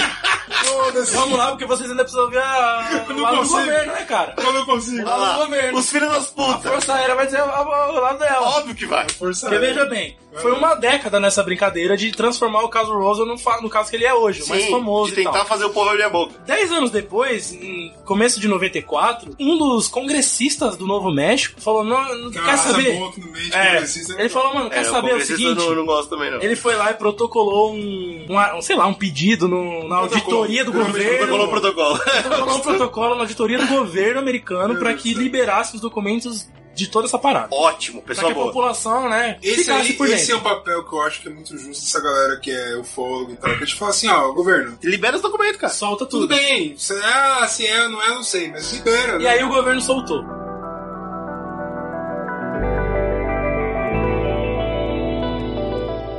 Speaker 3: Foda-se.
Speaker 1: Vamos lá, porque vocês ainda precisam ver a...
Speaker 3: Eu
Speaker 1: o
Speaker 3: não
Speaker 1: lado do
Speaker 3: consigo.
Speaker 1: governo, né, cara?
Speaker 2: É.
Speaker 3: Eu não consigo.
Speaker 2: Olha
Speaker 1: Lá no
Speaker 2: lá,
Speaker 1: governo.
Speaker 2: os filhos das
Speaker 1: A
Speaker 2: putas.
Speaker 1: Força Aérea vai dizer o- o o lado dela.
Speaker 2: Óbvio que vai.
Speaker 3: Força.
Speaker 1: Porque veja bem, foi uma década nessa brincadeira de transformar o caso Roswell no, fa- no caso que ele é hoje, o mais
Speaker 2: Sim,
Speaker 1: famoso
Speaker 2: de
Speaker 1: e
Speaker 2: tentar
Speaker 1: tal.
Speaker 2: fazer o povo abrir a boca.
Speaker 1: Dez anos depois, em começo de 94, um dos congressistas do Novo México falou, não, não
Speaker 3: Cara,
Speaker 1: quer
Speaker 3: asa
Speaker 1: saber?
Speaker 3: boa aqui no meio tipo, assim, de
Speaker 1: É,
Speaker 3: congressista.
Speaker 1: ele falou, mano, quer
Speaker 2: É,
Speaker 1: saber o
Speaker 2: congressista
Speaker 1: seguinte?
Speaker 2: Não, não gosto também, não.
Speaker 1: Ele foi lá e protocolou um, uma- um, sei lá, um pedido no- na auditoria é do
Speaker 3: Protocolou.
Speaker 1: governo.
Speaker 2: colou o protocolo.
Speaker 1: Protocolou um protocolo na auditoria do governo americano pra que liberasse os documentos de toda essa parada.
Speaker 2: Ótimo,
Speaker 1: Pra que
Speaker 2: pessoal
Speaker 1: a
Speaker 2: boa.
Speaker 1: população, né,
Speaker 3: Esse,
Speaker 1: ficasse
Speaker 3: aí-
Speaker 1: por dentro.
Speaker 3: esse é um papel que eu acho que é muito justo dessa galera que é ufólogo e tal. Que a gente fala assim, ó, governo,
Speaker 2: Libera os documentos, cara.
Speaker 1: Solta
Speaker 3: tudo
Speaker 1: tudo.
Speaker 3: bem. se- Ah, se é ou não é, não sei, mas libera.
Speaker 1: E
Speaker 3: né?
Speaker 1: aí o governo soltou.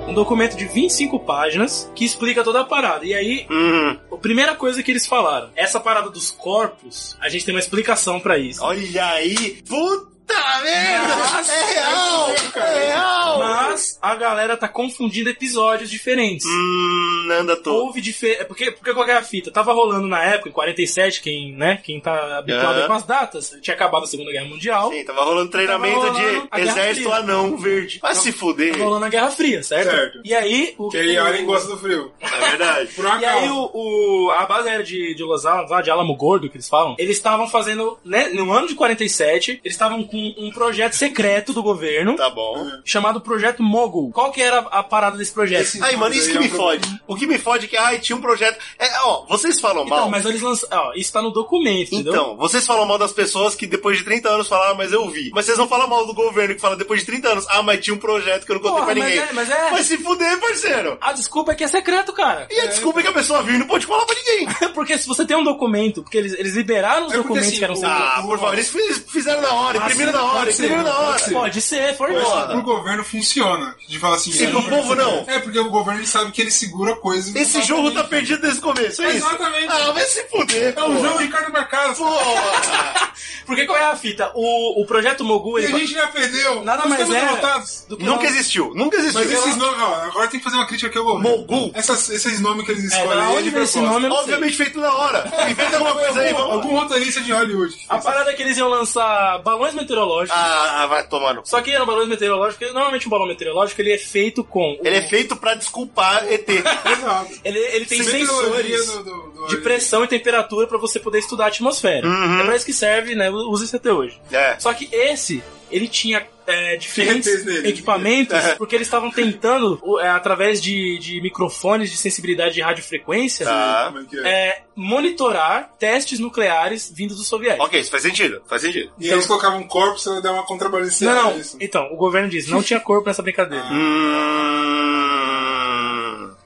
Speaker 1: Um documento de 25 páginas que explica toda a parada. E aí,
Speaker 2: Hum,
Speaker 1: a primeira coisa que eles falaram: essa parada dos corpos, a gente tem uma explicação pra isso.
Speaker 2: olha aí. Puta
Speaker 1: Nossa,
Speaker 2: merda! É real! É real!
Speaker 1: Mas a galera tá confundindo episódios diferentes.
Speaker 2: Hum, anda todo.
Speaker 1: Houve diferença. Porque, porque qual que é a fita? Tava rolando na época, em 47, quem, né, quem tá habituado
Speaker 2: Aham.
Speaker 1: aí com as datas, tinha acabado a Segunda Guerra Mundial.
Speaker 2: Sim, tava rolando treinamento
Speaker 1: Tava rolando a
Speaker 2: de
Speaker 1: Guerra
Speaker 2: exército
Speaker 1: Fria.
Speaker 2: anão verde. Vai se fuder.
Speaker 1: Tava rolando a Guerra Fria, certo?
Speaker 3: Certo.
Speaker 1: E aí. O,
Speaker 3: Que aí alien gosta do frio.
Speaker 2: É verdade.
Speaker 3: Por um acaso.
Speaker 1: E aí o, o- a base aérea de, de Los Alamos, lá de Alamo Gordo, que eles falam, eles estavam fazendo, né, no ano de 47, eles estavam com um projeto secreto do governo,
Speaker 2: Tá bom.
Speaker 1: chamado Projeto Mogul. Qual que era a parada desse projeto?
Speaker 3: Esse-
Speaker 2: Ai, mano, isso que
Speaker 3: Aí é
Speaker 2: me
Speaker 3: um
Speaker 2: fode. O que me fode é que, ai, tinha um projeto. É, ó, vocês falam
Speaker 1: Então,
Speaker 2: mal.
Speaker 1: mas eles lançaram, ó, isso tá no documento, entendeu?
Speaker 2: Então, vocês falam mal das pessoas que depois de 30 anos falaram, "Ah, mas eu vi. Mas vocês não falam mal do governo que fala depois de 30 anos, ah, mas tinha um projeto que eu não contei
Speaker 1: Porra,
Speaker 2: pra ninguém.
Speaker 1: mas é- mas é.
Speaker 2: Vai se fuder, parceiro.
Speaker 1: A desculpa é que é secreto, cara.
Speaker 2: E a desculpa é que a pessoa viu e não pode falar pra ninguém.
Speaker 1: Porque se você tem um documento, porque eles, eles liberaram os
Speaker 3: É porque,
Speaker 1: documentos
Speaker 3: assim,
Speaker 1: que eram
Speaker 3: o-
Speaker 1: secretos.
Speaker 2: Ah, por favor, eles fiz- fizeram na
Speaker 1: Ah,
Speaker 2: hora, imprimiram na hora,
Speaker 3: pode ser,
Speaker 2: imprimiram na
Speaker 3: pode
Speaker 2: hora.
Speaker 3: ser.
Speaker 1: Pode ser, foi
Speaker 2: Pode
Speaker 1: embora.
Speaker 2: ser.
Speaker 3: pro governo funciona. De falar assim.
Speaker 2: E pro
Speaker 3: é,
Speaker 2: povo não.
Speaker 3: É, porque o governo ele sabe que ele segura coisas.
Speaker 2: Esse jogo tá perdido desde o começo, é isso?
Speaker 3: Exatamente.
Speaker 2: Ah, vai se fuder.
Speaker 3: É um
Speaker 2: pô.
Speaker 3: jogo de carta pra casa.
Speaker 2: Porra.
Speaker 1: Porque qual é a fita? O, o projeto Mogul,
Speaker 3: E
Speaker 1: ele...
Speaker 3: a gente já perdeu.
Speaker 1: Nada
Speaker 3: Nós
Speaker 1: mais é.
Speaker 3: estamos
Speaker 1: era.
Speaker 3: derrotados.
Speaker 1: do que
Speaker 2: Nunca
Speaker 1: não-
Speaker 2: existiu, nunca existiu.
Speaker 3: Mas esses nomes, ó, agora tem que fazer uma crítica aqui ao governo.
Speaker 2: Mogul.
Speaker 3: Essas- esses nomes que eles
Speaker 1: É,
Speaker 3: escolhem
Speaker 1: da
Speaker 3: aí é
Speaker 1: onde
Speaker 3: de
Speaker 1: vem esse
Speaker 3: propósito.
Speaker 1: nome, eu não sei.
Speaker 2: Obviamente feito na hora. Inventa alguma coisa aí,
Speaker 3: Algum,
Speaker 2: vamos.
Speaker 3: algum roteirista de Hollywood. que
Speaker 1: A
Speaker 3: fez
Speaker 1: parada é que eles iam lançar balões meteorológicos.
Speaker 2: Ah, ah, vai tomar no.
Speaker 1: Só que era um balão meteorológico, porque normalmente um balão meteorológico ele é feito com.
Speaker 2: Ele é feito pra desculpar ET.
Speaker 3: isso. Exato.
Speaker 1: Ele, ele tem
Speaker 3: Sempre teoria
Speaker 1: sensores
Speaker 3: do- do- do
Speaker 1: de
Speaker 3: Hollywood.
Speaker 1: pressão e temperatura pra você poder estudar a atmosfera. É pra isso que serve, né? Usa isso até hoje.
Speaker 2: É.
Speaker 1: Só que esse, ele tinha é, diferentes
Speaker 3: ETs nele.
Speaker 1: equipamentos, porque eles estavam tentando, o- é, através de, de microfones de sensibilidade de radiofrequência,
Speaker 2: Tá.
Speaker 3: Como é que é?
Speaker 1: é, monitorar testes nucleares vindos dos soviéticos.
Speaker 2: Ok, isso faz sentido, faz sentido.
Speaker 3: E eles colocavam um corpo pra dar uma contrabalanceada.
Speaker 1: Não,
Speaker 3: Isso.
Speaker 1: então, o governo diz, não tinha corpo nessa brincadeira.
Speaker 2: Hum...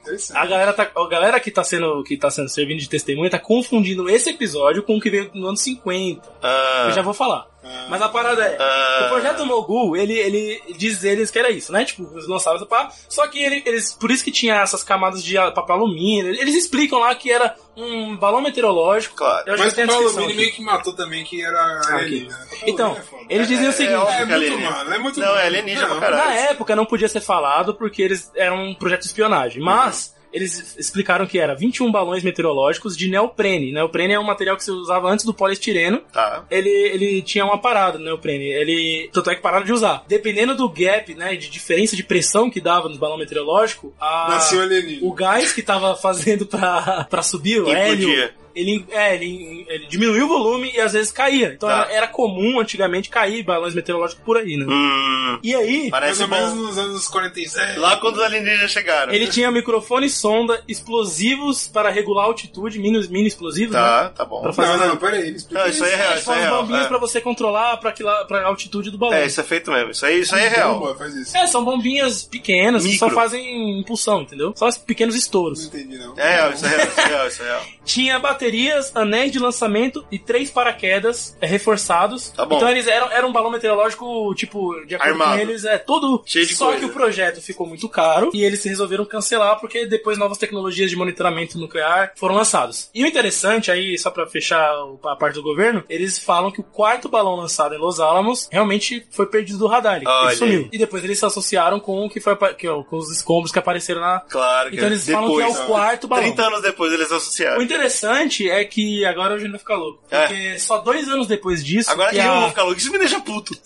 Speaker 3: Interessante.
Speaker 1: A galera, tá, a galera que tá sendo que tá sendo servindo de testemunha tá confundindo esse episódio com o que veio no ano 50.
Speaker 2: Ah,
Speaker 1: Eu já vou falar. Mas a parada é,
Speaker 2: Ah.
Speaker 1: o projeto Mogul, ele, ele diz eles que era isso, né? Tipo, eles lançavam essa parada, só que ele- eles, por isso que tinha essas camadas de papel alumínio, eles explicam lá que era um balão meteorológico.
Speaker 2: Claro.
Speaker 1: Eu acho
Speaker 3: Mas
Speaker 1: que tem
Speaker 3: o
Speaker 1: a
Speaker 3: Paulo
Speaker 1: descrição
Speaker 3: Alumínio
Speaker 1: aqui.
Speaker 3: meio que matou também, que era
Speaker 1: Ah,
Speaker 3: alienígena.
Speaker 1: aqui.
Speaker 3: Paulo
Speaker 1: Então,
Speaker 3: Alumínio é foda.
Speaker 1: eles diziam o seguinte, ah, é.
Speaker 3: É,
Speaker 2: óbvio que é
Speaker 3: muito
Speaker 2: alienígena.
Speaker 3: mala, é muito
Speaker 2: Não, é
Speaker 3: mala.
Speaker 2: alienígena
Speaker 3: Não,
Speaker 2: pra caralho.
Speaker 1: Na época não podia ser falado porque eles eram um projeto de espionagem, mas
Speaker 2: Uhum.
Speaker 1: eles explicaram que era 21 balões meteorológicos de neoprene. Neoprene é um material que se usava antes do poliestireno.
Speaker 2: Tá.
Speaker 1: Ele, ele tinha uma parada no neoprene, ele tanto é que pararam de usar. Dependendo do gap, né, de diferença de pressão que dava no balão meteorológico, a-
Speaker 3: Nasceu alienígena.
Speaker 1: o gás que tava fazendo pra, pra subir, o hélio,
Speaker 2: Implodia.
Speaker 1: ele, é, ele, ele diminuiu o volume e às vezes caía. Então
Speaker 2: Tá.
Speaker 1: era, era comum antigamente cair balões meteorológicos por aí, né?
Speaker 2: Hum,
Speaker 1: E aí,
Speaker 3: Mais
Speaker 2: parece
Speaker 3: ou menos
Speaker 2: bom.
Speaker 3: nos anos 47.
Speaker 2: Lá quando os alienígenas chegaram. Tá,
Speaker 1: Ele tinha microfone, sonda, explosivos para regular a altitude, mini, mini explosivos, né?
Speaker 2: Tá, tá bom.
Speaker 1: Pra fazer
Speaker 3: Não, não, peraí. ele explica
Speaker 2: Não, isso aí é real,
Speaker 1: Tipo,
Speaker 2: isso aí é
Speaker 1: as
Speaker 2: real.
Speaker 1: bombinhas pra
Speaker 2: é.
Speaker 1: você controlar pra, que lá- pra altitude do balão.
Speaker 2: É,
Speaker 1: É,
Speaker 2: isso é feito mesmo. Isso aí, isso aí é real.
Speaker 3: Bomba, faz isso.
Speaker 1: são bombinhas pequenas que só
Speaker 2: Micro.
Speaker 1: fazem impulsão, entendeu? Só os pequenos
Speaker 3: Não
Speaker 1: estouros.
Speaker 3: entendi, não.
Speaker 2: É real, isso é real, isso é real, isso é real.
Speaker 1: Tinha baterias, anéis de lançamento e três paraquedas é, reforçados.
Speaker 2: Tá bom.
Speaker 1: Então eles eram, era um balão meteorológico, tipo, de acordo
Speaker 2: Armado.
Speaker 1: com eles, é todo.
Speaker 2: Cheio de
Speaker 1: Só
Speaker 2: coisa.
Speaker 1: que o projeto ficou muito caro e eles resolveram cancelar porque depois novas tecnologias de monitoramento nuclear foram lançadas. E o interessante aí, só pra fechar o- a parte do governo, eles falam que o quarto balão lançado em Los Alamos realmente foi perdido do radar. Ele
Speaker 2: Olha aí.
Speaker 1: sumiu. E depois eles se associaram com o que foi apa- que, ó, com os escombros que apareceram na.
Speaker 2: Claro que
Speaker 1: Então eles
Speaker 2: depois,
Speaker 1: falam que é o quarto balão.
Speaker 2: 30 anos depois eles
Speaker 1: O
Speaker 2: associaram.
Speaker 1: interessante é que agora o Júnior fica louco.
Speaker 2: É.
Speaker 1: Porque só dois anos depois disso.
Speaker 2: Agora
Speaker 1: que
Speaker 2: eu
Speaker 1: a-
Speaker 2: vou ficar louco, isso me deixa puto.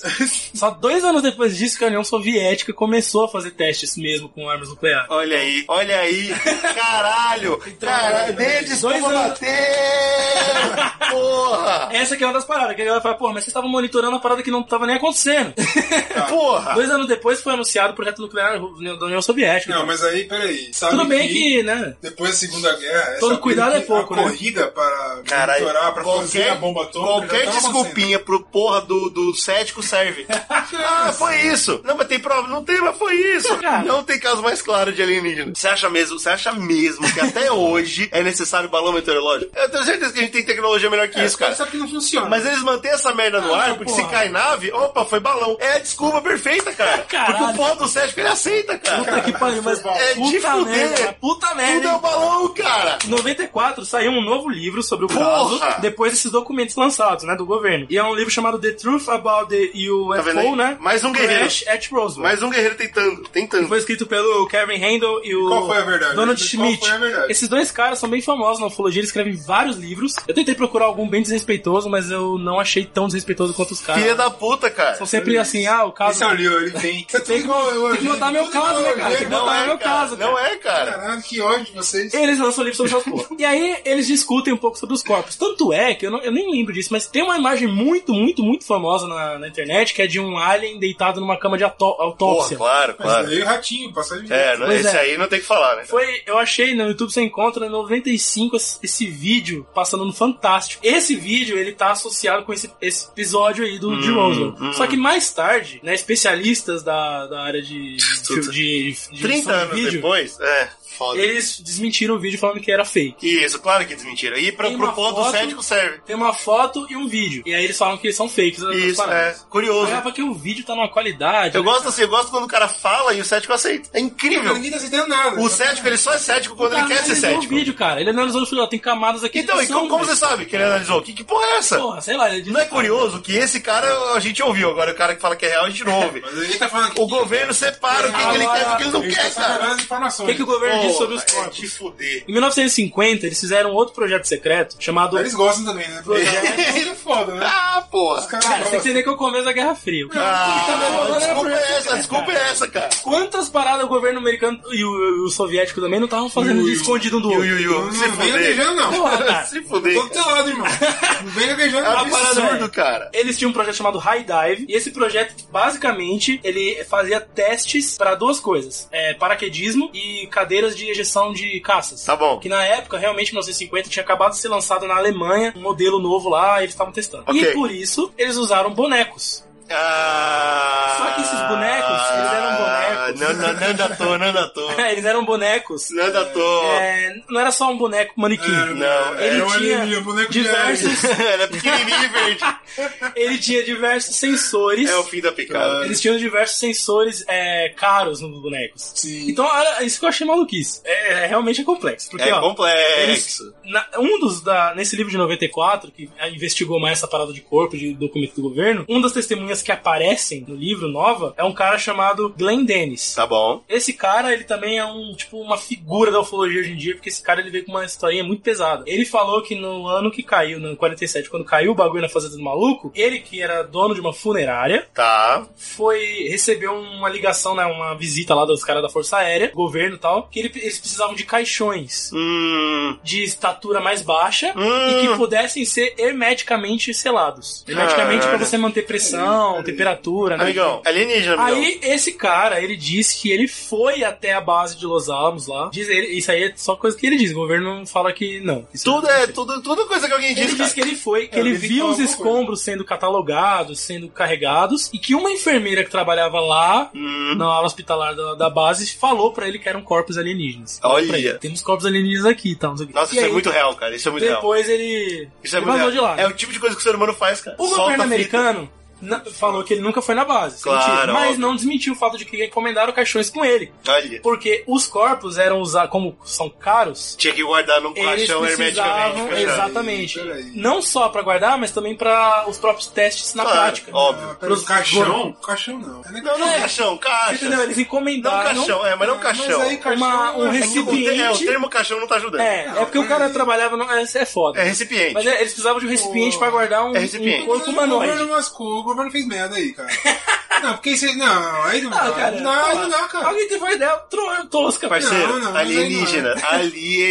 Speaker 1: Só dois anos depois disso que a União Soviética começou a fazer testes mesmo com armas nucleares.
Speaker 2: Olha aí, olha aí. Caralho! Caralho, nem desculpa
Speaker 1: Então, é, dois anos.
Speaker 2: bater! Porra!
Speaker 1: Essa que é uma das paradas, que a galera fala, pô, mas vocês estavam monitorando uma parada que não tava nem acontecendo.
Speaker 2: Porra!
Speaker 1: Dois anos depois foi anunciado o projeto nuclear da União Soviética.
Speaker 3: Não, mas aí, peraí. Sabe
Speaker 1: Tudo bem que, né?
Speaker 3: Depois da Segunda Guerra, essa
Speaker 1: Todo
Speaker 3: coisa
Speaker 1: cuidado
Speaker 3: que
Speaker 1: é pouco,
Speaker 3: a
Speaker 1: né?
Speaker 3: corrida para
Speaker 2: Caralho,
Speaker 3: monitorar, para fazer
Speaker 2: qualquer,
Speaker 3: a bomba atômica.
Speaker 2: qualquer
Speaker 3: já tá tava
Speaker 2: desculpinha pro porra do, do cético serve. ah, foi isso. Não, mas tem prova. Não tem, mas foi isso.
Speaker 1: é Cara.
Speaker 2: Não tem caso mais claro de alienígena. Você acha mesmo, você acha mesmo que até hoje é necessário balão meteorológico? Eu tenho certeza que a gente tem tecnologia melhor que
Speaker 3: acontecendo.
Speaker 1: É,
Speaker 2: isso, cara.
Speaker 3: Sabe que não funciona.
Speaker 2: Mas eles mantêm essa merda no ar,
Speaker 1: não,
Speaker 2: porque se
Speaker 1: porra.
Speaker 2: cai nave, opa, foi balão. É a desculpa perfeita, cara.
Speaker 1: Caralho.
Speaker 2: Porque o porra do cético ele aceita,
Speaker 1: Puta
Speaker 2: cara.
Speaker 1: que pariu, mas
Speaker 2: É de
Speaker 1: puta
Speaker 2: fuder.
Speaker 1: merda, mas puta merda.
Speaker 2: Tudo é
Speaker 1: hein?
Speaker 2: um balão, cara.
Speaker 1: Em 94 saiu um novo livro sobre o
Speaker 2: Porra!
Speaker 1: caso, depois desses documentos lançados, né, do governo. E é um livro chamado The Truth About the
Speaker 2: Tá vendo
Speaker 1: UFO,
Speaker 2: aí?
Speaker 1: né?
Speaker 2: Mais um guerreiro.
Speaker 1: Crash at Roswell.
Speaker 2: Mais um guerreiro tentando, tentando.
Speaker 1: Foi escrito pelo Kevin Handel e o
Speaker 3: Qual foi a verdade?
Speaker 1: Donald
Speaker 3: Qual
Speaker 1: Schmidt.
Speaker 3: foi a verdade?
Speaker 1: Esses dois caras são bem famosos na ufologia, eles escrevem vários livros. Eu tentei procurar algum bem desrespeitoso, mas eu não achei tão desrespeitoso quanto os caras.
Speaker 2: Filha da puta, cara.
Speaker 1: São sempre assim, ah, o caso.
Speaker 3: Esse é o Leo, ele tem.
Speaker 1: Tem que, tem que botar meu caso, né, cara? Tem que
Speaker 2: Não
Speaker 1: botar
Speaker 2: é,
Speaker 1: meu
Speaker 2: cara. É,
Speaker 1: caso, cara.
Speaker 2: Não é, cara.
Speaker 3: Caralho, que ódio de vocês.
Speaker 1: Eles lançam livro sobre essas porra. E aí eles discutem um pouco sobre os corpos. Tanto é que eu, não- eu nem lembro disso, mas tem uma imagem muito, muito, muito famosa na, na internet que é de um alien deitado numa cama de ato-
Speaker 2: Porra,
Speaker 1: autópsia.
Speaker 2: claro,
Speaker 3: Mas
Speaker 2: claro.
Speaker 3: daí o ratinho, passagem de
Speaker 2: É, não-
Speaker 1: Pois
Speaker 2: esse
Speaker 1: é.
Speaker 2: aí não tem o que falar, né?
Speaker 1: Foi, eu achei no YouTube você encontra em 95 esse esse vídeo passando no Fantástico. Esse vídeo ele tá associado com esse, esse episódio aí do de Roswell. Só que mais tarde, né, especialistas da, da área de de,
Speaker 2: Tudo.
Speaker 1: de, de
Speaker 2: 30
Speaker 1: edição de
Speaker 2: anos depois, é, foda.
Speaker 1: eles desmentiram o vídeo falando que era fake.
Speaker 2: Isso, claro que desmentiram. E pra,
Speaker 1: Tem
Speaker 2: pro
Speaker 1: uma
Speaker 2: ponto
Speaker 1: foto-
Speaker 2: cético serve.
Speaker 1: Tem uma foto e um vídeo. E aí eles falam que eles são fakes. essas
Speaker 2: Isso, é.
Speaker 1: paradas.
Speaker 2: Curioso.
Speaker 1: Olhava que o vídeo tá numa qualidade.
Speaker 2: Eu
Speaker 1: né?
Speaker 2: gosto assim, eu gosto quando o cara fala e o cético aceita. É incrível.
Speaker 3: Ninguém tá aceitando nada.
Speaker 2: O cético, ele só é cético quando ele
Speaker 1: Cara,
Speaker 2: quer ser
Speaker 1: analisou
Speaker 2: cético.
Speaker 1: o vídeo, cara. Ele analisou e falou, ó, tem camadas aqui
Speaker 2: Então, e
Speaker 1: edição,
Speaker 2: como, como
Speaker 1: velho.
Speaker 2: você sabe que ele analisou? Que, que porra é essa?
Speaker 1: Porra, sei lá. Ele
Speaker 2: Não é curioso que esse cara a gente ouviu, agora o cara que fala que é real a gente não ouve.
Speaker 3: Mas ninguém tá falando que.
Speaker 2: O governo separa o que, que ele quer e o que ele não
Speaker 3: Ele tá
Speaker 2: quer, cara.
Speaker 3: separando as
Speaker 1: O
Speaker 3: informações.
Speaker 1: que, que o governo diz sobre os
Speaker 2: Porra, é
Speaker 1: corpos?
Speaker 2: te fuder.
Speaker 1: Em 1950, eles fizeram um outro projeto secreto chamado.
Speaker 3: Eles gostam também, né? Ele é foda, né?
Speaker 2: Ah, porra.
Speaker 3: Os
Speaker 1: Cara, você tem que
Speaker 3: gostam.
Speaker 1: entender que é o tá começo da Guerra Fria.
Speaker 2: Ah,
Speaker 1: demorando,
Speaker 2: desculpa
Speaker 1: né,
Speaker 2: é essa, desculpa é essa, cara.
Speaker 1: Quantas paradas o governo americano e o, e o soviético também não estavam fazendo de escondido um do
Speaker 2: Yu,
Speaker 1: outro?
Speaker 2: yu, yu.
Speaker 3: Não
Speaker 2: Se
Speaker 3: vem
Speaker 2: fuder.
Speaker 3: gaguejando, não.
Speaker 1: Porra, cara.
Speaker 2: Se
Speaker 3: Tô
Speaker 2: fuder.
Speaker 3: do teu lado, irmão. Não vem gaguejando,
Speaker 1: Ah,
Speaker 3: não.
Speaker 1: então parada
Speaker 2: Absurdo,
Speaker 1: é.
Speaker 2: cara.
Speaker 1: Eles tinham um projeto chamado High Dive, e esse projeto, basicamente, ele fazia testes para duas coisas: é, paraquedismo e cadeiras de ejeção de caças.
Speaker 2: Tá bom.
Speaker 1: Que na época, realmente, em 1950, tinha acabado de ser lançado na Alemanha um modelo novo lá, e eles estavam testando.
Speaker 2: Ok.
Speaker 1: E por isso, eles usaram bonecos.
Speaker 2: Ah,
Speaker 1: Só que esses bonecos, eles eram bonecos bonecos.
Speaker 2: não, não, não anda à toa, não anda à toa.
Speaker 1: É, eles eram bonecos.
Speaker 2: Não anda à toa.
Speaker 1: É, não era só um boneco manequim.
Speaker 2: Não,
Speaker 1: Ele
Speaker 3: é um
Speaker 1: tinha
Speaker 3: alienígena, boneco de
Speaker 1: diversos.
Speaker 3: alien.
Speaker 2: Era pequenininho e verde.
Speaker 1: ele tinha diversos sensores.
Speaker 2: É o fim da picada.
Speaker 1: Eles tinham diversos sensores é, caros nos bonecos.
Speaker 3: Sim.
Speaker 1: Então, era- isso que eu achei maluquice. É, é- realmente é complexo. Porque,
Speaker 2: É
Speaker 1: ó,
Speaker 2: complexo.
Speaker 1: eles- na- um dos da, nesse livro de 94 que ah, investigou mais essa parada de corpo de documento do governo, uma das testemunhas que aparecem no livro nova é um cara chamado Glenn Dennis.
Speaker 2: Tá bom.
Speaker 1: Esse cara, ele também é um, tipo, uma figura da ufologia hoje em dia, porque esse cara ele veio com uma historinha muito pesada. Ele falou que no ano que caiu, no 47, quando caiu o bagulho na fazenda do maluco, ele que era dono de uma funerária,
Speaker 2: Tá.
Speaker 1: foi recebeu uma ligação, né, uma visita lá dos caras da Força Aérea, governo e tal, que ele- eles precisavam de caixões
Speaker 2: Hum.
Speaker 1: de estatura mais baixa
Speaker 2: Hum.
Speaker 1: e que pudessem ser hermeticamente selados. Hermeticamente pra
Speaker 2: Caralho.
Speaker 1: você manter pressão, temperatura, né?
Speaker 2: Amigão, alienígena, amigão.
Speaker 1: Aí, esse cara, ele disse que ele foi até a base de Los Alamos lá. Diz ele, isso aí é só coisa que ele diz. O governo não fala que não. Isso
Speaker 2: tudo é, tudo, tudo coisa que alguém
Speaker 1: ele
Speaker 2: diz, cara.
Speaker 1: disse que ele foi, que
Speaker 3: É,
Speaker 1: ele
Speaker 3: alguém
Speaker 1: viu
Speaker 3: falou
Speaker 1: os
Speaker 3: alguma
Speaker 1: escombros sendo catalogados, sendo carregados, e que uma enfermeira que trabalhava lá,
Speaker 2: Hum.
Speaker 1: na ala hospitalar da, da base, falou pra ele que eram corpos alienígenas. Falou
Speaker 2: Olha.
Speaker 1: pra ele, Temos corpos alienígenas aqui, tá? Não sei o quê."
Speaker 2: Nossa,
Speaker 1: E
Speaker 2: isso
Speaker 1: aí,
Speaker 2: é muito real, cara. Isso é muito real.
Speaker 1: Depois ele.
Speaker 2: Isso é
Speaker 1: ele
Speaker 2: muito
Speaker 1: vazou
Speaker 2: real.
Speaker 1: de lá. né?
Speaker 2: É o tipo de coisa que o ser humano faz, cara.
Speaker 1: O
Speaker 2: Solta
Speaker 1: governo
Speaker 2: a fita.
Speaker 1: americano na- falou que ele nunca foi na base, isso é
Speaker 2: Claro,
Speaker 1: mentira, mas
Speaker 2: óbvio.
Speaker 1: não desmentiu o fato de que encomendaram caixões com ele,
Speaker 2: Olha.
Speaker 1: porque os corpos eram usados, como são caros,
Speaker 2: Tinha que guardar num
Speaker 1: eles
Speaker 2: caixão hermeticamente.
Speaker 1: precisavam,
Speaker 2: fechado.
Speaker 1: exatamente,
Speaker 3: peraí.
Speaker 1: não só pra guardar, mas também pra os próprios testes na
Speaker 2: Claro,
Speaker 1: prática.
Speaker 2: óbvio.
Speaker 3: Pros
Speaker 1: Goron.
Speaker 3: caixão? Caixão não. É
Speaker 2: Não, não
Speaker 1: É.
Speaker 2: caixão,
Speaker 1: Entendeu?
Speaker 2: caixa.
Speaker 1: Eles
Speaker 2: Não
Speaker 1: encomendaram.
Speaker 2: caixão, é, mas não caixão.
Speaker 3: Mas aí caixão
Speaker 1: Uma- um
Speaker 3: é-
Speaker 2: É que o te- É, o termo caixão não tá ajudando.
Speaker 1: É, é porque o cara trabalhava. No... É, é foda.
Speaker 2: É recipiente.
Speaker 1: Mas é, eles precisavam de um recipiente
Speaker 3: Pô.
Speaker 1: pra guardar um,
Speaker 2: É recipiente.
Speaker 1: um
Speaker 3: Mas
Speaker 1: corpo
Speaker 3: aí O governo
Speaker 1: humanoide.
Speaker 3: mascou, o governo fez merda aí, cara. não, porque isso aí. Não, aí não
Speaker 1: Ah,
Speaker 3: dá.
Speaker 1: cara,
Speaker 3: não,
Speaker 1: ah,
Speaker 3: aí não dá, cara.
Speaker 1: Alguém teve uma ideia tro- tosca,
Speaker 2: Parceiro,
Speaker 3: Não, não, mas aí não é.
Speaker 2: alienígena.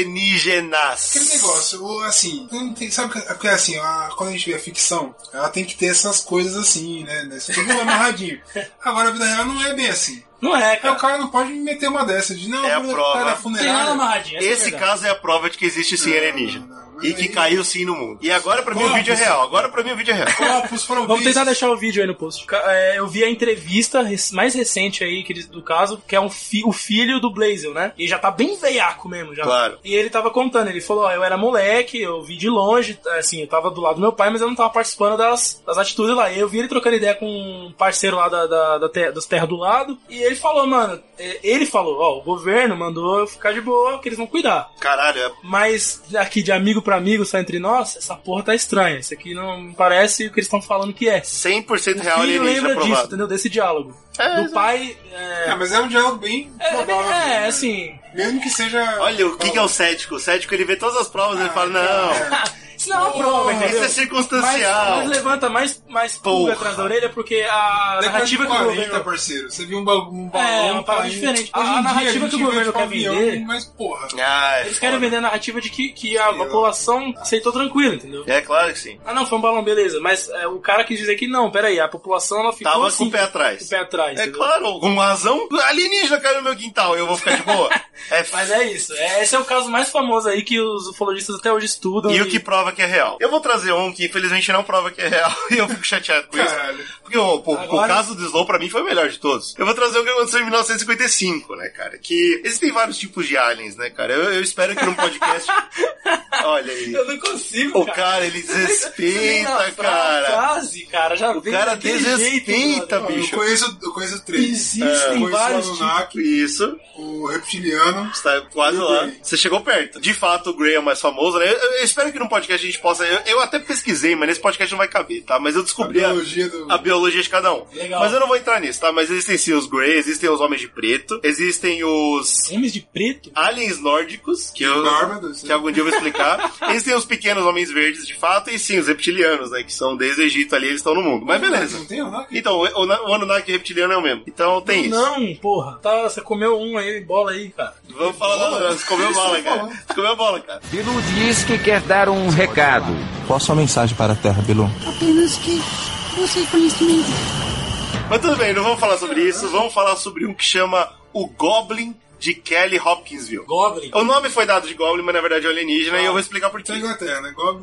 Speaker 2: Alienígenas.
Speaker 3: Aquele negócio, o- assim, não tem, sabe, que- porque assim, a- quando a gente vê a ficção, ela tem que ter essas coisas assim, né? né, isso Tudo amarradinho. Agora a vida real não é bem assim.
Speaker 1: Não é,
Speaker 3: Aí o
Speaker 1: cara.
Speaker 3: cara não pode me meter uma dessa de não,
Speaker 2: É a
Speaker 3: o cara
Speaker 2: prova.
Speaker 3: da
Speaker 1: Tem nada
Speaker 3: funerária.
Speaker 1: amarradinho. essa é a
Speaker 2: Esse
Speaker 1: verdade.
Speaker 2: caso é a prova de que existe sim alienígena.
Speaker 3: não, não,
Speaker 2: e
Speaker 3: mas
Speaker 2: que
Speaker 3: aí-
Speaker 2: caiu sim no mundo. E agora pra mim o
Speaker 3: Corpos.
Speaker 2: vídeo é real. Agora pra mim o vídeo é real.
Speaker 3: Corpos foram
Speaker 1: Vamos tentar
Speaker 3: vistos.
Speaker 1: deixar o vídeo aí no post. Ca- é, eu vi a entrevista rec- mais recente aí que eles- do caso, que é um fi- o filho do Blazel, né? E já tá bem veiaco mesmo, já.
Speaker 2: Claro.
Speaker 1: E ele tava contando, ele falou, ó, eu era moleque, eu vi de longe, assim, eu tava do lado do meu pai, mas eu não tava participando das, das atitudes lá. E eu vi ele trocando ideia com um parceiro lá da, da, da te- das terras do lado, e ele falou, mano, é, ele falou, ó, o governo mandou eu ficar de boa, que eles vão cuidar.
Speaker 2: Caralho, é-
Speaker 1: Mas aqui de amigo pra amigo, só entre nós, essa porra tá estranha. Isso aqui não parece o que eles estão falando que é.
Speaker 2: 100% real
Speaker 1: Ele lembra
Speaker 2: alienígena
Speaker 1: disso, né?
Speaker 2: aprovado.
Speaker 1: entendeu? Desse diálogo. do pai. É,
Speaker 3: Ah, mas é um diálogo bem
Speaker 1: é,
Speaker 3: provável.
Speaker 1: é,
Speaker 3: né?
Speaker 1: assim.
Speaker 3: Mesmo que seja.
Speaker 2: Olha, o que, que é o cético? O cético ele vê todas as provas e ele fala, não,
Speaker 1: Isso não é uma prova, entendeu?
Speaker 2: isso é
Speaker 1: mas,
Speaker 2: circunstancial.
Speaker 1: mas levanta mais, mais pulga
Speaker 2: Porra.
Speaker 1: atrás da orelha, porque a
Speaker 3: Década de
Speaker 1: narrativa que o
Speaker 3: 40,
Speaker 1: governo.
Speaker 3: parceiro. Você viu um, ba um balão.
Speaker 1: É, uma parada
Speaker 3: caindo.
Speaker 1: diferente.
Speaker 3: Hoje
Speaker 1: A- a
Speaker 3: em dia,
Speaker 1: narrativa
Speaker 3: gente
Speaker 1: que o
Speaker 3: vê
Speaker 1: governo
Speaker 3: tipo
Speaker 1: quer
Speaker 3: avião,
Speaker 1: vender-
Speaker 3: Mas porra.
Speaker 2: Ah, é
Speaker 1: Eles
Speaker 2: foda.
Speaker 1: querem vender a narrativa de que, que a
Speaker 3: Sim, eu-
Speaker 1: população aceitou tranquilo, entendeu?
Speaker 2: É claro que sim.
Speaker 1: Ah, não, foi um balão, beleza. Mas é, o cara quis dizer que não, peraí, a população ela ficou.
Speaker 2: Tava
Speaker 1: assim,
Speaker 2: com o pé atrás.
Speaker 1: Com o pé atrás.
Speaker 2: É
Speaker 1: entendeu?
Speaker 2: claro, com razão. Alienígena caiu no meu quintal, eu vou ficar de boa. É f-
Speaker 1: Mas é isso. É, esse é o caso mais famoso aí que os ufologistas até hoje estudam.
Speaker 2: E o que prova que é real? Eu vou trazer um que infelizmente não prova que é real e eu fico chateado com isso.
Speaker 3: Caralho.
Speaker 2: Porque o, o-
Speaker 1: Agora-
Speaker 2: o caso do Slow, pra mim, foi o melhor de todos. Eu vou trazer o que aconteceu em 1955, né, cara? Que existem vários tipos de aliens, né, cara? Eu, eu espero que num podcast. Olha aí.
Speaker 1: Eu não consigo,
Speaker 2: O
Speaker 1: cara.
Speaker 2: cara, ele
Speaker 1: Nem na
Speaker 2: desrespeita,
Speaker 1: fra-
Speaker 2: cara.
Speaker 1: frase, cara, já
Speaker 2: O cara desrespeita,
Speaker 3: Eu
Speaker 2: bicho.
Speaker 3: conheço, eu conheço três. É,
Speaker 1: Existem
Speaker 3: Conheço
Speaker 1: vários
Speaker 3: o
Speaker 1: tipos.
Speaker 3: Anunnaki,
Speaker 2: Isso,
Speaker 3: o reptiliano.
Speaker 2: está quase
Speaker 3: Meu
Speaker 2: lá.
Speaker 3: bem.
Speaker 2: Você chegou perto. De fato, o Gray é o mais famoso, né? Eu, eu espero que num podcast a gente possa. Eu, eu até pesquisei, mas nesse podcast não vai caber, tá? Mas eu
Speaker 3: A
Speaker 2: descobri a,
Speaker 3: biologia do.
Speaker 2: a biologia de cada um.
Speaker 1: Legal.
Speaker 2: Mas eu não vou entrar nisso, tá? Mas existem sim os Grey, existem os homens de preto, existem os
Speaker 1: Homens de preto?
Speaker 2: aliens nórdicos, que eu.
Speaker 3: Bárbaros,
Speaker 2: Que algum dia eu vou explicar. Eles têm os pequenos homens verdes, de fato, e sim, os reptilianos, né? Que são desde o Egito ali, eles estão no mundo. Mas beleza.
Speaker 3: Não tem Anunnaki?
Speaker 2: Então, o, o, o Anunnaki reptiliano é o mesmo. Então tem isso.
Speaker 1: Não, porra. Tá, você comeu um aí, bola aí, cara.
Speaker 2: Vamos falar lá, não. Você comeu
Speaker 3: é
Speaker 2: bola, cara. Você comeu bola, cara.
Speaker 8: Bilu diz que quer dar um recado.
Speaker 9: Qual a sua mensagem para a Terra, Bilu?
Speaker 10: Apenas que você conhecimento.
Speaker 2: Mas tudo bem, não vamos falar sobre isso. Vamos falar sobre um que chama o Goblin de Kelly Hopkinsville.
Speaker 1: Goblin.
Speaker 2: O nome foi dado de Goblin, mas na verdade é um alienígena, e eu vou explicar por
Speaker 3: Isso é
Speaker 2: quê.
Speaker 3: Inglaterra, né? Igual-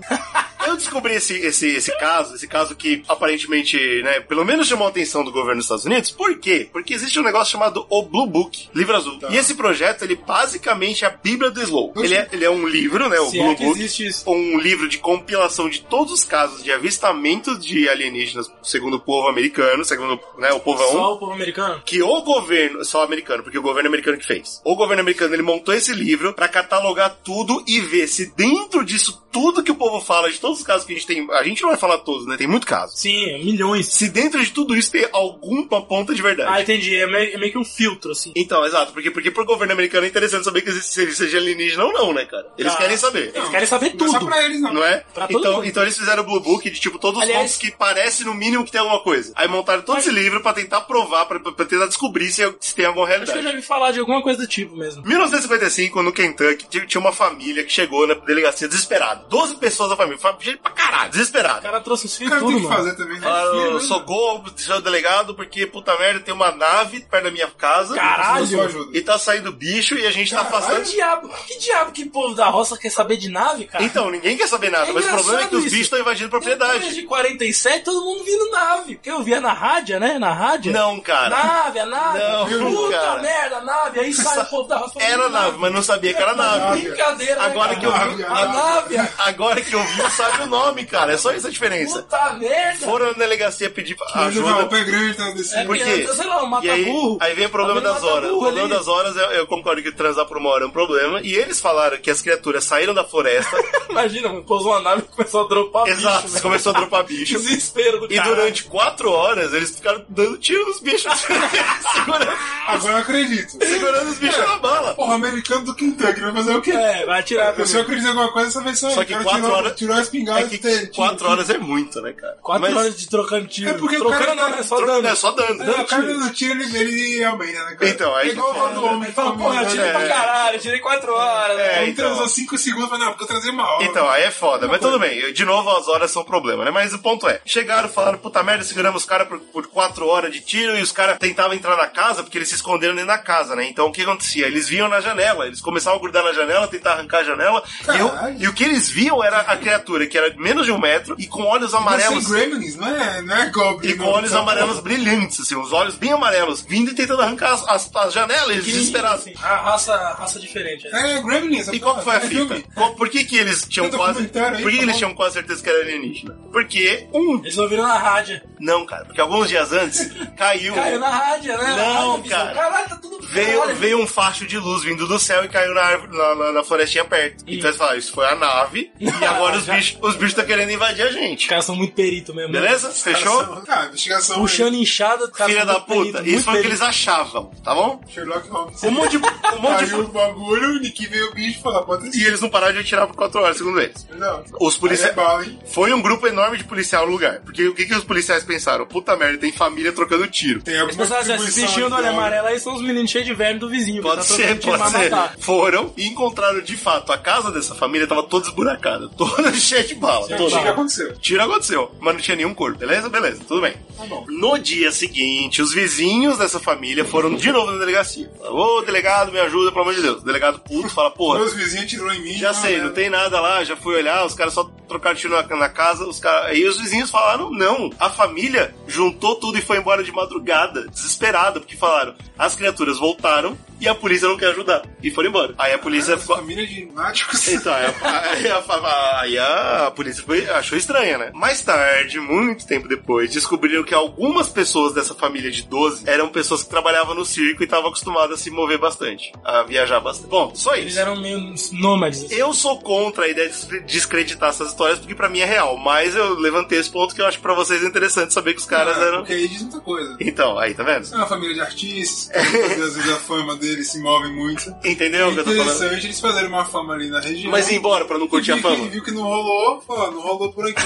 Speaker 2: Eu descobri esse, esse, esse caso, esse caso que aparentemente, né, pelo menos chamou a atenção do governo dos Estados Unidos. Por quê? Porque existe um negócio chamado o Blue Book, livro azul.
Speaker 1: Tá.
Speaker 2: E esse projeto, ele basicamente é a bíblia do Slow. Ele é, ele é um livro, né, o
Speaker 1: Se
Speaker 2: Blue
Speaker 1: é que
Speaker 2: Book
Speaker 1: existe isso.
Speaker 2: um livro de compilação de todos os casos de avistamento de alienígenas, segundo o povo americano, segundo né, o povão.
Speaker 1: Só o povo americano?
Speaker 2: Que o governo, só americano, porque o governo americano que fez. O governo americano ele montou esse livro pra catalogar tudo e ver se dentro disso tudo que o povo fala, de todos os casos que a gente tem, a gente não vai falar todos, né? Tem muito caso.
Speaker 1: Sim, é milhões.
Speaker 2: Se dentro de tudo isso tem alguma ponta de verdade.
Speaker 1: Ah, entendi. É meio, é meio que um filtro, assim.
Speaker 2: Então, exato, porque, porque pro governo americano é interessante saber que existe serviço de alienígena ou não, né, cara? Eles
Speaker 1: Ah.
Speaker 2: querem saber.
Speaker 1: Eles querem saber
Speaker 3: Não é só
Speaker 1: tudo.
Speaker 3: pra eles, não.
Speaker 2: Não é?
Speaker 1: Pra todo
Speaker 2: Então,
Speaker 1: mundo.
Speaker 2: então eles fizeram o Blue Book de tipo todos os
Speaker 1: Aliás-
Speaker 2: pontos que parece no mínimo que tem alguma coisa. Aí montaram todo esse livro pra tentar provar, pra, pra tentar descobrir se, é, se tem alguma
Speaker 1: Acho que eu
Speaker 2: realidade.
Speaker 1: já ouvi falar de alguma coisa do tipo mesmo.
Speaker 2: 1955, no Kentucky, tinha- tinha uma família que chegou na delegacia desesperada. 12 pessoas da família, família gente pra caralho,
Speaker 1: O
Speaker 2: desesperada.
Speaker 1: cara trouxe os
Speaker 3: O
Speaker 1: filhos
Speaker 3: cara tem
Speaker 1: tudo,
Speaker 3: que
Speaker 1: mano.
Speaker 3: fazer também, né?
Speaker 2: Falaram,
Speaker 3: Filho,
Speaker 2: socorro, senhor delegado, porque puta merda, tem uma nave perto da minha casa.
Speaker 1: Caralho!
Speaker 3: só ajuda.
Speaker 2: E tá saindo bicho e a gente tá
Speaker 1: Que
Speaker 2: passando.
Speaker 1: diabo, que diabo que povo da roça quer saber de nave, cara?
Speaker 2: Então, ninguém quer saber nada,
Speaker 1: É
Speaker 2: mas o problema é que os
Speaker 1: engraçado
Speaker 2: bichos
Speaker 1: isso.
Speaker 2: estão invadindo
Speaker 1: Depois
Speaker 2: propriedade.
Speaker 1: de 47, todo mundo vindo nave. Porque eu via na rádio, né? Na rádio.
Speaker 2: Não, cara.
Speaker 1: Nave, a nave.
Speaker 2: Não,
Speaker 1: Puta
Speaker 2: cara.
Speaker 1: merda, nave. Aí sai o povo da roça. falando,
Speaker 2: Era nave, mas não sabia que era nave.
Speaker 1: Brincadeira, né,
Speaker 2: Agora
Speaker 1: cara?
Speaker 2: que eu
Speaker 3: vi-
Speaker 1: A nave. a-
Speaker 2: Agora que eu vi, sabe o nome, cara. É só essa a diferença.
Speaker 1: Puta merda.
Speaker 2: Foram na delegacia pedir
Speaker 3: Ajuda. Não, o
Speaker 2: ajuda.
Speaker 3: pé grande tá desse.
Speaker 1: É,
Speaker 2: Por quê?
Speaker 1: Sei lá, um mata
Speaker 2: E aí,
Speaker 1: burro.
Speaker 2: aí vem o problema
Speaker 1: Alguém
Speaker 2: das
Speaker 1: mata
Speaker 2: horas. O
Speaker 1: burro
Speaker 2: problema
Speaker 1: ali.
Speaker 2: das horas, eu, eu concordo que transar por uma hora é um problema. E eles falaram que as criaturas saíram da floresta.
Speaker 1: Imagina, mano, pousou uma nave e começou a dropar
Speaker 2: Exato,
Speaker 1: bicho. velho.
Speaker 2: começou a dropar bicho.
Speaker 1: Desespero do
Speaker 2: E
Speaker 1: cara.
Speaker 2: durante quatro horas, eles ficaram dando tiro nos bichos. segurando,
Speaker 3: Agora eu acredito. É.
Speaker 2: segurando os bichos na bala.
Speaker 3: Porra, americano do Kentucky vai fazer o quê?
Speaker 1: É, vai atirar.
Speaker 3: Eu se eu acredito em alguma coisa, essa vez só
Speaker 2: Só que quatro
Speaker 3: tirou,
Speaker 2: horas-
Speaker 3: tirou a
Speaker 2: É
Speaker 3: espingarda e
Speaker 2: que
Speaker 3: tem-
Speaker 2: quatro horas é muito, né, cara?
Speaker 1: Quatro
Speaker 2: Mas-
Speaker 1: horas de trocando tiro.
Speaker 3: É porque o
Speaker 1: trocando
Speaker 3: cara tá-
Speaker 1: não, é só
Speaker 2: Tro-
Speaker 1: dando.
Speaker 2: É só dando.
Speaker 3: Não, o cara dando tiro, ele, ele aumenta, né, cara?
Speaker 2: Então, aí
Speaker 3: É igual
Speaker 2: que
Speaker 3: o gol do
Speaker 2: foda.
Speaker 3: homem.
Speaker 1: Fala, porra, eu tirei
Speaker 2: É.
Speaker 1: pra caralho, eu tirei quatro horas. né?
Speaker 2: É,
Speaker 1: velho.
Speaker 3: Ele
Speaker 2: então.
Speaker 3: transou 5 segundos, mas não, porque eu trazei uma hora.
Speaker 2: Então, aí é foda, mas tudo bem. De novo, as horas são um problema, né? Mas o ponto é: chegaram, falaram, puta merda, seguramos os caras por, por quatro horas de tiro e os caras tentavam entrar na casa porque eles se esconderam dentro da casa, né? Então o que acontecia? Eles viam na janela, eles começavam a grudar na janela, tentar arrancar a janela. E,
Speaker 3: Caralho.
Speaker 2: o- e o que eles viam era a criatura que era de menos de um metro e com olhos
Speaker 3: Mas sem
Speaker 2: amarelos.
Speaker 3: gremlins, não é, não é goblin.
Speaker 2: E com
Speaker 3: não,
Speaker 2: olhos
Speaker 3: tá?
Speaker 2: amarelos brilhantes, assim, os olhos bem amarelos, vindo e tentando arrancar as, as, as janelas, eles desesperados.
Speaker 1: Assim, a raça, a raça diferente. Né?
Speaker 3: É, gremlins. essa
Speaker 2: E qual que foi a
Speaker 3: porra, é
Speaker 2: fita?
Speaker 3: filme.
Speaker 2: Qual- por que que eles tinham
Speaker 1: um
Speaker 3: Tem
Speaker 2: quase...
Speaker 3: documentário aí,
Speaker 2: por que
Speaker 3: tá
Speaker 2: eles
Speaker 3: bom?
Speaker 2: tinham quase certeza que era alienígena? Porque um
Speaker 1: Eles ouviram na rádio.
Speaker 2: Não, cara, porque alguns dias antes caiu.
Speaker 1: Caiu na rádio, né?
Speaker 2: Não,
Speaker 1: Rádio,
Speaker 2: cara.
Speaker 1: Caralho, tá tudo
Speaker 2: Veio,
Speaker 1: caralho.
Speaker 2: veio um facho de luz vindo do céu e caiu na, árvore, na, na- na florestinha perto. Então eles falaram, isso foi a nave e agora os bichos os bichos estão querendo invadir a
Speaker 1: Os
Speaker 2: gente.
Speaker 1: caras são muito perito mesmo. né?
Speaker 2: Beleza? Fechou?
Speaker 3: Tá, investigação.
Speaker 1: Puxando inchada, os caras
Speaker 2: Filha
Speaker 1: são
Speaker 2: da
Speaker 1: muito
Speaker 2: puta,
Speaker 1: perito,
Speaker 2: isso
Speaker 1: muito
Speaker 2: foi o
Speaker 1: perito.
Speaker 2: que eles achavam, tá bom?
Speaker 3: Sherlock Holmes.
Speaker 2: Um monte de.
Speaker 1: assim,
Speaker 2: Um monte
Speaker 3: Caiu
Speaker 2: de
Speaker 3: o bagulho, o Nick veio o bicho e falou, bota
Speaker 2: e
Speaker 3: esse.
Speaker 2: eles não pararam de atirar por quatro horas, segundo eles.
Speaker 3: Não.
Speaker 2: Os
Speaker 3: Aí é
Speaker 2: policiais.
Speaker 3: bala, hein?
Speaker 2: Foi um grupo enorme de policial no lugar. Porque o que, que os policiais pensaram? Puta merda, tem família trocando tiro.
Speaker 3: Tem
Speaker 1: Eles
Speaker 3: alguma
Speaker 1: pensaram assim, esses
Speaker 3: contribuição
Speaker 1: bichinhos do
Speaker 3: ali,
Speaker 1: olho
Speaker 3: né?
Speaker 1: amarelo aí são os meninos cheios de verme do vizinho. que
Speaker 2: então. Pode
Speaker 1: tá
Speaker 2: ser,
Speaker 1: trocando tiro
Speaker 2: pode
Speaker 1: pra
Speaker 2: ser.
Speaker 1: matar.
Speaker 2: Foram e encontraram de fato a casa dessa família tava toda esburacada, toda cheia de bala.
Speaker 3: O que que
Speaker 2: Toda.
Speaker 3: aconteceu?
Speaker 2: Tiro aconteceu, mas não tinha nenhum corpo, beleza? Beleza, tudo bem.
Speaker 3: Tá bom.
Speaker 2: No dia seguinte, os vizinhos dessa família foram de novo na delegacia. Ô, delegado, me ajuda, pelo amor de Deus. O delegado puto fala, porra,
Speaker 3: Meus vizinhos tirou em mim.
Speaker 2: já
Speaker 3: não,
Speaker 2: sei,
Speaker 3: né?
Speaker 2: não tem nada lá, já fui olhar, os caras só trocaram tiro na, na casa, os caras. Aí os vizinhos falaram, não. A família juntou tudo e foi embora de madrugada, desesperada, porque falaram, as criaturas voltaram e a polícia não quer ajudar. E foram embora. Aí a polícia ficou.
Speaker 3: Ah, Família de mágicos.
Speaker 2: Então, aí a, aí a, aí a polícia foi- achou estranha, né? Mais tarde, muito tempo depois, descobriram que algumas pessoas dessa família de 12 eram pessoas que trabalhavam no circo e estavam acostumadas a se mover bastante, a viajar bastante. Bom, só
Speaker 1: Eles
Speaker 2: isso.
Speaker 1: eram meio nômades. assim.
Speaker 2: Eu sou contra a ideia de descre- descreditar essas histórias porque pra mim é real, mas eu levantei esse ponto que eu acho que pra vocês é interessante saber que os caras
Speaker 3: Ah,
Speaker 2: eram.
Speaker 3: Porque aí diz muita coisa.
Speaker 2: Então, aí tá vendo?
Speaker 3: É uma família de artistas, que às vezes a fama deles se move muito.
Speaker 2: Entendeu É. o que eu tô falando?
Speaker 3: Interessante eles fazerem uma fama ali na região.
Speaker 2: Mas ir embora pra não curtir a
Speaker 3: viu que,
Speaker 2: fama.
Speaker 3: viu que não rolou, falou, não rolou "Ah, por aqui.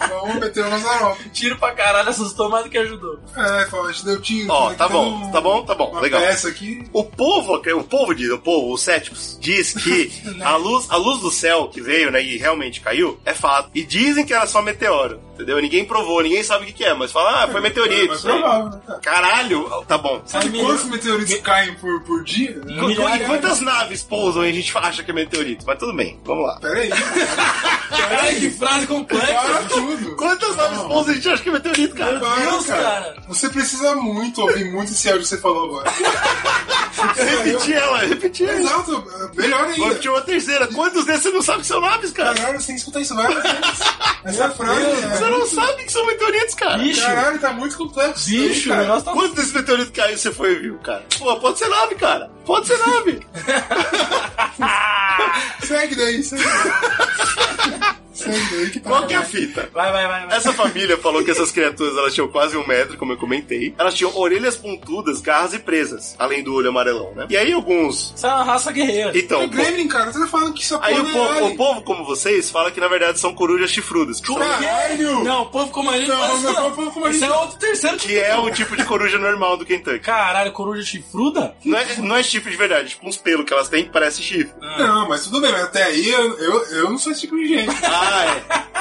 Speaker 3: Então, Vamos meter o Mazarope.
Speaker 1: Tiro pra caralho, assustou mais do que ajudou.
Speaker 3: É, fala, te deu tiro.
Speaker 2: Ó,
Speaker 3: né,
Speaker 2: tá
Speaker 3: que
Speaker 2: bom,
Speaker 3: tem um-
Speaker 2: tá bom, tá bom,
Speaker 3: Uma
Speaker 2: legal.
Speaker 3: peça aqui.
Speaker 2: O povo, o povo diz, o povo, os céticos, diz que a luz, a luz do céu que veio, né, e realmente caiu, é fato. E dizem que era só meteoro, entendeu? Ninguém provou, ninguém sabe o que que é, mas fala, ah, foi meteorito.
Speaker 3: Mas
Speaker 2: isso aí.
Speaker 3: provável, né, cara?
Speaker 2: Caralho, tá bom.
Speaker 3: Sabe
Speaker 1: Sabe
Speaker 3: quantos
Speaker 1: mesmo.
Speaker 3: meteoritos caem por, por dia?
Speaker 2: Qu- qu-
Speaker 1: Milhares.
Speaker 2: E quantas naves pousam e a gente acha que é meteorito? Mas tudo bem, vamos lá.
Speaker 3: Pera aí,
Speaker 1: Caralho, que frase complexa.
Speaker 3: para é tudo.
Speaker 2: Quantas naves pousam e a gente acha que é meteorito, cara?
Speaker 3: Para,
Speaker 1: Deus, cara.
Speaker 3: Você precisa muito ouvir muito esse áudio que você falou agora.
Speaker 2: Eu repeti ela, eu repeti ela.
Speaker 3: Exato, é melhor
Speaker 2: Vou
Speaker 3: ainda.
Speaker 2: repetir uma terceira. Quantos desses você não sabe que são naves, cara?
Speaker 3: Caralho, você tem que escutar isso várias vezes. Essa frase
Speaker 2: Você
Speaker 3: é...
Speaker 2: não sabe que são meteoritos, cara.
Speaker 1: Bicho,
Speaker 3: Caralho, tá muito complexo. isso aí,
Speaker 1: bicho, o
Speaker 3: cara.
Speaker 1: negócio tá
Speaker 2: Quantos desses meteoritos caiu você foi viu, cara? Pô, pode ser nave, cara. Pode ser nave.
Speaker 3: Segue daí, segue daí. segue daí que tá.
Speaker 2: Qual que é a fita?
Speaker 1: Vai, vai, vai, vai.
Speaker 2: Essa família falou que essas criaturas elas tinham quase um metro, como eu comentei. Elas tinham orelhas pontudas, garras e presas, além do olho amarelão, né? E aí alguns.
Speaker 1: Essa é uma raça guerreira.
Speaker 3: É
Speaker 2: Então, pô,
Speaker 3: Gremlin, cara, você tá falando que isso é
Speaker 2: aí
Speaker 3: porra
Speaker 2: o povo,
Speaker 3: alien.
Speaker 2: o povo como vocês fala que na verdade são corujas chifrudas, que, são-
Speaker 3: Caralho!
Speaker 1: Não, o povo como a gente.
Speaker 3: Não,
Speaker 1: Nossa,
Speaker 3: não, o povo como a gente-
Speaker 1: Esse é outro terceiro tipo.
Speaker 2: que é o tipo de coruja normal do Kentucky.
Speaker 1: Caralho, coruja chifruda?
Speaker 2: Não é, não é chifre de verdade, é tipo uns pelos que elas têm que parece chifre.
Speaker 3: Não, mas tudo bem, mas até aí eu, eu, eu não sou esse tipo de gente.
Speaker 2: Ah,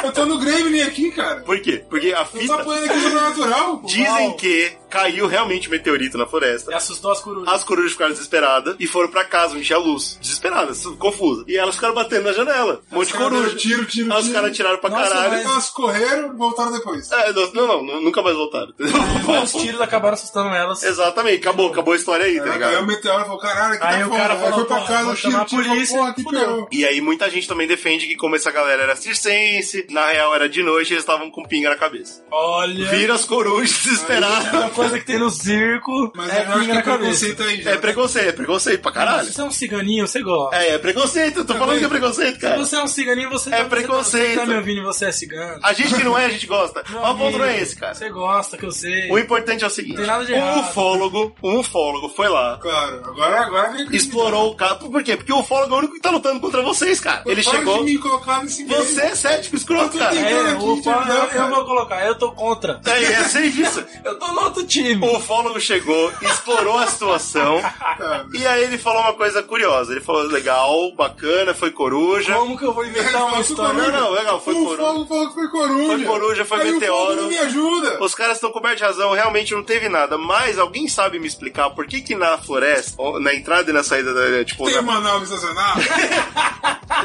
Speaker 2: é.
Speaker 3: Eu tô no Gremlin aqui, cara.
Speaker 2: Por quê? Porque a
Speaker 3: Eu tô
Speaker 2: fita.
Speaker 3: apoiando aqui o sobrenatural. pô.
Speaker 2: Dizem que caiu realmente um meteorito na floresta.
Speaker 1: E assustou as corujas.
Speaker 2: As corujas ficaram desesperadas e foram pra casa encher a luz. Desesperadas, confusas. E elas ficaram batendo na janela. Um monte de
Speaker 3: caras
Speaker 2: coruja.
Speaker 3: deram tiro, tiro,
Speaker 2: Aí Os
Speaker 3: tiro.
Speaker 2: caras tiraram pra
Speaker 1: Nossa,
Speaker 2: caralho.
Speaker 1: mas-
Speaker 3: Elas correram e voltaram depois.
Speaker 2: É, não, não, não, nunca mais voltaram. entendeu?
Speaker 1: Os tiros acabaram assustando elas.
Speaker 2: Exatamente, acabou, acabou a história aí, tá
Speaker 3: Aí o
Speaker 2: ligado?
Speaker 3: meteoro falou, caralho, que
Speaker 1: Aí
Speaker 3: tá
Speaker 1: o
Speaker 3: foda.
Speaker 1: cara
Speaker 3: Aí
Speaker 1: falou,
Speaker 3: foi pra
Speaker 1: porra,
Speaker 3: casa,
Speaker 1: vou
Speaker 3: o tiro,
Speaker 1: chamar a
Speaker 3: tiro,
Speaker 1: polícia,
Speaker 3: porra, que
Speaker 1: fudeu.
Speaker 3: pior.
Speaker 2: E aí muita gente também defende que como essa galera era circense, na real era de noite, eles estavam com pinga na cabeça.
Speaker 1: Olha. é
Speaker 2: Vira as corujas desesperadas.
Speaker 1: Uma coisa que tem no circo.
Speaker 3: Mas
Speaker 1: é
Speaker 3: eu acho
Speaker 1: pinga
Speaker 3: que
Speaker 1: na
Speaker 3: é
Speaker 1: cabeça.
Speaker 3: preconceito aí, já.
Speaker 2: É preconceito, é preconceito pra
Speaker 1: Se
Speaker 2: caralho.
Speaker 1: você é um ciganinho, você gosta.
Speaker 2: É, é preconceito, eu tô falando que é preconceito,
Speaker 1: Se
Speaker 2: cara.
Speaker 1: você é um ciganinho, você
Speaker 2: É
Speaker 1: você
Speaker 2: preconceito.
Speaker 1: Você tá me ouvindo e você é cigano.
Speaker 2: A gente que não é, a gente gosta.
Speaker 1: Meu
Speaker 2: Mas o ponto não é
Speaker 1: amigo,
Speaker 2: esse, cara.
Speaker 1: Você gosta, que eu sei.
Speaker 2: O importante é o seguinte:
Speaker 1: Não tem nada de
Speaker 2: um
Speaker 1: errado.
Speaker 2: ufólogo, um ufólogo foi lá,
Speaker 3: Claro, agora, agora vem
Speaker 2: explorou o capo. Por quê? Porque o ufólogo é o único que tá lutando contra vocês, cara. Ele chegou.
Speaker 3: me colocar nesse meio.
Speaker 2: Você é cético escroto, cara.
Speaker 1: É,
Speaker 2: É,
Speaker 3: Cara,
Speaker 1: o Paulo,
Speaker 3: que terminar,
Speaker 1: eu, eu
Speaker 3: cara.
Speaker 1: vou colocar, eu tô contra.
Speaker 2: é, é sem disso.
Speaker 1: Eu tô no outro time.
Speaker 2: O ufólogo chegou, explorou a situação.
Speaker 3: cara.
Speaker 2: E aí ele falou uma coisa curiosa. Ele falou, legal, bacana, foi coruja.
Speaker 1: Como que eu vou inventar uma
Speaker 3: Foi
Speaker 1: história?
Speaker 3: coruja.
Speaker 2: tá Não, não, legal, foi
Speaker 3: o
Speaker 2: coruja.
Speaker 3: fogo falou que foi coruja.
Speaker 2: Foi coruja, foi
Speaker 3: Aí o
Speaker 2: meteoro.
Speaker 3: fogo não me ajuda.
Speaker 2: Os caras estão cobertos de razão, realmente não teve nada. Mas alguém sabe me explicar por que que na floresta, ou na entrada e na saída da, tipo,
Speaker 3: Tem
Speaker 2: na-
Speaker 3: uma nave estacionada?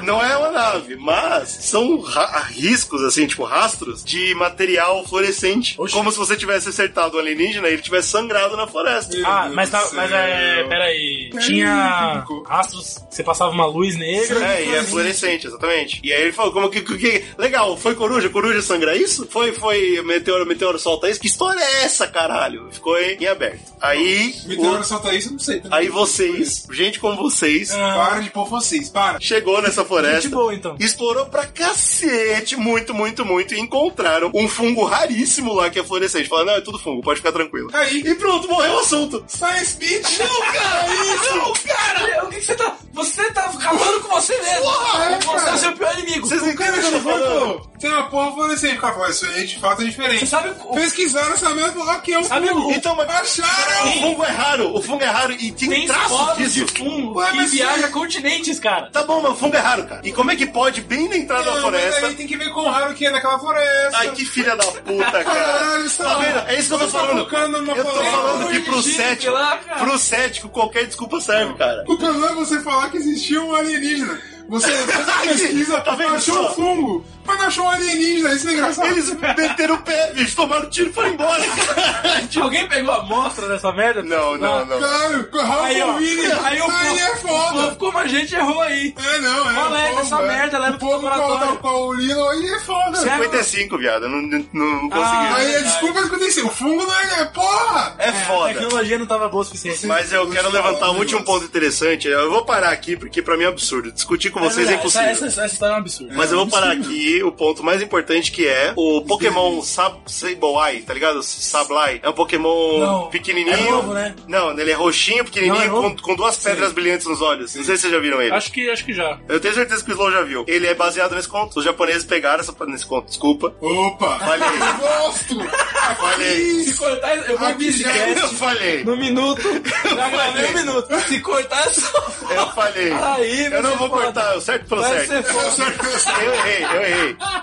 Speaker 2: Não é uma nave, mas são ra- riscos, assim, tipo rastros de material fluorescente.
Speaker 1: Oxi.
Speaker 2: Como se você tivesse acertado o alienígena e ele tivesse sangrado na floresta.
Speaker 1: Ah,
Speaker 3: Meu
Speaker 1: mas, tá,
Speaker 3: Deus do
Speaker 1: mas
Speaker 3: céu.
Speaker 1: é. Peraí.
Speaker 3: Peraí,
Speaker 1: Tinha
Speaker 3: Kiko.
Speaker 1: astros, você passava uma luz negra.
Speaker 2: É, e é fluorescente, exatamente. E aí ele falou, como que, que- que- Legal, foi coruja, coruja sangra isso? Foi, foi, meteoro, meteoro solta isso? Que história é essa, caralho? Ficou em, em aberto. Aí...
Speaker 3: meteoro É.
Speaker 2: o-
Speaker 3: solta isso, eu não sei. também. Ah,
Speaker 2: aí vocês, gente como vocês,
Speaker 3: Para de pôr vocês, para.
Speaker 2: chegou nessa floresta...
Speaker 1: Gente boa, então.
Speaker 2: Explorou pra cacete, muito, muito, muito, e encontraram um fungo raríssimo lá que é fluorescente. Falaram, não, é tudo fungo, pode ficar tranquilo.
Speaker 3: Tá Aí.
Speaker 2: E pronto, morreu o assunto.
Speaker 3: Science Beach!
Speaker 2: Não, cara, é isso! Não, cara!
Speaker 1: Olha, O que, que você tá. Você tá acabando com você mesmo!
Speaker 2: Porra, é,
Speaker 1: você é o seu pior inimigo!
Speaker 2: Vocês entendem o que
Speaker 3: Cara,
Speaker 2: eu tô
Speaker 3: chegou
Speaker 2: falando?
Speaker 3: e falou, tem é uma porra fluorescente. O cara falou, isso aí de fato é diferente.
Speaker 1: Você sabe o-
Speaker 3: Pesquisaram essa merda e falaram que é um
Speaker 1: Sabe
Speaker 3: fungo.
Speaker 1: o-
Speaker 2: Então, mas-
Speaker 3: Acharam!
Speaker 2: O fungo é raro, o fungo é raro e tem,
Speaker 1: Tem
Speaker 2: traços
Speaker 1: esporos
Speaker 2: disso.
Speaker 1: de fungo
Speaker 3: Ué,
Speaker 1: que
Speaker 3: mas
Speaker 1: viaja
Speaker 3: você-
Speaker 1: continentes, cara.
Speaker 2: Tá bom, mas o fungo é raro, cara. E como é que pode, bem na entrada da
Speaker 3: Não, mas
Speaker 2: floresta...
Speaker 3: aí tem que ver quão raro que é naquela floresta.
Speaker 2: Ai, que filha da puta, cara.
Speaker 3: Caralho,
Speaker 2: tá
Speaker 3: Sarah.
Speaker 2: vendo? É isso que eu tô
Speaker 3: Você tá
Speaker 2: falando.
Speaker 3: focando numa
Speaker 2: Eu tô
Speaker 3: palavra.
Speaker 2: falando que
Speaker 1: Pelo
Speaker 2: pro
Speaker 1: amor de Deus,
Speaker 2: cético,
Speaker 1: lá, cara.
Speaker 2: pro cético, qualquer desculpa serve, cara.
Speaker 3: O problema é você falar que existia um alienígena. Você fez uma
Speaker 2: Ai,
Speaker 3: pesquisa,
Speaker 2: tá vendo
Speaker 3: achou
Speaker 2: só?
Speaker 3: um fungo, mas não achou um alienígena. Isso não é engraçado.
Speaker 2: Eles meteram o pé, bicho, tomaram tiro e foram embora, cara. Tipo,
Speaker 1: Alguém pegou a amostra dessa merda?
Speaker 2: Não, não,
Speaker 1: Ah,
Speaker 2: não.
Speaker 3: Claro, Rafa
Speaker 1: Aí, ó.
Speaker 3: Vini,
Speaker 1: Aí o
Speaker 3: aí é foda.
Speaker 1: povo, como a gente errou aí.
Speaker 3: É, não, é.
Speaker 1: Moleque,
Speaker 3: o povo,
Speaker 1: essa
Speaker 3: é.
Speaker 1: merda leva
Speaker 3: O
Speaker 1: pro
Speaker 3: povo qual,
Speaker 1: laboratório.
Speaker 3: tal qual o Lino, aí é foda.
Speaker 1: Certo.
Speaker 2: 55, viado, não, não, não
Speaker 1: Ah,
Speaker 2: consegui.
Speaker 3: Aí,
Speaker 1: verdade.
Speaker 3: desculpa, é mas aconteceu. O fungo não é, é porra.
Speaker 2: É
Speaker 1: A
Speaker 2: foda.
Speaker 1: tecnologia não tava boa o suficiente.
Speaker 2: Mas eu quero levantar um último ponto interessante. Eu vou parar aqui, porque pra mim é absurdo. Discutir com vocês é
Speaker 1: verdade, essa, essa,
Speaker 2: impossível.
Speaker 1: essa história é um absurdo.
Speaker 2: Mas eu vou parar aqui aqui o ponto mais importante que é o Pokémon Sab Sableye, tá ligado? Sableye. É um Pokémon
Speaker 1: Não,
Speaker 2: pequenininho.
Speaker 1: é novo, né?
Speaker 2: Não, ele é roxinho,
Speaker 1: Não,
Speaker 2: pequenininho,
Speaker 1: é novo?
Speaker 2: com, com duas pedras brilhantes nos olhos. Não sei se vocês já viram ele.
Speaker 1: Acho que, acho que já.
Speaker 2: Eu tenho certeza que o Slow já viu. Ele é baseado nesse conto. Os japoneses pegaram essa... nesse conto, desculpa.
Speaker 3: Opa!
Speaker 2: Olha aí.
Speaker 3: Eu gosto!
Speaker 2: Olha aí.
Speaker 1: Se cortar, eu vou
Speaker 3: Aqui já-
Speaker 2: Eu
Speaker 1: podcast
Speaker 2: falei.
Speaker 1: no minuto. Já gravei um minuto. Se cortar, é só.
Speaker 2: Eu falei.
Speaker 1: Aí, vai
Speaker 2: eu não
Speaker 1: ser
Speaker 2: vou
Speaker 1: foda.
Speaker 2: cortar, o certo pelo
Speaker 1: Vai
Speaker 2: certo.
Speaker 1: ser foda.
Speaker 2: Eu errei, eu errei.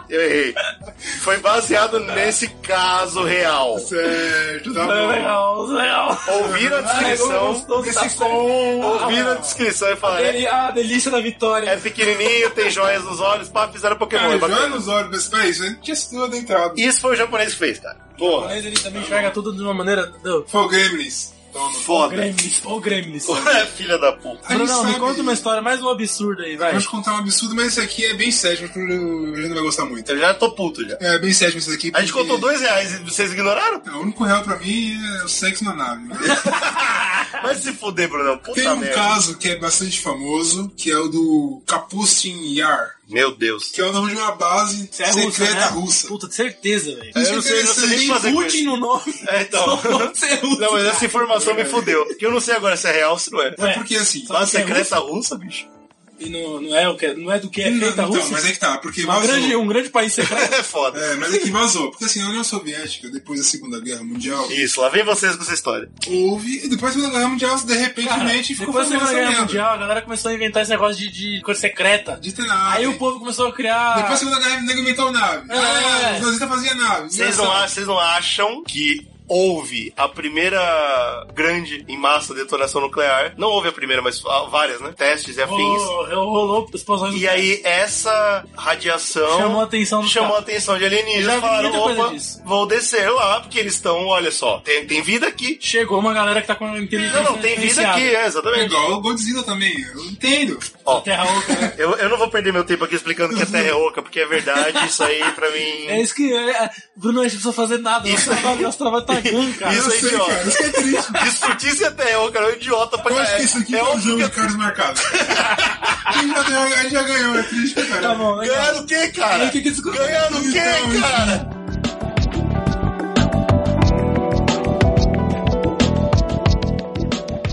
Speaker 2: Eu errei. Foi baseado nesse caso real.
Speaker 3: Certo, tá bom.
Speaker 1: É Legal, legal.
Speaker 2: Ouviram a descrição.
Speaker 3: Esse com...
Speaker 2: Ouviram a descrição e falaram.
Speaker 1: Ah, delícia da
Speaker 2: É
Speaker 1: vitória.
Speaker 2: pequenininho, tem joias nos olhos, pá, fizeram Pokémon.
Speaker 3: Cara,
Speaker 2: é
Speaker 3: joia
Speaker 2: bacana.
Speaker 3: nos olhos, mas peraí, isso aí não tinha sido adentrado.
Speaker 2: Isso foi o japonês que fez, cara. Porra,
Speaker 1: Mas ele também enxerga tudo de uma maneira. Do...
Speaker 3: Foi o Gremlins. Toma.
Speaker 2: foda.
Speaker 1: Gremlins, ô Gremlins.
Speaker 2: Filha da puta.
Speaker 3: Aí
Speaker 1: Brunão, me
Speaker 3: sabe-
Speaker 1: conta uma história, mais um absurdo aí, vai.
Speaker 3: Eu vou te contar um absurdo, mas esse aqui é bem sétimo, acho que o Júlio não vai gostar muito.
Speaker 2: Eu já tô puto já.
Speaker 3: É bem sétimo esse aqui.
Speaker 2: A gente
Speaker 3: porque-
Speaker 2: contou dois reais e vocês ignoraram?
Speaker 3: É, O único real pra mim é o sexo na nave. né?
Speaker 2: Mas se fuder, Brunão. Puta
Speaker 3: Tem um
Speaker 2: merda.
Speaker 3: caso que é bastante famoso, que é o do Kapustin Yar,
Speaker 2: Meu Deus.
Speaker 3: que é o nome de uma base
Speaker 1: Você é russa,
Speaker 3: secreta
Speaker 1: né?
Speaker 3: russa.
Speaker 1: Puta, de certeza, velho.
Speaker 2: Eu não sei, eu não sei nem o que fazer com
Speaker 1: Putin
Speaker 2: isso.
Speaker 1: no nome.
Speaker 2: É, então.
Speaker 1: Só pode ser russo.
Speaker 2: Não, mas essa informação me fudeu. Porque eu não sei agora se é real ou se não é.
Speaker 1: Ué,
Speaker 3: Porque assim,
Speaker 1: Só
Speaker 2: Base
Speaker 1: que é
Speaker 2: secreta russa, bicho.
Speaker 1: E não, não é o que, não é do que é feita a
Speaker 3: então,
Speaker 1: Rússia?
Speaker 3: mas é que tá, porque
Speaker 1: Uma
Speaker 3: vazou.
Speaker 1: grande, um grande país secreto.
Speaker 2: É foda.
Speaker 3: É, mas é que vazou. Porque assim, na União Soviética, depois da Segunda Guerra Mundial,
Speaker 2: Isso, lá vem vocês com essa história.
Speaker 3: houve. E depois da Segunda Guerra Mundial, de
Speaker 1: Cara,
Speaker 3: repente, ficou
Speaker 1: depois da
Speaker 3: fazendo
Speaker 1: Segunda
Speaker 3: essa
Speaker 1: Guerra
Speaker 3: merda.
Speaker 1: Mundial, a galera começou a inventar esse negócio de, de cor secreta.
Speaker 3: De ter nave.
Speaker 1: Aí o povo começou a criar...
Speaker 3: Depois da Segunda Guerra Mundial, inventou nave.
Speaker 1: É.
Speaker 3: Ah, os nazistas faziam nave.
Speaker 2: Vocês não, acham, vocês não acham que houve a primeira grande em massa detonação nuclear? Não houve a primeira, mas ah, várias, né? Testes e afins.
Speaker 1: rolou, rolou explosões
Speaker 2: E
Speaker 1: nucleares.
Speaker 2: aí, essa radiação
Speaker 1: Chamou a atenção dos
Speaker 2: chamou a
Speaker 1: caras.
Speaker 2: atenção de
Speaker 1: Já
Speaker 2: alienígenas.
Speaker 1: vi
Speaker 2: Falaram,
Speaker 1: muita coisa
Speaker 2: opa,
Speaker 1: disso."
Speaker 2: vou descer lá, porque eles estão, olha só, tem, tem vida aqui.
Speaker 1: Chegou uma galera que tá com a inteligência
Speaker 2: Não, não, tem vida
Speaker 1: diferenciada.
Speaker 2: aqui, é,
Speaker 3: É
Speaker 2: exatamente.
Speaker 3: igual o Godzilla também, eu entendo.
Speaker 2: Ó,
Speaker 1: Terra Oca, né?
Speaker 2: eu, eu não vou perder meu tempo aqui explicando que a Terra é oca, porque é verdade, isso aí pra mim...
Speaker 1: É isso que... é, Bruno, a gente não precisa fazer nada.
Speaker 2: Isso aí.
Speaker 1: Nosso trabalho tá ganho, cara.
Speaker 2: Isso
Speaker 3: eu
Speaker 2: é
Speaker 3: sei,
Speaker 2: idiota.
Speaker 3: cara, isso que é triste.
Speaker 2: Discutir se é terra é oca, é um idiota pra
Speaker 3: Eu acho que
Speaker 2: caralho.
Speaker 3: isso aqui
Speaker 2: É
Speaker 3: é um
Speaker 2: óbvio
Speaker 3: jogo
Speaker 2: que
Speaker 3: de cards marcados. a, gente já, ganhou, a gente já ganhou, é triste, pra caralho.
Speaker 1: Tá bom,
Speaker 2: eu-
Speaker 1: legal.
Speaker 2: Ganhar o quê, cara?
Speaker 1: E aí, o É que que discutiu?
Speaker 2: Ganhar o quê,
Speaker 3: Então,
Speaker 2: cara?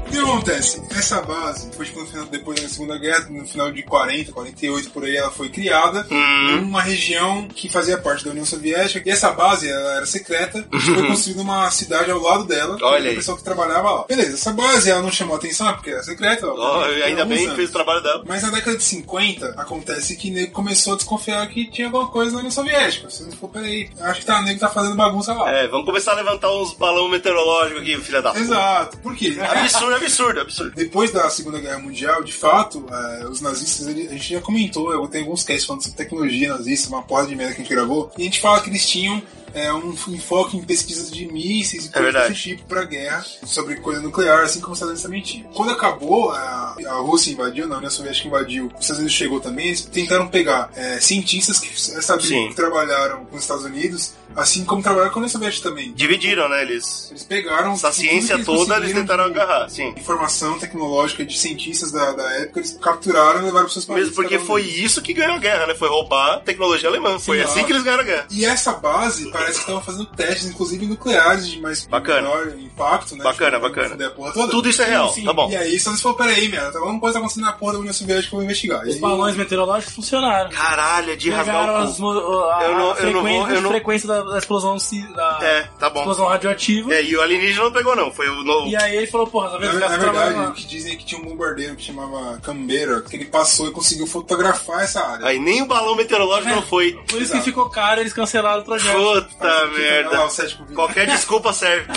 Speaker 3: O que acontece? Essa base foi tipo, no final, depois da Segunda Guerra, no final de 40, 48 por aí, ela foi criada
Speaker 2: Hum.
Speaker 3: em uma região que fazia parte da União Soviética. E essa base ela era secreta, foi construída uma cidade ao lado dela,
Speaker 2: Uhum. Olha
Speaker 3: pelo
Speaker 2: aí.
Speaker 3: pessoal que trabalhava lá. Beleza, essa base ela não chamou atenção, é porque era secreta.
Speaker 2: Ó,
Speaker 3: ó,
Speaker 2: ainda
Speaker 3: alguns
Speaker 2: bem que
Speaker 3: anos.
Speaker 2: fez o trabalho dela.
Speaker 3: Mas na década de 50, acontece que nego começou a desconfiar que tinha alguma coisa na União Soviética. Você ficou, peraí, acho que tá nego tá fazendo bagunça lá.
Speaker 2: É, vamos começar a levantar uns balão meteorológico aqui, filha da puta.
Speaker 3: Exato. Por quê?
Speaker 2: Absurdo, absurdo, absurdo.
Speaker 3: Depois da Segunda Guerra Mundial, de fato, eh, os nazistas, ele- a gente já comentou, eu tenho alguns cases falando sobre tecnologia nazista, uma porra de merda que a gente gravou, e a gente fala que eles tinham eh, um enfoque em pesquisas de mísseis e coisas
Speaker 2: É verdade.
Speaker 3: desse tipo pra guerra, sobre coisa nuclear, assim como os Estados Unidos também tinham. Quando acabou, a, a Rússia invadiu, não, né, a União Soviética invadiu, os Estados Unidos chegou também, eles tentaram pegar eh, cientistas que sabiam
Speaker 2: Sim.
Speaker 3: que trabalharam com os Estados Unidos, assim como trabalharam com a União Soviética também.
Speaker 2: Dividiram, né, eles?
Speaker 3: Eles pegaram
Speaker 2: Essa
Speaker 3: tudo que
Speaker 2: ciência toda eles
Speaker 3: conseguiram
Speaker 2: tentaram
Speaker 3: de-
Speaker 2: agarrar, sim.
Speaker 3: informação tecnológica de cientistas da, da época, eles capturaram e levaram para seus países.
Speaker 2: Mesmo porque
Speaker 3: cada um
Speaker 2: foi
Speaker 3: deles.
Speaker 2: isso que ganhou a guerra, né? Foi roubar a tecnologia alemã. Foi
Speaker 3: Sim,
Speaker 2: assim
Speaker 3: ó.
Speaker 2: que eles ganharam a guerra.
Speaker 3: E essa base parece que estava fazendo testes, inclusive nucleares, de mais
Speaker 2: Bacana.
Speaker 3: menor impacto, né?
Speaker 2: Bacana,
Speaker 3: pra
Speaker 2: bacana.
Speaker 3: fuder a porra toda.
Speaker 2: Tudo isso é real, tá bom.
Speaker 3: E aí, só eles falaram: peraí, minha, tá alguma coisa acontecendo na porra da União Soviética que eu vou investigar. E
Speaker 1: Os
Speaker 3: aí-
Speaker 1: balões meteorológicos funcionaram.
Speaker 2: Caralho, é de
Speaker 1: Pegaram
Speaker 2: rasgar o
Speaker 1: as,
Speaker 2: cu.
Speaker 1: mo- a,
Speaker 2: Eu não-
Speaker 1: a
Speaker 2: eu não vou-
Speaker 1: frequência,
Speaker 2: eu não-
Speaker 1: a frequência da, da explosão, ci- da
Speaker 2: É, tá bom.
Speaker 1: explosão radioativa.
Speaker 2: É, e o alienígena não pegou, não. Foi o novo.
Speaker 1: E aí ele falou, porra, tá
Speaker 3: Na,
Speaker 1: vendo? Os
Speaker 3: na
Speaker 1: caras trabalham
Speaker 3: verdade,
Speaker 1: lá.
Speaker 3: o que dizem é que tinha um bombardeiro que chamava Cambeira, que ele passou e conseguiu fotografar essa área.
Speaker 2: Aí nem o balão meteorológico não foi.
Speaker 1: Por isso que ficou caro, eles cancelaram o projeto.
Speaker 2: Puta
Speaker 3: tipo, Lá,
Speaker 2: merda.
Speaker 3: o 7x20.
Speaker 2: Qualquer desculpa serve.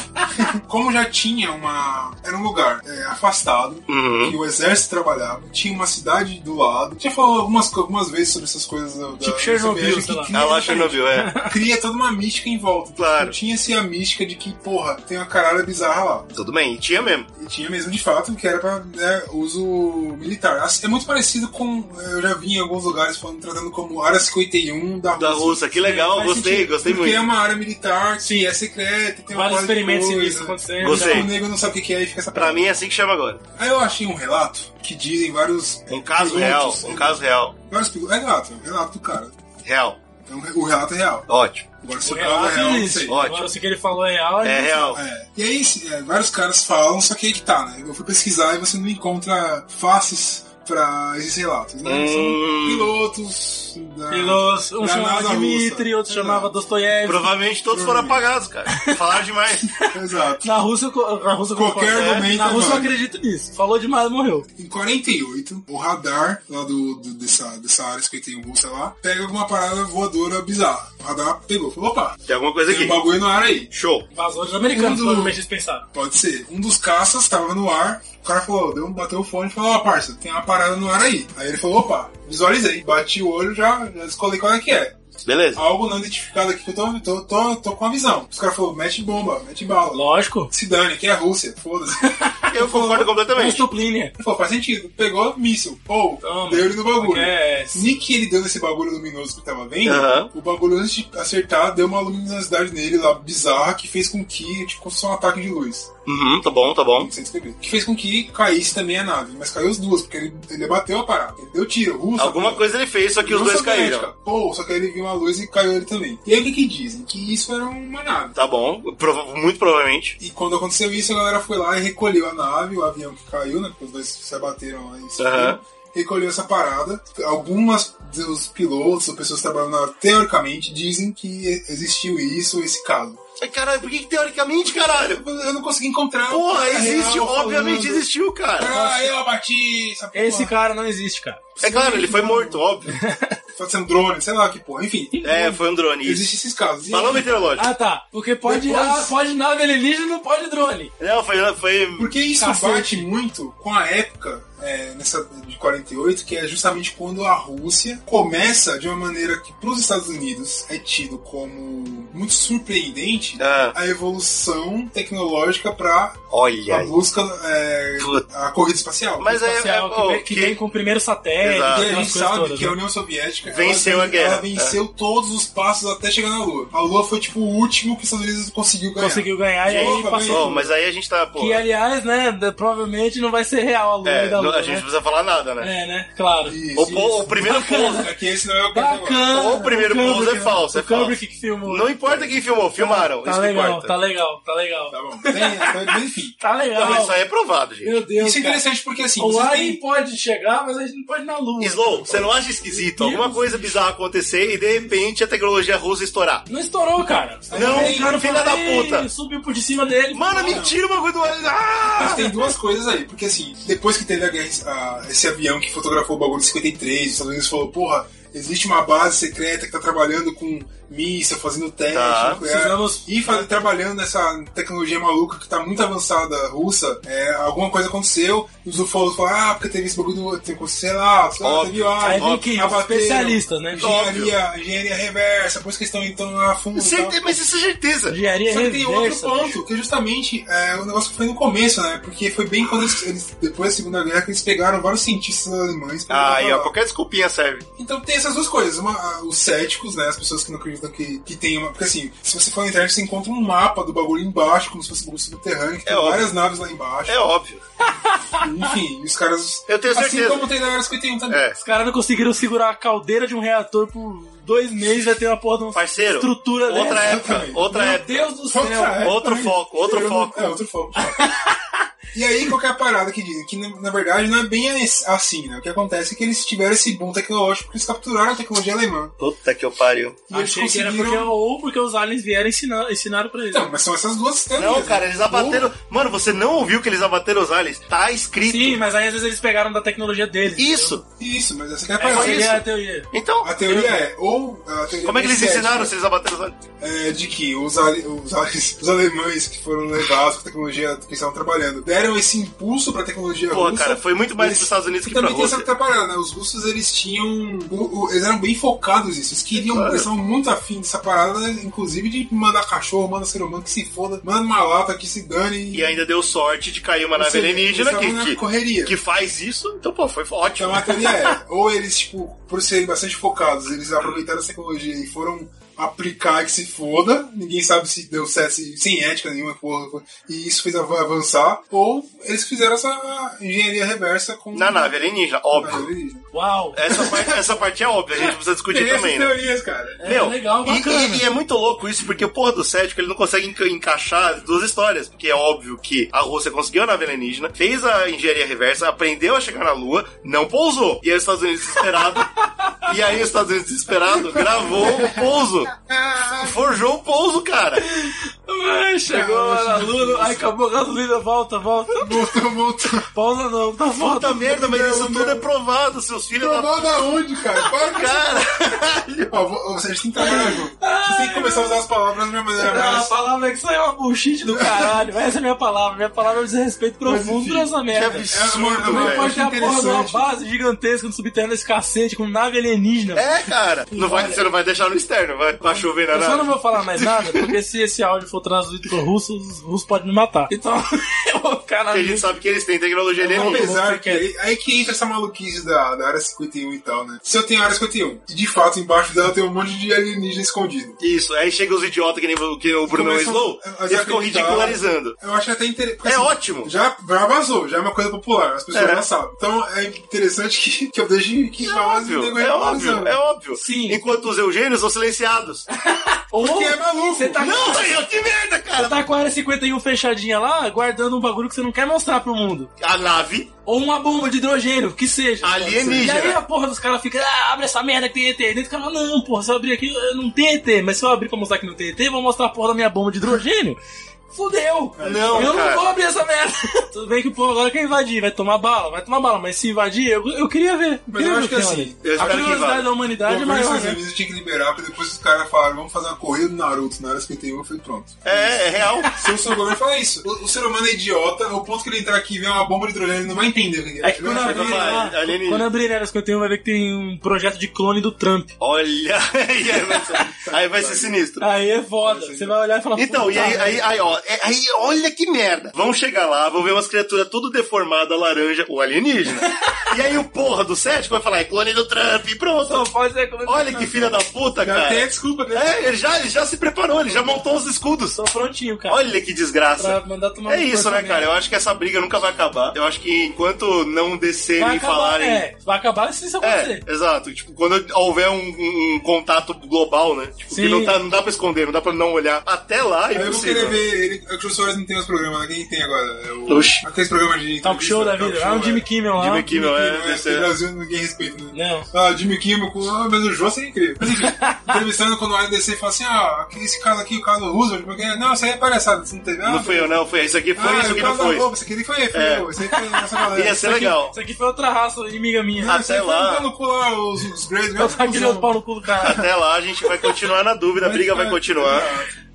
Speaker 3: Como já tinha uma. Era um lugar é, afastado,
Speaker 2: Uhum.
Speaker 3: que o exército trabalhava, tinha uma cidade do lado. Já falou algumas, co- algumas vezes sobre essas coisas da, da
Speaker 1: Tipo Chernobyl,
Speaker 3: Soviética,
Speaker 1: sei lá.
Speaker 3: cria-
Speaker 2: Ah lá, Chernobyl, é.
Speaker 3: Cria toda uma mística em volta.
Speaker 2: Claro.
Speaker 3: Então, Tinha-se a mística de que, porra, tem uma caralho bizarra lá.
Speaker 2: Tudo bem, e tinha mesmo.
Speaker 3: E tinha mesmo, de fato, que era pra né, uso militar. Assim, É muito parecido com. né, Eu já vi em alguns lugares falando, tratando como Área 51 da Rússia.
Speaker 2: Da Rússia, que legal,
Speaker 1: faz
Speaker 2: gostei,
Speaker 1: sentido,
Speaker 2: gostei
Speaker 3: Porque é
Speaker 2: muito.
Speaker 3: uma área militar, sim, é secreta, tem
Speaker 1: Vários
Speaker 3: uma porrada de
Speaker 1: experimentos
Speaker 3: coisa.
Speaker 1: sinistros acontecendo. Então,
Speaker 2: Gostei.
Speaker 3: O nego não sabe o que que é e fica essa
Speaker 2: Pra mim é assim que chama agora.
Speaker 3: Aí eu achei um relato que dizem vários.
Speaker 2: Um caso real,
Speaker 3: pilotos,
Speaker 2: um caso real.
Speaker 3: Vários pilotos. É relato, é um relato do cara.
Speaker 2: Real.
Speaker 3: Então o relato é real.
Speaker 2: Ótimo.
Speaker 3: Agora se
Speaker 1: O
Speaker 3: o carro é
Speaker 1: relato
Speaker 3: real, não
Speaker 1: existe.
Speaker 3: sei.
Speaker 2: Ótimo.
Speaker 1: Agora se o que ele falou é real,
Speaker 2: É real.
Speaker 3: É, E aí, se- é, vários caras falam, só que aí que tá, né? Eu fui pesquisar e você não encontra faces pra esses relatos, né?
Speaker 2: Hum.
Speaker 3: São pilotos da,
Speaker 1: Pilos, um
Speaker 3: da
Speaker 1: chamava
Speaker 3: NASA russa.
Speaker 1: Dmitry, outro chamava Dostoiévski.
Speaker 2: Provavelmente todos foram apagados, cara. Falaram demais.
Speaker 3: Exato.
Speaker 1: Na Rússia, eu co- na Rússia eu
Speaker 3: Qualquer
Speaker 1: concordo. É,
Speaker 3: argumento
Speaker 1: Na Rússia eu
Speaker 3: vale.
Speaker 1: acredito nisso. Falou demais, morreu.
Speaker 3: Em 48, o radar lá do, do- dessa, dessa área 51 russa lá, pega alguma parada voadora bizarra. O radar pegou, falou, opa,
Speaker 2: Tem alguma coisa
Speaker 3: tem um
Speaker 2: aqui.
Speaker 3: bagulho no ar aí.
Speaker 2: Show.
Speaker 1: Invasores americanos,
Speaker 3: Mundo-
Speaker 1: provavelmente eles pensaram.
Speaker 3: Pode ser. Um dos caças tava no ar, o cara falou, deu, bateu o fone e falou, ó, parça, tem uma parada no ar aí. Aí ele falou, opa, visualizei. Bati o olho, já, já descolei qual é que é.
Speaker 2: Beleza.
Speaker 3: algo não identificado aqui que eu tô, tô, tô, tô com a visão. Os caras falaram, mete bomba, mete bala.
Speaker 1: Lógico.
Speaker 3: Se dane, que é a Rússia, foda-se.
Speaker 2: Eu concordo completamente.
Speaker 1: Estuplínia.
Speaker 3: Falou, faz sentido. Pegou míssil. Ou,
Speaker 1: Toma.
Speaker 3: deu ele no bagulho.
Speaker 1: É,
Speaker 3: Nem que ele deu nesse bagulho luminoso que eu tava vendo,
Speaker 2: Aham.
Speaker 3: o bagulho antes de acertar, deu uma luminosidade nele lá bizarra que fez com que, tipo, só um ataque de luz.
Speaker 2: Uhum, tá bom, tá bom.
Speaker 3: Não sei descrever. Que fez com que caísse também a nave. Mas caiu as duas, porque ele, ele bateu a parada. Ele deu tiro, russo.
Speaker 2: Alguma coisa ele fez, só que os dois caíram.
Speaker 3: Pô, só que aí ele viu uma luz e caiu ele também. E aí o que que dizem? Que isso era uma nave.
Speaker 2: Tá bom, prova- muito provavelmente.
Speaker 3: E quando aconteceu isso, a galera foi lá e recolheu a nave, o avião que caiu, né? Porque os dois se abateram lá e subiram.
Speaker 2: Aham.
Speaker 3: Recolheu essa parada. Algumas dos pilotos ou pessoas que trabalham na teoricamente dizem que existiu isso, esse caso.
Speaker 2: Ai, Caralho, por que que teoricamente, caralho?
Speaker 3: Eu não consegui encontrar.
Speaker 2: Porra,
Speaker 3: É
Speaker 2: existe,
Speaker 3: real,
Speaker 2: obviamente
Speaker 3: falando.
Speaker 2: existiu, cara.
Speaker 3: Ah, eu abati essa porra.
Speaker 1: Esse cara não existe, cara.
Speaker 2: É claro, ele foi morto, óbvio.
Speaker 3: Pode ser um drone, sei lá que porra. Enfim,
Speaker 2: É, foi um drone. Isso.
Speaker 3: existem esses casos. E-
Speaker 2: Balão meteorológico.
Speaker 1: Ah, tá. Porque pode,
Speaker 3: Depois-
Speaker 1: ah, pode nave alienígena, não pode drone.
Speaker 2: Não, foi. foi...
Speaker 3: Porque isso
Speaker 1: Cacete.
Speaker 3: bate muito com a época é, nessa de 48, que é justamente quando a Rússia começa de uma maneira que para os Estados Unidos é tido como muito surpreendente
Speaker 2: Ah,
Speaker 3: a evolução tecnológica para
Speaker 2: olha
Speaker 3: a
Speaker 2: aí.
Speaker 3: busca é,
Speaker 2: Puta.
Speaker 3: a corrida espacial.
Speaker 2: Mas é. é
Speaker 1: Espacial, Tá que,
Speaker 2: oh,
Speaker 1: vem- que
Speaker 2: que-
Speaker 1: vem com o primeiro satélite,
Speaker 2: Exato.
Speaker 3: E a
Speaker 1: aquelas
Speaker 3: gente
Speaker 1: coisas
Speaker 3: sabe
Speaker 1: todas,
Speaker 3: que é a
Speaker 1: né?
Speaker 3: União Soviética ela
Speaker 2: Venceu
Speaker 3: ven-
Speaker 2: a guerra. é.
Speaker 3: Ela venceu todos os passos até chegar na Lua. A Lua foi tipo o último que os Estados Unidos conseguiu ganhar.
Speaker 1: Conseguiu ganhar e aí
Speaker 3: Porra,
Speaker 1: passou.
Speaker 2: Oh,
Speaker 1: tudo.
Speaker 2: mas aí a gente tá, pô.
Speaker 1: Que, aliás, né, da- provavelmente não vai ser real a lua
Speaker 2: É,
Speaker 1: da
Speaker 2: não-
Speaker 1: lua,
Speaker 2: a gente não
Speaker 1: né?
Speaker 2: precisa falar nada, né?
Speaker 1: É, né? Claro.
Speaker 3: Isso,
Speaker 2: O, po- o primeiro pouso.
Speaker 3: É que esse não é o
Speaker 1: Bacana.
Speaker 2: O primeiro
Speaker 1: Kubrick,
Speaker 2: pouso é
Speaker 1: né?
Speaker 2: falso, é
Speaker 1: O Kubrick
Speaker 2: falso.
Speaker 1: que filmou.
Speaker 2: Não importa quem filmou, filmaram.
Speaker 1: Tá
Speaker 2: isso que
Speaker 1: legal,
Speaker 2: importa.
Speaker 1: tá legal, tá legal.
Speaker 3: Tá bom. Tem, mas enfim.
Speaker 1: Tá
Speaker 2: Não, mas
Speaker 1: legal.
Speaker 2: isso aí é provado, gente.
Speaker 1: Meu Deus,
Speaker 3: Isso é
Speaker 1: cara.
Speaker 3: interessante porque assim.
Speaker 1: O
Speaker 3: vocês
Speaker 1: Alien
Speaker 3: têm-
Speaker 1: pode chegar, mas a gente não pode ir na lua.
Speaker 2: Slow, você não acha esquisito alguma coisa bizarra acontecer e de repente a tecnologia russa estourar?
Speaker 1: Não estourou, cara.
Speaker 2: Não,
Speaker 1: Aí o cara
Speaker 2: filha
Speaker 1: falou,
Speaker 2: da
Speaker 1: "Ei",
Speaker 2: puta.
Speaker 1: Subiu por de cima dele.
Speaker 2: Mano, mentira uma coisa do olho.
Speaker 3: Mas
Speaker 2: Ah!
Speaker 3: tem duas coisas aí, porque assim, depois que teve a guerra, a- esse avião que fotografou o bagulho de 53, os Estados Unidos falou, porra, existe uma base secreta que tá trabalhando com míssil, fazendo teste
Speaker 2: Tá.
Speaker 3: nuclear.
Speaker 1: Precisamos-
Speaker 3: E faz- trabalhando nessa tecnologia maluca que tá muito avançada russa, é, alguma coisa aconteceu, e os ufólogos falaram, ah, porque teve esse bagulho, tem, sei lá, sei lá
Speaker 2: Óbvio.
Speaker 3: teve lá,
Speaker 1: Aí vem
Speaker 3: óbvio,
Speaker 1: quem?
Speaker 3: abateram,
Speaker 1: Especialistas, né?
Speaker 3: Engenharia, engenharia reversa, por isso que eles estão então a fundo. e
Speaker 2: Você
Speaker 3: tal.
Speaker 2: tem- mas isso é certeza.
Speaker 1: Engenharia
Speaker 3: Só que tem outro
Speaker 1: reversa.
Speaker 3: ponto, que justamente é o negócio que foi no começo, né? Porque foi bem quando eles, eles- depois da Segunda Guerra, que eles pegaram vários cientistas alemães pra levar
Speaker 2: Ah, e
Speaker 3: pra
Speaker 2: ó,
Speaker 3: lá.
Speaker 2: qualquer desculpinha serve.
Speaker 3: Então tem essas duas coisas. Uma, a- os céticos, né? As pessoas que não acreditam que, que tem uma. Porque assim, se você for na internet, você encontra um mapa do bagulho embaixo, como se fosse um bagulho subterrâneo, que tem
Speaker 2: É óbvio.
Speaker 3: várias naves lá embaixo.
Speaker 2: É óbvio.
Speaker 3: Enfim, e os caras.
Speaker 2: Eu tenho
Speaker 3: assim
Speaker 2: certeza.
Speaker 3: como tem na Era 51 também.
Speaker 2: É.
Speaker 1: Os caras não conseguiram segurar a caldeira de um reator por dois meses, vai ter uma porra de uma
Speaker 2: Parceiro,
Speaker 1: estrutura
Speaker 2: Outra
Speaker 1: dessa.
Speaker 2: época, outra
Speaker 1: Meu
Speaker 2: época.
Speaker 1: Deus do céu.
Speaker 3: Outra época.
Speaker 2: Outro foco, outro
Speaker 3: Eu não-
Speaker 2: foco.
Speaker 3: É, outro foco. e aí, qualquer parada que dizem, que na, na verdade não é bem es- assim, né? O que acontece é que eles tiveram esse boom tecnológico porque eles capturaram a tecnologia alemã.
Speaker 2: Puta que eu pariu.
Speaker 3: E eles
Speaker 1: Achei que era porque,
Speaker 3: conseguiram-
Speaker 1: ou porque os aliens vieram ensinar, ensinaram pra eles.
Speaker 3: um- Então, mas são essas duas teorias. né?
Speaker 1: é
Speaker 2: Não, cara, eles abateram. Mano, você não ouviu que eles abateram os aliens? Tá escrito.
Speaker 1: Sim, mas aí às vezes eles pegaram da tecnologia deles.
Speaker 2: Isso.
Speaker 3: Ou- Isso, mas essa que é a
Speaker 1: É,
Speaker 3: parada.
Speaker 1: seria a teoria.
Speaker 2: Então,
Speaker 3: A teoria é, ou a teoria
Speaker 2: como é que eles
Speaker 3: cética,
Speaker 2: ensinaram se eles abateram os aliens?
Speaker 3: é, de que os, ale- os, ale- os alemães que foram levados com a tecnologia que estavam trabalhando deram esse impulso pra tecnologia
Speaker 2: Porra,
Speaker 3: russa.
Speaker 2: cara, foi muito mais
Speaker 3: Eles-
Speaker 2: pros Estados Unidos
Speaker 3: E
Speaker 2: que pra
Speaker 3: também tem essa
Speaker 2: Rússia.
Speaker 3: outra parada, né? Os russos eles tinham. o- o- Eles eram bem focados nisso. Eles queriam.
Speaker 2: Claro.
Speaker 3: Eles são muito afim dessa parada, inclusive de mandar cachorro, manda ser humano que se foda, manda uma lata que se dane.
Speaker 2: E ainda deu sorte de cair uma
Speaker 3: Ou
Speaker 2: nave
Speaker 3: seja,
Speaker 2: alienígena
Speaker 3: eles estavam na
Speaker 2: que, que,
Speaker 3: correria.
Speaker 2: que faz isso. Então, pô, foi ótimo.
Speaker 3: Então a teoria é, ou eles, tipo, por serem bastante focados, eles aproveitaram essa tecnologia e foram aplicar que se foda, ninguém sabe se deu certo, se- sem ética nenhuma, porra, porra, e isso fez av- avançar, ou eles fizeram essa engenharia reversa com.
Speaker 2: Na nave alienígena, óbvio.
Speaker 3: alienígena.
Speaker 1: Uau!
Speaker 2: Essa parte, essa parte é óbvia, a gente precisa discutir
Speaker 3: Tem essas
Speaker 2: também, né?
Speaker 3: teorias, cara.
Speaker 1: É legal,
Speaker 2: e-
Speaker 1: bacana.
Speaker 2: E, e é muito louco isso, porque o porra do cético ele não consegue enca- encaixar as duas histórias. Porque é óbvio que a Rússia conseguiu a nave alienígena, fez a engenharia reversa, aprendeu a chegar na Lua, não pousou. E aí os Estados Unidos desesperado. e aí os Estados Unidos desesperado gravou o pouso.
Speaker 3: Ah.
Speaker 2: Forjou o pouso, cara.
Speaker 1: Ai, chegou a Luna, ai, acabou a gasolina, volta, volta.
Speaker 3: Voltou, voltou.
Speaker 1: Pausa não, tá volta.
Speaker 2: Puta merda, mas
Speaker 3: Não,
Speaker 2: isso
Speaker 3: não.
Speaker 2: tudo é provado, seus filhos da.
Speaker 3: Provado aonde, cara? Para com essa-
Speaker 2: Caralho!
Speaker 3: Ó, vo- vocês têm que trabalhar junto. Vocês têm que começar a usar as palavras da minha maneira
Speaker 1: Ah, a
Speaker 3: mais.
Speaker 1: palavra é que isso aí é uma bullshit do caralho. Essa é a minha palavra. Minha palavra é desrespeito profundo
Speaker 3: enfim,
Speaker 1: pra essa
Speaker 2: Que
Speaker 1: merda.
Speaker 2: absurdo,
Speaker 3: É,
Speaker 1: Não
Speaker 2: velho.
Speaker 1: pode ter a porra de uma
Speaker 3: interessante.
Speaker 1: base gigantesca no subterrâneo desse cacete com nave alienígena.
Speaker 2: É, cara. Não vai, você não vai deixar no externo, vai, vai chover né, na
Speaker 1: Eu só não
Speaker 2: nave.
Speaker 1: vou falar mais nada, porque se esse áudio for traduzido pro russo, os russos podem me matar. Então, eu vou ficar na
Speaker 2: Porque a gente
Speaker 1: minha.
Speaker 2: sabe que eles têm tecnologia alienígena.
Speaker 1: vou
Speaker 3: Apesar que
Speaker 1: ficar
Speaker 3: aí, aí que entra essa maluquice da, da área 51 e tal, né? Se eu tenho a área 51, e um, de fato embaixo dela tem um monte de alienígena escondido.
Speaker 2: Isso, aí chega os idiotas que nem o, que o Bruno
Speaker 3: Começam
Speaker 2: Slow
Speaker 3: a- a
Speaker 2: e ficam
Speaker 3: desacreditar.
Speaker 2: ridicularizando.
Speaker 3: Eu acho até interessante.
Speaker 2: É ótimo.
Speaker 3: Já, já vazou, já é uma coisa popular, as pessoas
Speaker 2: É.
Speaker 3: já sabem. Então é interessante que, que eu deixe que
Speaker 2: É
Speaker 3: vaze o
Speaker 2: óbvio,
Speaker 3: nego
Speaker 2: é
Speaker 3: ridicularizando.
Speaker 2: óbvio, é óbvio.
Speaker 1: Sim.
Speaker 2: Enquanto os Eugênios são silenciados.
Speaker 1: Ou
Speaker 3: Porque é maluco.
Speaker 1: Você tá,
Speaker 2: Não, Daniel, que merda,
Speaker 1: você
Speaker 2: cara!
Speaker 1: tá com a área 51 fechadinha lá, guardando um bagulho que você não quer mostrar pro mundo.
Speaker 2: A nave,
Speaker 1: Ou uma bomba de hidrogênio, que seja. E
Speaker 2: Alienígena.
Speaker 1: aí a porra dos caras fica, ah, abre essa merda que tem ET. Dentro o cara fala, não, porra, se eu abrir aqui, eu não tem ET. Mas se eu abrir pra mostrar que não tem ET, eu vou mostrar a porra da minha bomba de hidrogênio. Fudeu!
Speaker 2: Não,
Speaker 1: eu
Speaker 2: cara.
Speaker 1: não vou abrir essa merda! Tudo bem que o povo agora quer invadir, vai tomar bala, vai tomar bala, mas se invadir, eu, eu queria ver.
Speaker 3: Mas
Speaker 1: Queria
Speaker 3: eu
Speaker 1: ver
Speaker 3: acho
Speaker 1: o
Speaker 3: que
Speaker 1: tem
Speaker 3: assim,
Speaker 1: ali.
Speaker 2: eu
Speaker 1: a
Speaker 2: espero que
Speaker 1: curiosidade
Speaker 2: invade.
Speaker 1: da humanidade é
Speaker 3: O governo dos
Speaker 1: maior,
Speaker 3: Estados
Speaker 1: né?
Speaker 3: Unidos tinha que liberar, porque depois os caras falaram, vamos fazer uma corrida do Naruto na área 51, eu falei, pronto.
Speaker 2: é, é real.
Speaker 3: Se eu sou o governo, fala isso. O, o ser humano é idiota, o ponto que ele entrar aqui e ver uma bomba de hidrogênio, ele não vai entender o que
Speaker 1: É que
Speaker 3: Não
Speaker 1: quando
Speaker 3: vai
Speaker 1: abrir,
Speaker 2: vai tomar
Speaker 1: lá,
Speaker 2: tá alienígena.
Speaker 1: quando abrir a área 51 vai ver que tem um projeto de clone do Trump.
Speaker 2: Olha, aí vai ser, aí vai ser sinistro.
Speaker 1: Aí é foda. Você vai olhar e falar.
Speaker 2: Então,
Speaker 1: "Puta
Speaker 2: e aí, aí, aí, ó, é- aí, olha que merda. Vão chegar lá, vão ver umas criaturas tudo deformadas, laranja, o alienígena. e aí o porra do cético vai falar, é clone do Trump, e pronto.
Speaker 1: Pode ser como
Speaker 2: Olha que filha da puta,
Speaker 3: Já tem a
Speaker 2: cara.
Speaker 3: desculpa, né?
Speaker 2: É, ele já, ele já se preparou, ele já montou os escudos.
Speaker 1: Tô prontinho, cara.
Speaker 2: Olha que
Speaker 1: pra
Speaker 2: desgraça.
Speaker 1: mandar tomar
Speaker 2: É
Speaker 1: no
Speaker 2: isso, né,
Speaker 1: orçamento.
Speaker 2: cara? Eu acho que essa briga nunca vai acabar. Eu acho que enquanto não descerem
Speaker 1: Vai
Speaker 2: e
Speaker 1: acabar,
Speaker 2: falarem.
Speaker 1: é, vai acabar se isso
Speaker 2: É,
Speaker 1: acontecer.
Speaker 2: exato. Tipo, quando houver um, um- um contato global, né? Tipo, que
Speaker 1: Sim.
Speaker 2: não, tá- não dá pra esconder, não dá pra não olhar. Até lá, é
Speaker 3: Aí eu vou querer
Speaker 2: impossível.
Speaker 3: ver ele. É que o Soares não tem os programas, né? Quem tem agora? É o,
Speaker 2: Oxi.
Speaker 3: aqueles programas de.
Speaker 1: Talk show da
Speaker 3: entrevista,
Speaker 1: vida.
Speaker 3: talk
Speaker 1: Ah, o
Speaker 3: show,
Speaker 1: Jimmy
Speaker 3: é.
Speaker 1: Kimmel lá.
Speaker 2: Jimmy Kimmel,
Speaker 3: Jimmy
Speaker 2: é,
Speaker 3: Kimmel,
Speaker 2: deve
Speaker 3: é,
Speaker 2: ser.
Speaker 3: No Brasil ninguém respeita, né?
Speaker 1: Não.
Speaker 3: Ah, Jimmy Kimmel com. Ah, mas o João é incrível. Mas enfim, entrevistando quando o Alien descer e fala assim: ah, esse caso aqui, o caso do Roosevelt, porque. Não, isso aí é palhaçada, isso não teve. Ah,
Speaker 2: Não foi eu, não. Foi isso aqui, foi
Speaker 3: Ah,
Speaker 2: isso
Speaker 3: o
Speaker 2: que
Speaker 3: caso
Speaker 2: não
Speaker 3: da
Speaker 2: foi.
Speaker 3: Globo, isso aqui nem foi, foi
Speaker 2: É.
Speaker 3: eu, isso aí foi essa galera.
Speaker 2: Ia ser legal.
Speaker 1: Isso aqui foi outra raça inimiga minha.
Speaker 2: Ah,
Speaker 3: Isso aí
Speaker 2: até
Speaker 3: foi
Speaker 2: lá.
Speaker 3: enfiar no cu lá, os, os grandes.
Speaker 1: Eu tava
Speaker 3: os-
Speaker 1: querendo o pau no cu do cara.
Speaker 2: Até lá, a gente vai continuar na dúvida, a briga vai continuar.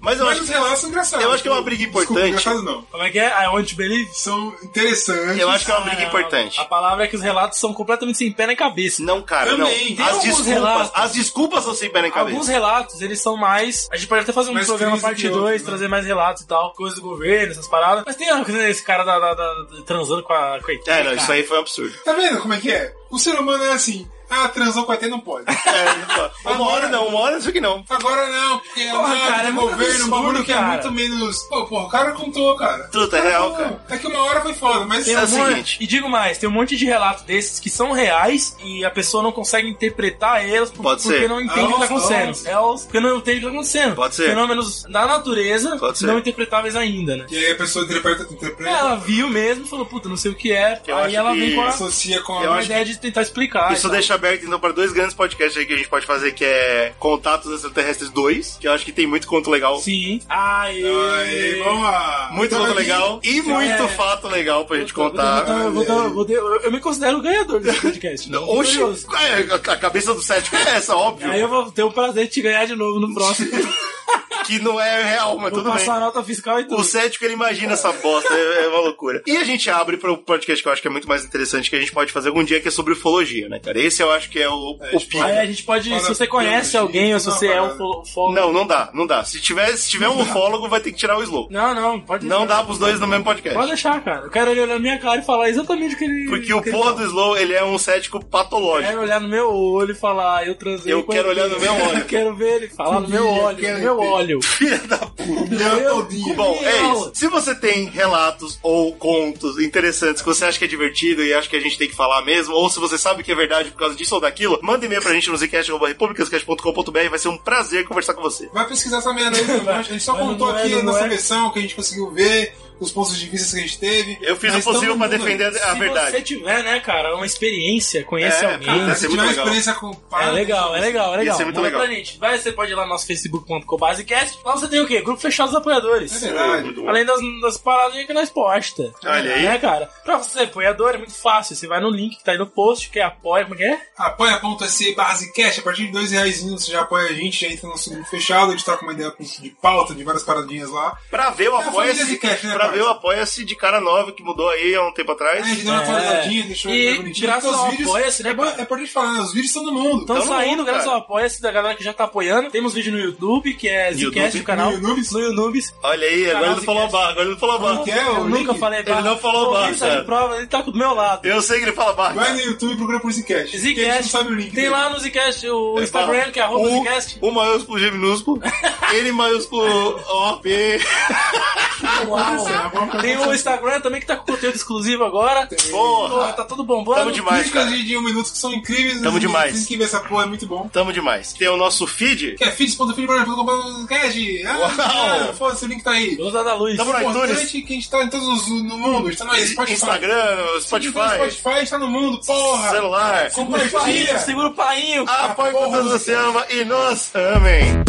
Speaker 2: Mas eu
Speaker 3: Mas
Speaker 2: acho
Speaker 3: os
Speaker 2: que.
Speaker 3: relatos são engraçados.
Speaker 2: eu acho que é uma briga
Speaker 3: Desculpa,
Speaker 2: importante.
Speaker 3: engraçado não.
Speaker 1: Como é que é? I want to believe?
Speaker 3: São interessantes.
Speaker 2: Eu acho que é uma
Speaker 1: Ah,
Speaker 2: briga
Speaker 1: não.
Speaker 2: importante.
Speaker 1: A palavra é que os relatos são completamente sem pé nem cabeça.
Speaker 2: Não, cara, não.
Speaker 3: Também, tem
Speaker 2: As
Speaker 1: alguns
Speaker 2: desculpas,
Speaker 1: relatos.
Speaker 2: as desculpas não se pé na
Speaker 1: Alguns
Speaker 2: cabeça.
Speaker 1: relatos, eles são mais. A gente pode até fazer um
Speaker 3: Mais
Speaker 1: programa
Speaker 3: crise que
Speaker 1: parte
Speaker 3: outro,
Speaker 1: 2,
Speaker 3: né?
Speaker 1: trazer mais relatos e tal, coisa do governo, essas paradas. Mas tem ah, esse cara da, da- da- transando com a. Com a
Speaker 2: É, não, isso aí foi um absurdo.
Speaker 3: Tá vendo como é que é? O ser humano é assim. Ah, transou com a ET não pode.
Speaker 2: É, não pode. uma hora não, uma hora isso que não.
Speaker 3: Agora não, porque é
Speaker 1: Porra,
Speaker 3: nada
Speaker 1: cara,
Speaker 3: de
Speaker 1: é muito
Speaker 3: governo, um bagulho
Speaker 1: absurdo,
Speaker 3: que é
Speaker 1: cara.
Speaker 3: muito menos. Pô, porra, o cara contou, cara.
Speaker 2: Truta, é real, cara.
Speaker 3: É que uma hora foi foda, mas. assim,
Speaker 1: Tem
Speaker 2: É
Speaker 1: um
Speaker 2: o
Speaker 1: monte-
Speaker 2: seguinte.
Speaker 1: e digo mais, tem um monte de relatos desses que são reais e a pessoa não consegue interpretar eles por-
Speaker 2: Pode
Speaker 1: porque
Speaker 2: ser.
Speaker 1: não entende o que tá
Speaker 3: Aos,
Speaker 1: acontecendo.
Speaker 3: aos.
Speaker 1: É os- Porque não entende o que tá acontecendo.
Speaker 2: Pode ser.
Speaker 1: Fenômenos da natureza
Speaker 2: Pode ser.
Speaker 1: não interpretáveis ainda, né?
Speaker 3: E aí a pessoa interpreta, interpreta
Speaker 1: Ela viu mesmo, falou, puta, não sei o que é.
Speaker 2: Eu
Speaker 1: aí
Speaker 2: acho
Speaker 1: ela
Speaker 2: que
Speaker 1: vem com a,
Speaker 3: associa com
Speaker 2: Eu
Speaker 1: com a
Speaker 3: a.
Speaker 2: acho
Speaker 1: ideia de tentar explicar. e
Speaker 2: Isso
Speaker 1: tal.
Speaker 2: deixa aberto, então, para dois grandes podcasts aí que a gente pode fazer, que é Contatos Extraterrestres 2, que eu acho que tem muito conto legal.
Speaker 1: Sim. Aê!
Speaker 3: Aí, vamos lá.
Speaker 2: Muito
Speaker 3: Então,
Speaker 2: conto
Speaker 3: aqui-
Speaker 2: legal. E muito fato legal pra gente
Speaker 1: Vou dar-
Speaker 2: contar.
Speaker 1: vou dar- vou dar- Então, eu, eu me considero o ganhador desse podcast. né?
Speaker 2: Oxi,
Speaker 1: Orgulhoso.
Speaker 2: é, a a cabeça do cético é essa, óbvio.
Speaker 1: Aí eu vou ter o prazer de te ganhar de novo no próximo.
Speaker 2: que não é real, mas
Speaker 1: Vou
Speaker 2: tudo bem.
Speaker 1: passar a nota fiscal e tudo.
Speaker 2: O cético, ele imagina essa bosta, é, é uma loucura. E a gente abre para o podcast que eu acho que é muito mais interessante, que a gente pode fazer algum dia, que é sobre ufologia, né, cara? Esse eu acho que é o, o pico.
Speaker 1: tipo, Aí a gente pode,
Speaker 3: Fala
Speaker 1: se você conhece
Speaker 3: biologia,
Speaker 1: alguém ou se
Speaker 3: não,
Speaker 1: você é
Speaker 3: cara.
Speaker 1: um fo- fo-
Speaker 2: Não, não dá, não dá. Se tiver, se tiver um ufólogo, vai ter que tirar o Slow.
Speaker 1: Não, não, pode
Speaker 2: Não dá pros dois no mesmo podcast.
Speaker 1: Pode deixar, cara. Eu quero ele olhar na minha cara e falar exatamente o que ele.
Speaker 2: Porque o
Speaker 1: que ele
Speaker 2: porra
Speaker 1: fala.
Speaker 2: do Slow, ele é um cético
Speaker 1: Eu quero
Speaker 2: patológico.
Speaker 1: olhar no meu olho e falar, eu transei.
Speaker 2: Eu
Speaker 1: com
Speaker 2: quero
Speaker 1: ele.
Speaker 2: olhar no meu olho.
Speaker 1: Eu quero ver ele falar no meu olho, no meu óleo.
Speaker 2: Filha da puta.
Speaker 1: Meu
Speaker 2: Bom, é
Speaker 1: Deus.
Speaker 2: isso. Se você tem relatos ou contos interessantes que você acha que é divertido e acha que a gente tem que falar mesmo, ou se você sabe que é verdade por causa disso ou daquilo, manda e-mail pra gente no zcast.republicascast.com.br. Vai ser um prazer conversar com você.
Speaker 3: Vai pesquisar essa merda aí, a gente só
Speaker 1: Vai no
Speaker 3: contou
Speaker 1: Moeda,
Speaker 3: aqui a
Speaker 1: no
Speaker 3: nossa
Speaker 1: Moeda.
Speaker 3: versão, que a gente conseguiu ver, os pontos de vista que a gente teve.
Speaker 2: Eu fiz
Speaker 3: Mas
Speaker 2: o possível pra
Speaker 3: tamo no-
Speaker 2: defender a
Speaker 1: Se
Speaker 2: Ah, verdade.
Speaker 1: você tiver, né, cara, uma experiência, conhece
Speaker 2: É,
Speaker 1: alguém.
Speaker 2: cara,
Speaker 3: Ah, Se
Speaker 2: Vai ser
Speaker 3: tiver
Speaker 2: muito
Speaker 3: uma
Speaker 2: legal.
Speaker 3: experiência com o
Speaker 1: É
Speaker 3: pai,
Speaker 1: legal, é legal, é legal.
Speaker 2: ser muito
Speaker 1: Manda
Speaker 2: legal.
Speaker 1: pra gente. Vai, você pode ir lá no nosso facebook.com basecast. Lá você tem o quê? Grupo fechado dos
Speaker 3: É
Speaker 1: apoiadores.
Speaker 3: verdade.
Speaker 1: Além das, das paradinhas que nós posta.
Speaker 2: Olha aí.
Speaker 1: Né, cara? Pra você ser apoiador é muito fácil. Você vai no link que tá aí no post, que é apoia, como que é?
Speaker 3: Apoia.se barra Zcash, a partir de dois reais você já apoia a gente, já entra no nosso grupo fechado, a gente tá com uma ideia com- de pauta, de várias paradinhas lá.
Speaker 2: Pra ver o
Speaker 3: É a família
Speaker 2: apoia-se.
Speaker 3: Zcast, né,
Speaker 2: Pra ver
Speaker 3: parça?
Speaker 2: o apoia-se de cara nova que mudou aí há um tempo
Speaker 3: Aí a
Speaker 2: atrás.
Speaker 3: gente deu uma atualizadinha, deixou
Speaker 1: É. E
Speaker 3: ele bonitinho.
Speaker 1: graças
Speaker 3: porque
Speaker 1: ao
Speaker 3: os
Speaker 1: apoia-se, né,
Speaker 3: é, bom-
Speaker 1: cara?
Speaker 3: é importante falar, né? Os vídeos estão no mundo.
Speaker 1: Estão
Speaker 2: Tamo
Speaker 1: saindo,
Speaker 2: junto,
Speaker 1: graças
Speaker 2: cara.
Speaker 1: ao apoia-se da galera que já tá apoiando. Temos vídeo no YouTube, que é Zcast,
Speaker 2: YouTube?
Speaker 1: o canal.
Speaker 3: No Younubes?
Speaker 1: No Younubes.
Speaker 2: Olha aí, agora
Speaker 1: Canal
Speaker 2: ele não falou
Speaker 1: Zcast.
Speaker 2: barra, agora ele não falou barra.
Speaker 3: que é o
Speaker 1: Eu nunca
Speaker 3: link?
Speaker 1: falei
Speaker 2: Ele não falou
Speaker 1: Pô, quem
Speaker 2: barra,
Speaker 1: sai de
Speaker 2: cara.
Speaker 1: prova, ele tá do meu lado.
Speaker 2: Eu sei que ele fala barra.
Speaker 3: Vai no YouTube e procura por Zcash. porque a gente não
Speaker 1: Zcast.
Speaker 3: sabe o link.
Speaker 1: Tem
Speaker 3: dele.
Speaker 1: lá no Zcast o Instagram, que é arroba
Speaker 2: U,
Speaker 1: Zcast.
Speaker 2: U maiúsculo, G minúsculo. N maiúsculo, O, P.
Speaker 3: Alguma coisa
Speaker 1: Tem o Instagram também que tá com conteúdo exclusivo agora. Porra,
Speaker 2: Porra,
Speaker 1: tá tudo bombando.
Speaker 2: Tamo demais.
Speaker 3: Críticas
Speaker 2: cara.
Speaker 3: de, de um minuto que são incríveis.
Speaker 2: Tamo
Speaker 3: né?
Speaker 2: demais.
Speaker 3: Vocês que ver essa porra, é muito bom.
Speaker 2: tamo demais. Tem o nosso feed.
Speaker 3: Que é feeds.feedburner.com.br. Ah,
Speaker 2: Uau!
Speaker 3: foda-se, o link tá aí.
Speaker 1: Luz da luz.
Speaker 2: Tamo
Speaker 3: O
Speaker 2: no iTunes,
Speaker 3: importante é que a gente tá em todos os no mundo. A gente tá no Spotify.
Speaker 2: Instagram,
Speaker 3: A gente tá no
Speaker 2: Spotify,
Speaker 3: Spotify, a gente tá no mundo, porra.
Speaker 2: celular.
Speaker 1: Segura o painho,
Speaker 3: Compartilha.
Speaker 1: Segura o painho.
Speaker 2: Apoio quando você ama e nós amem.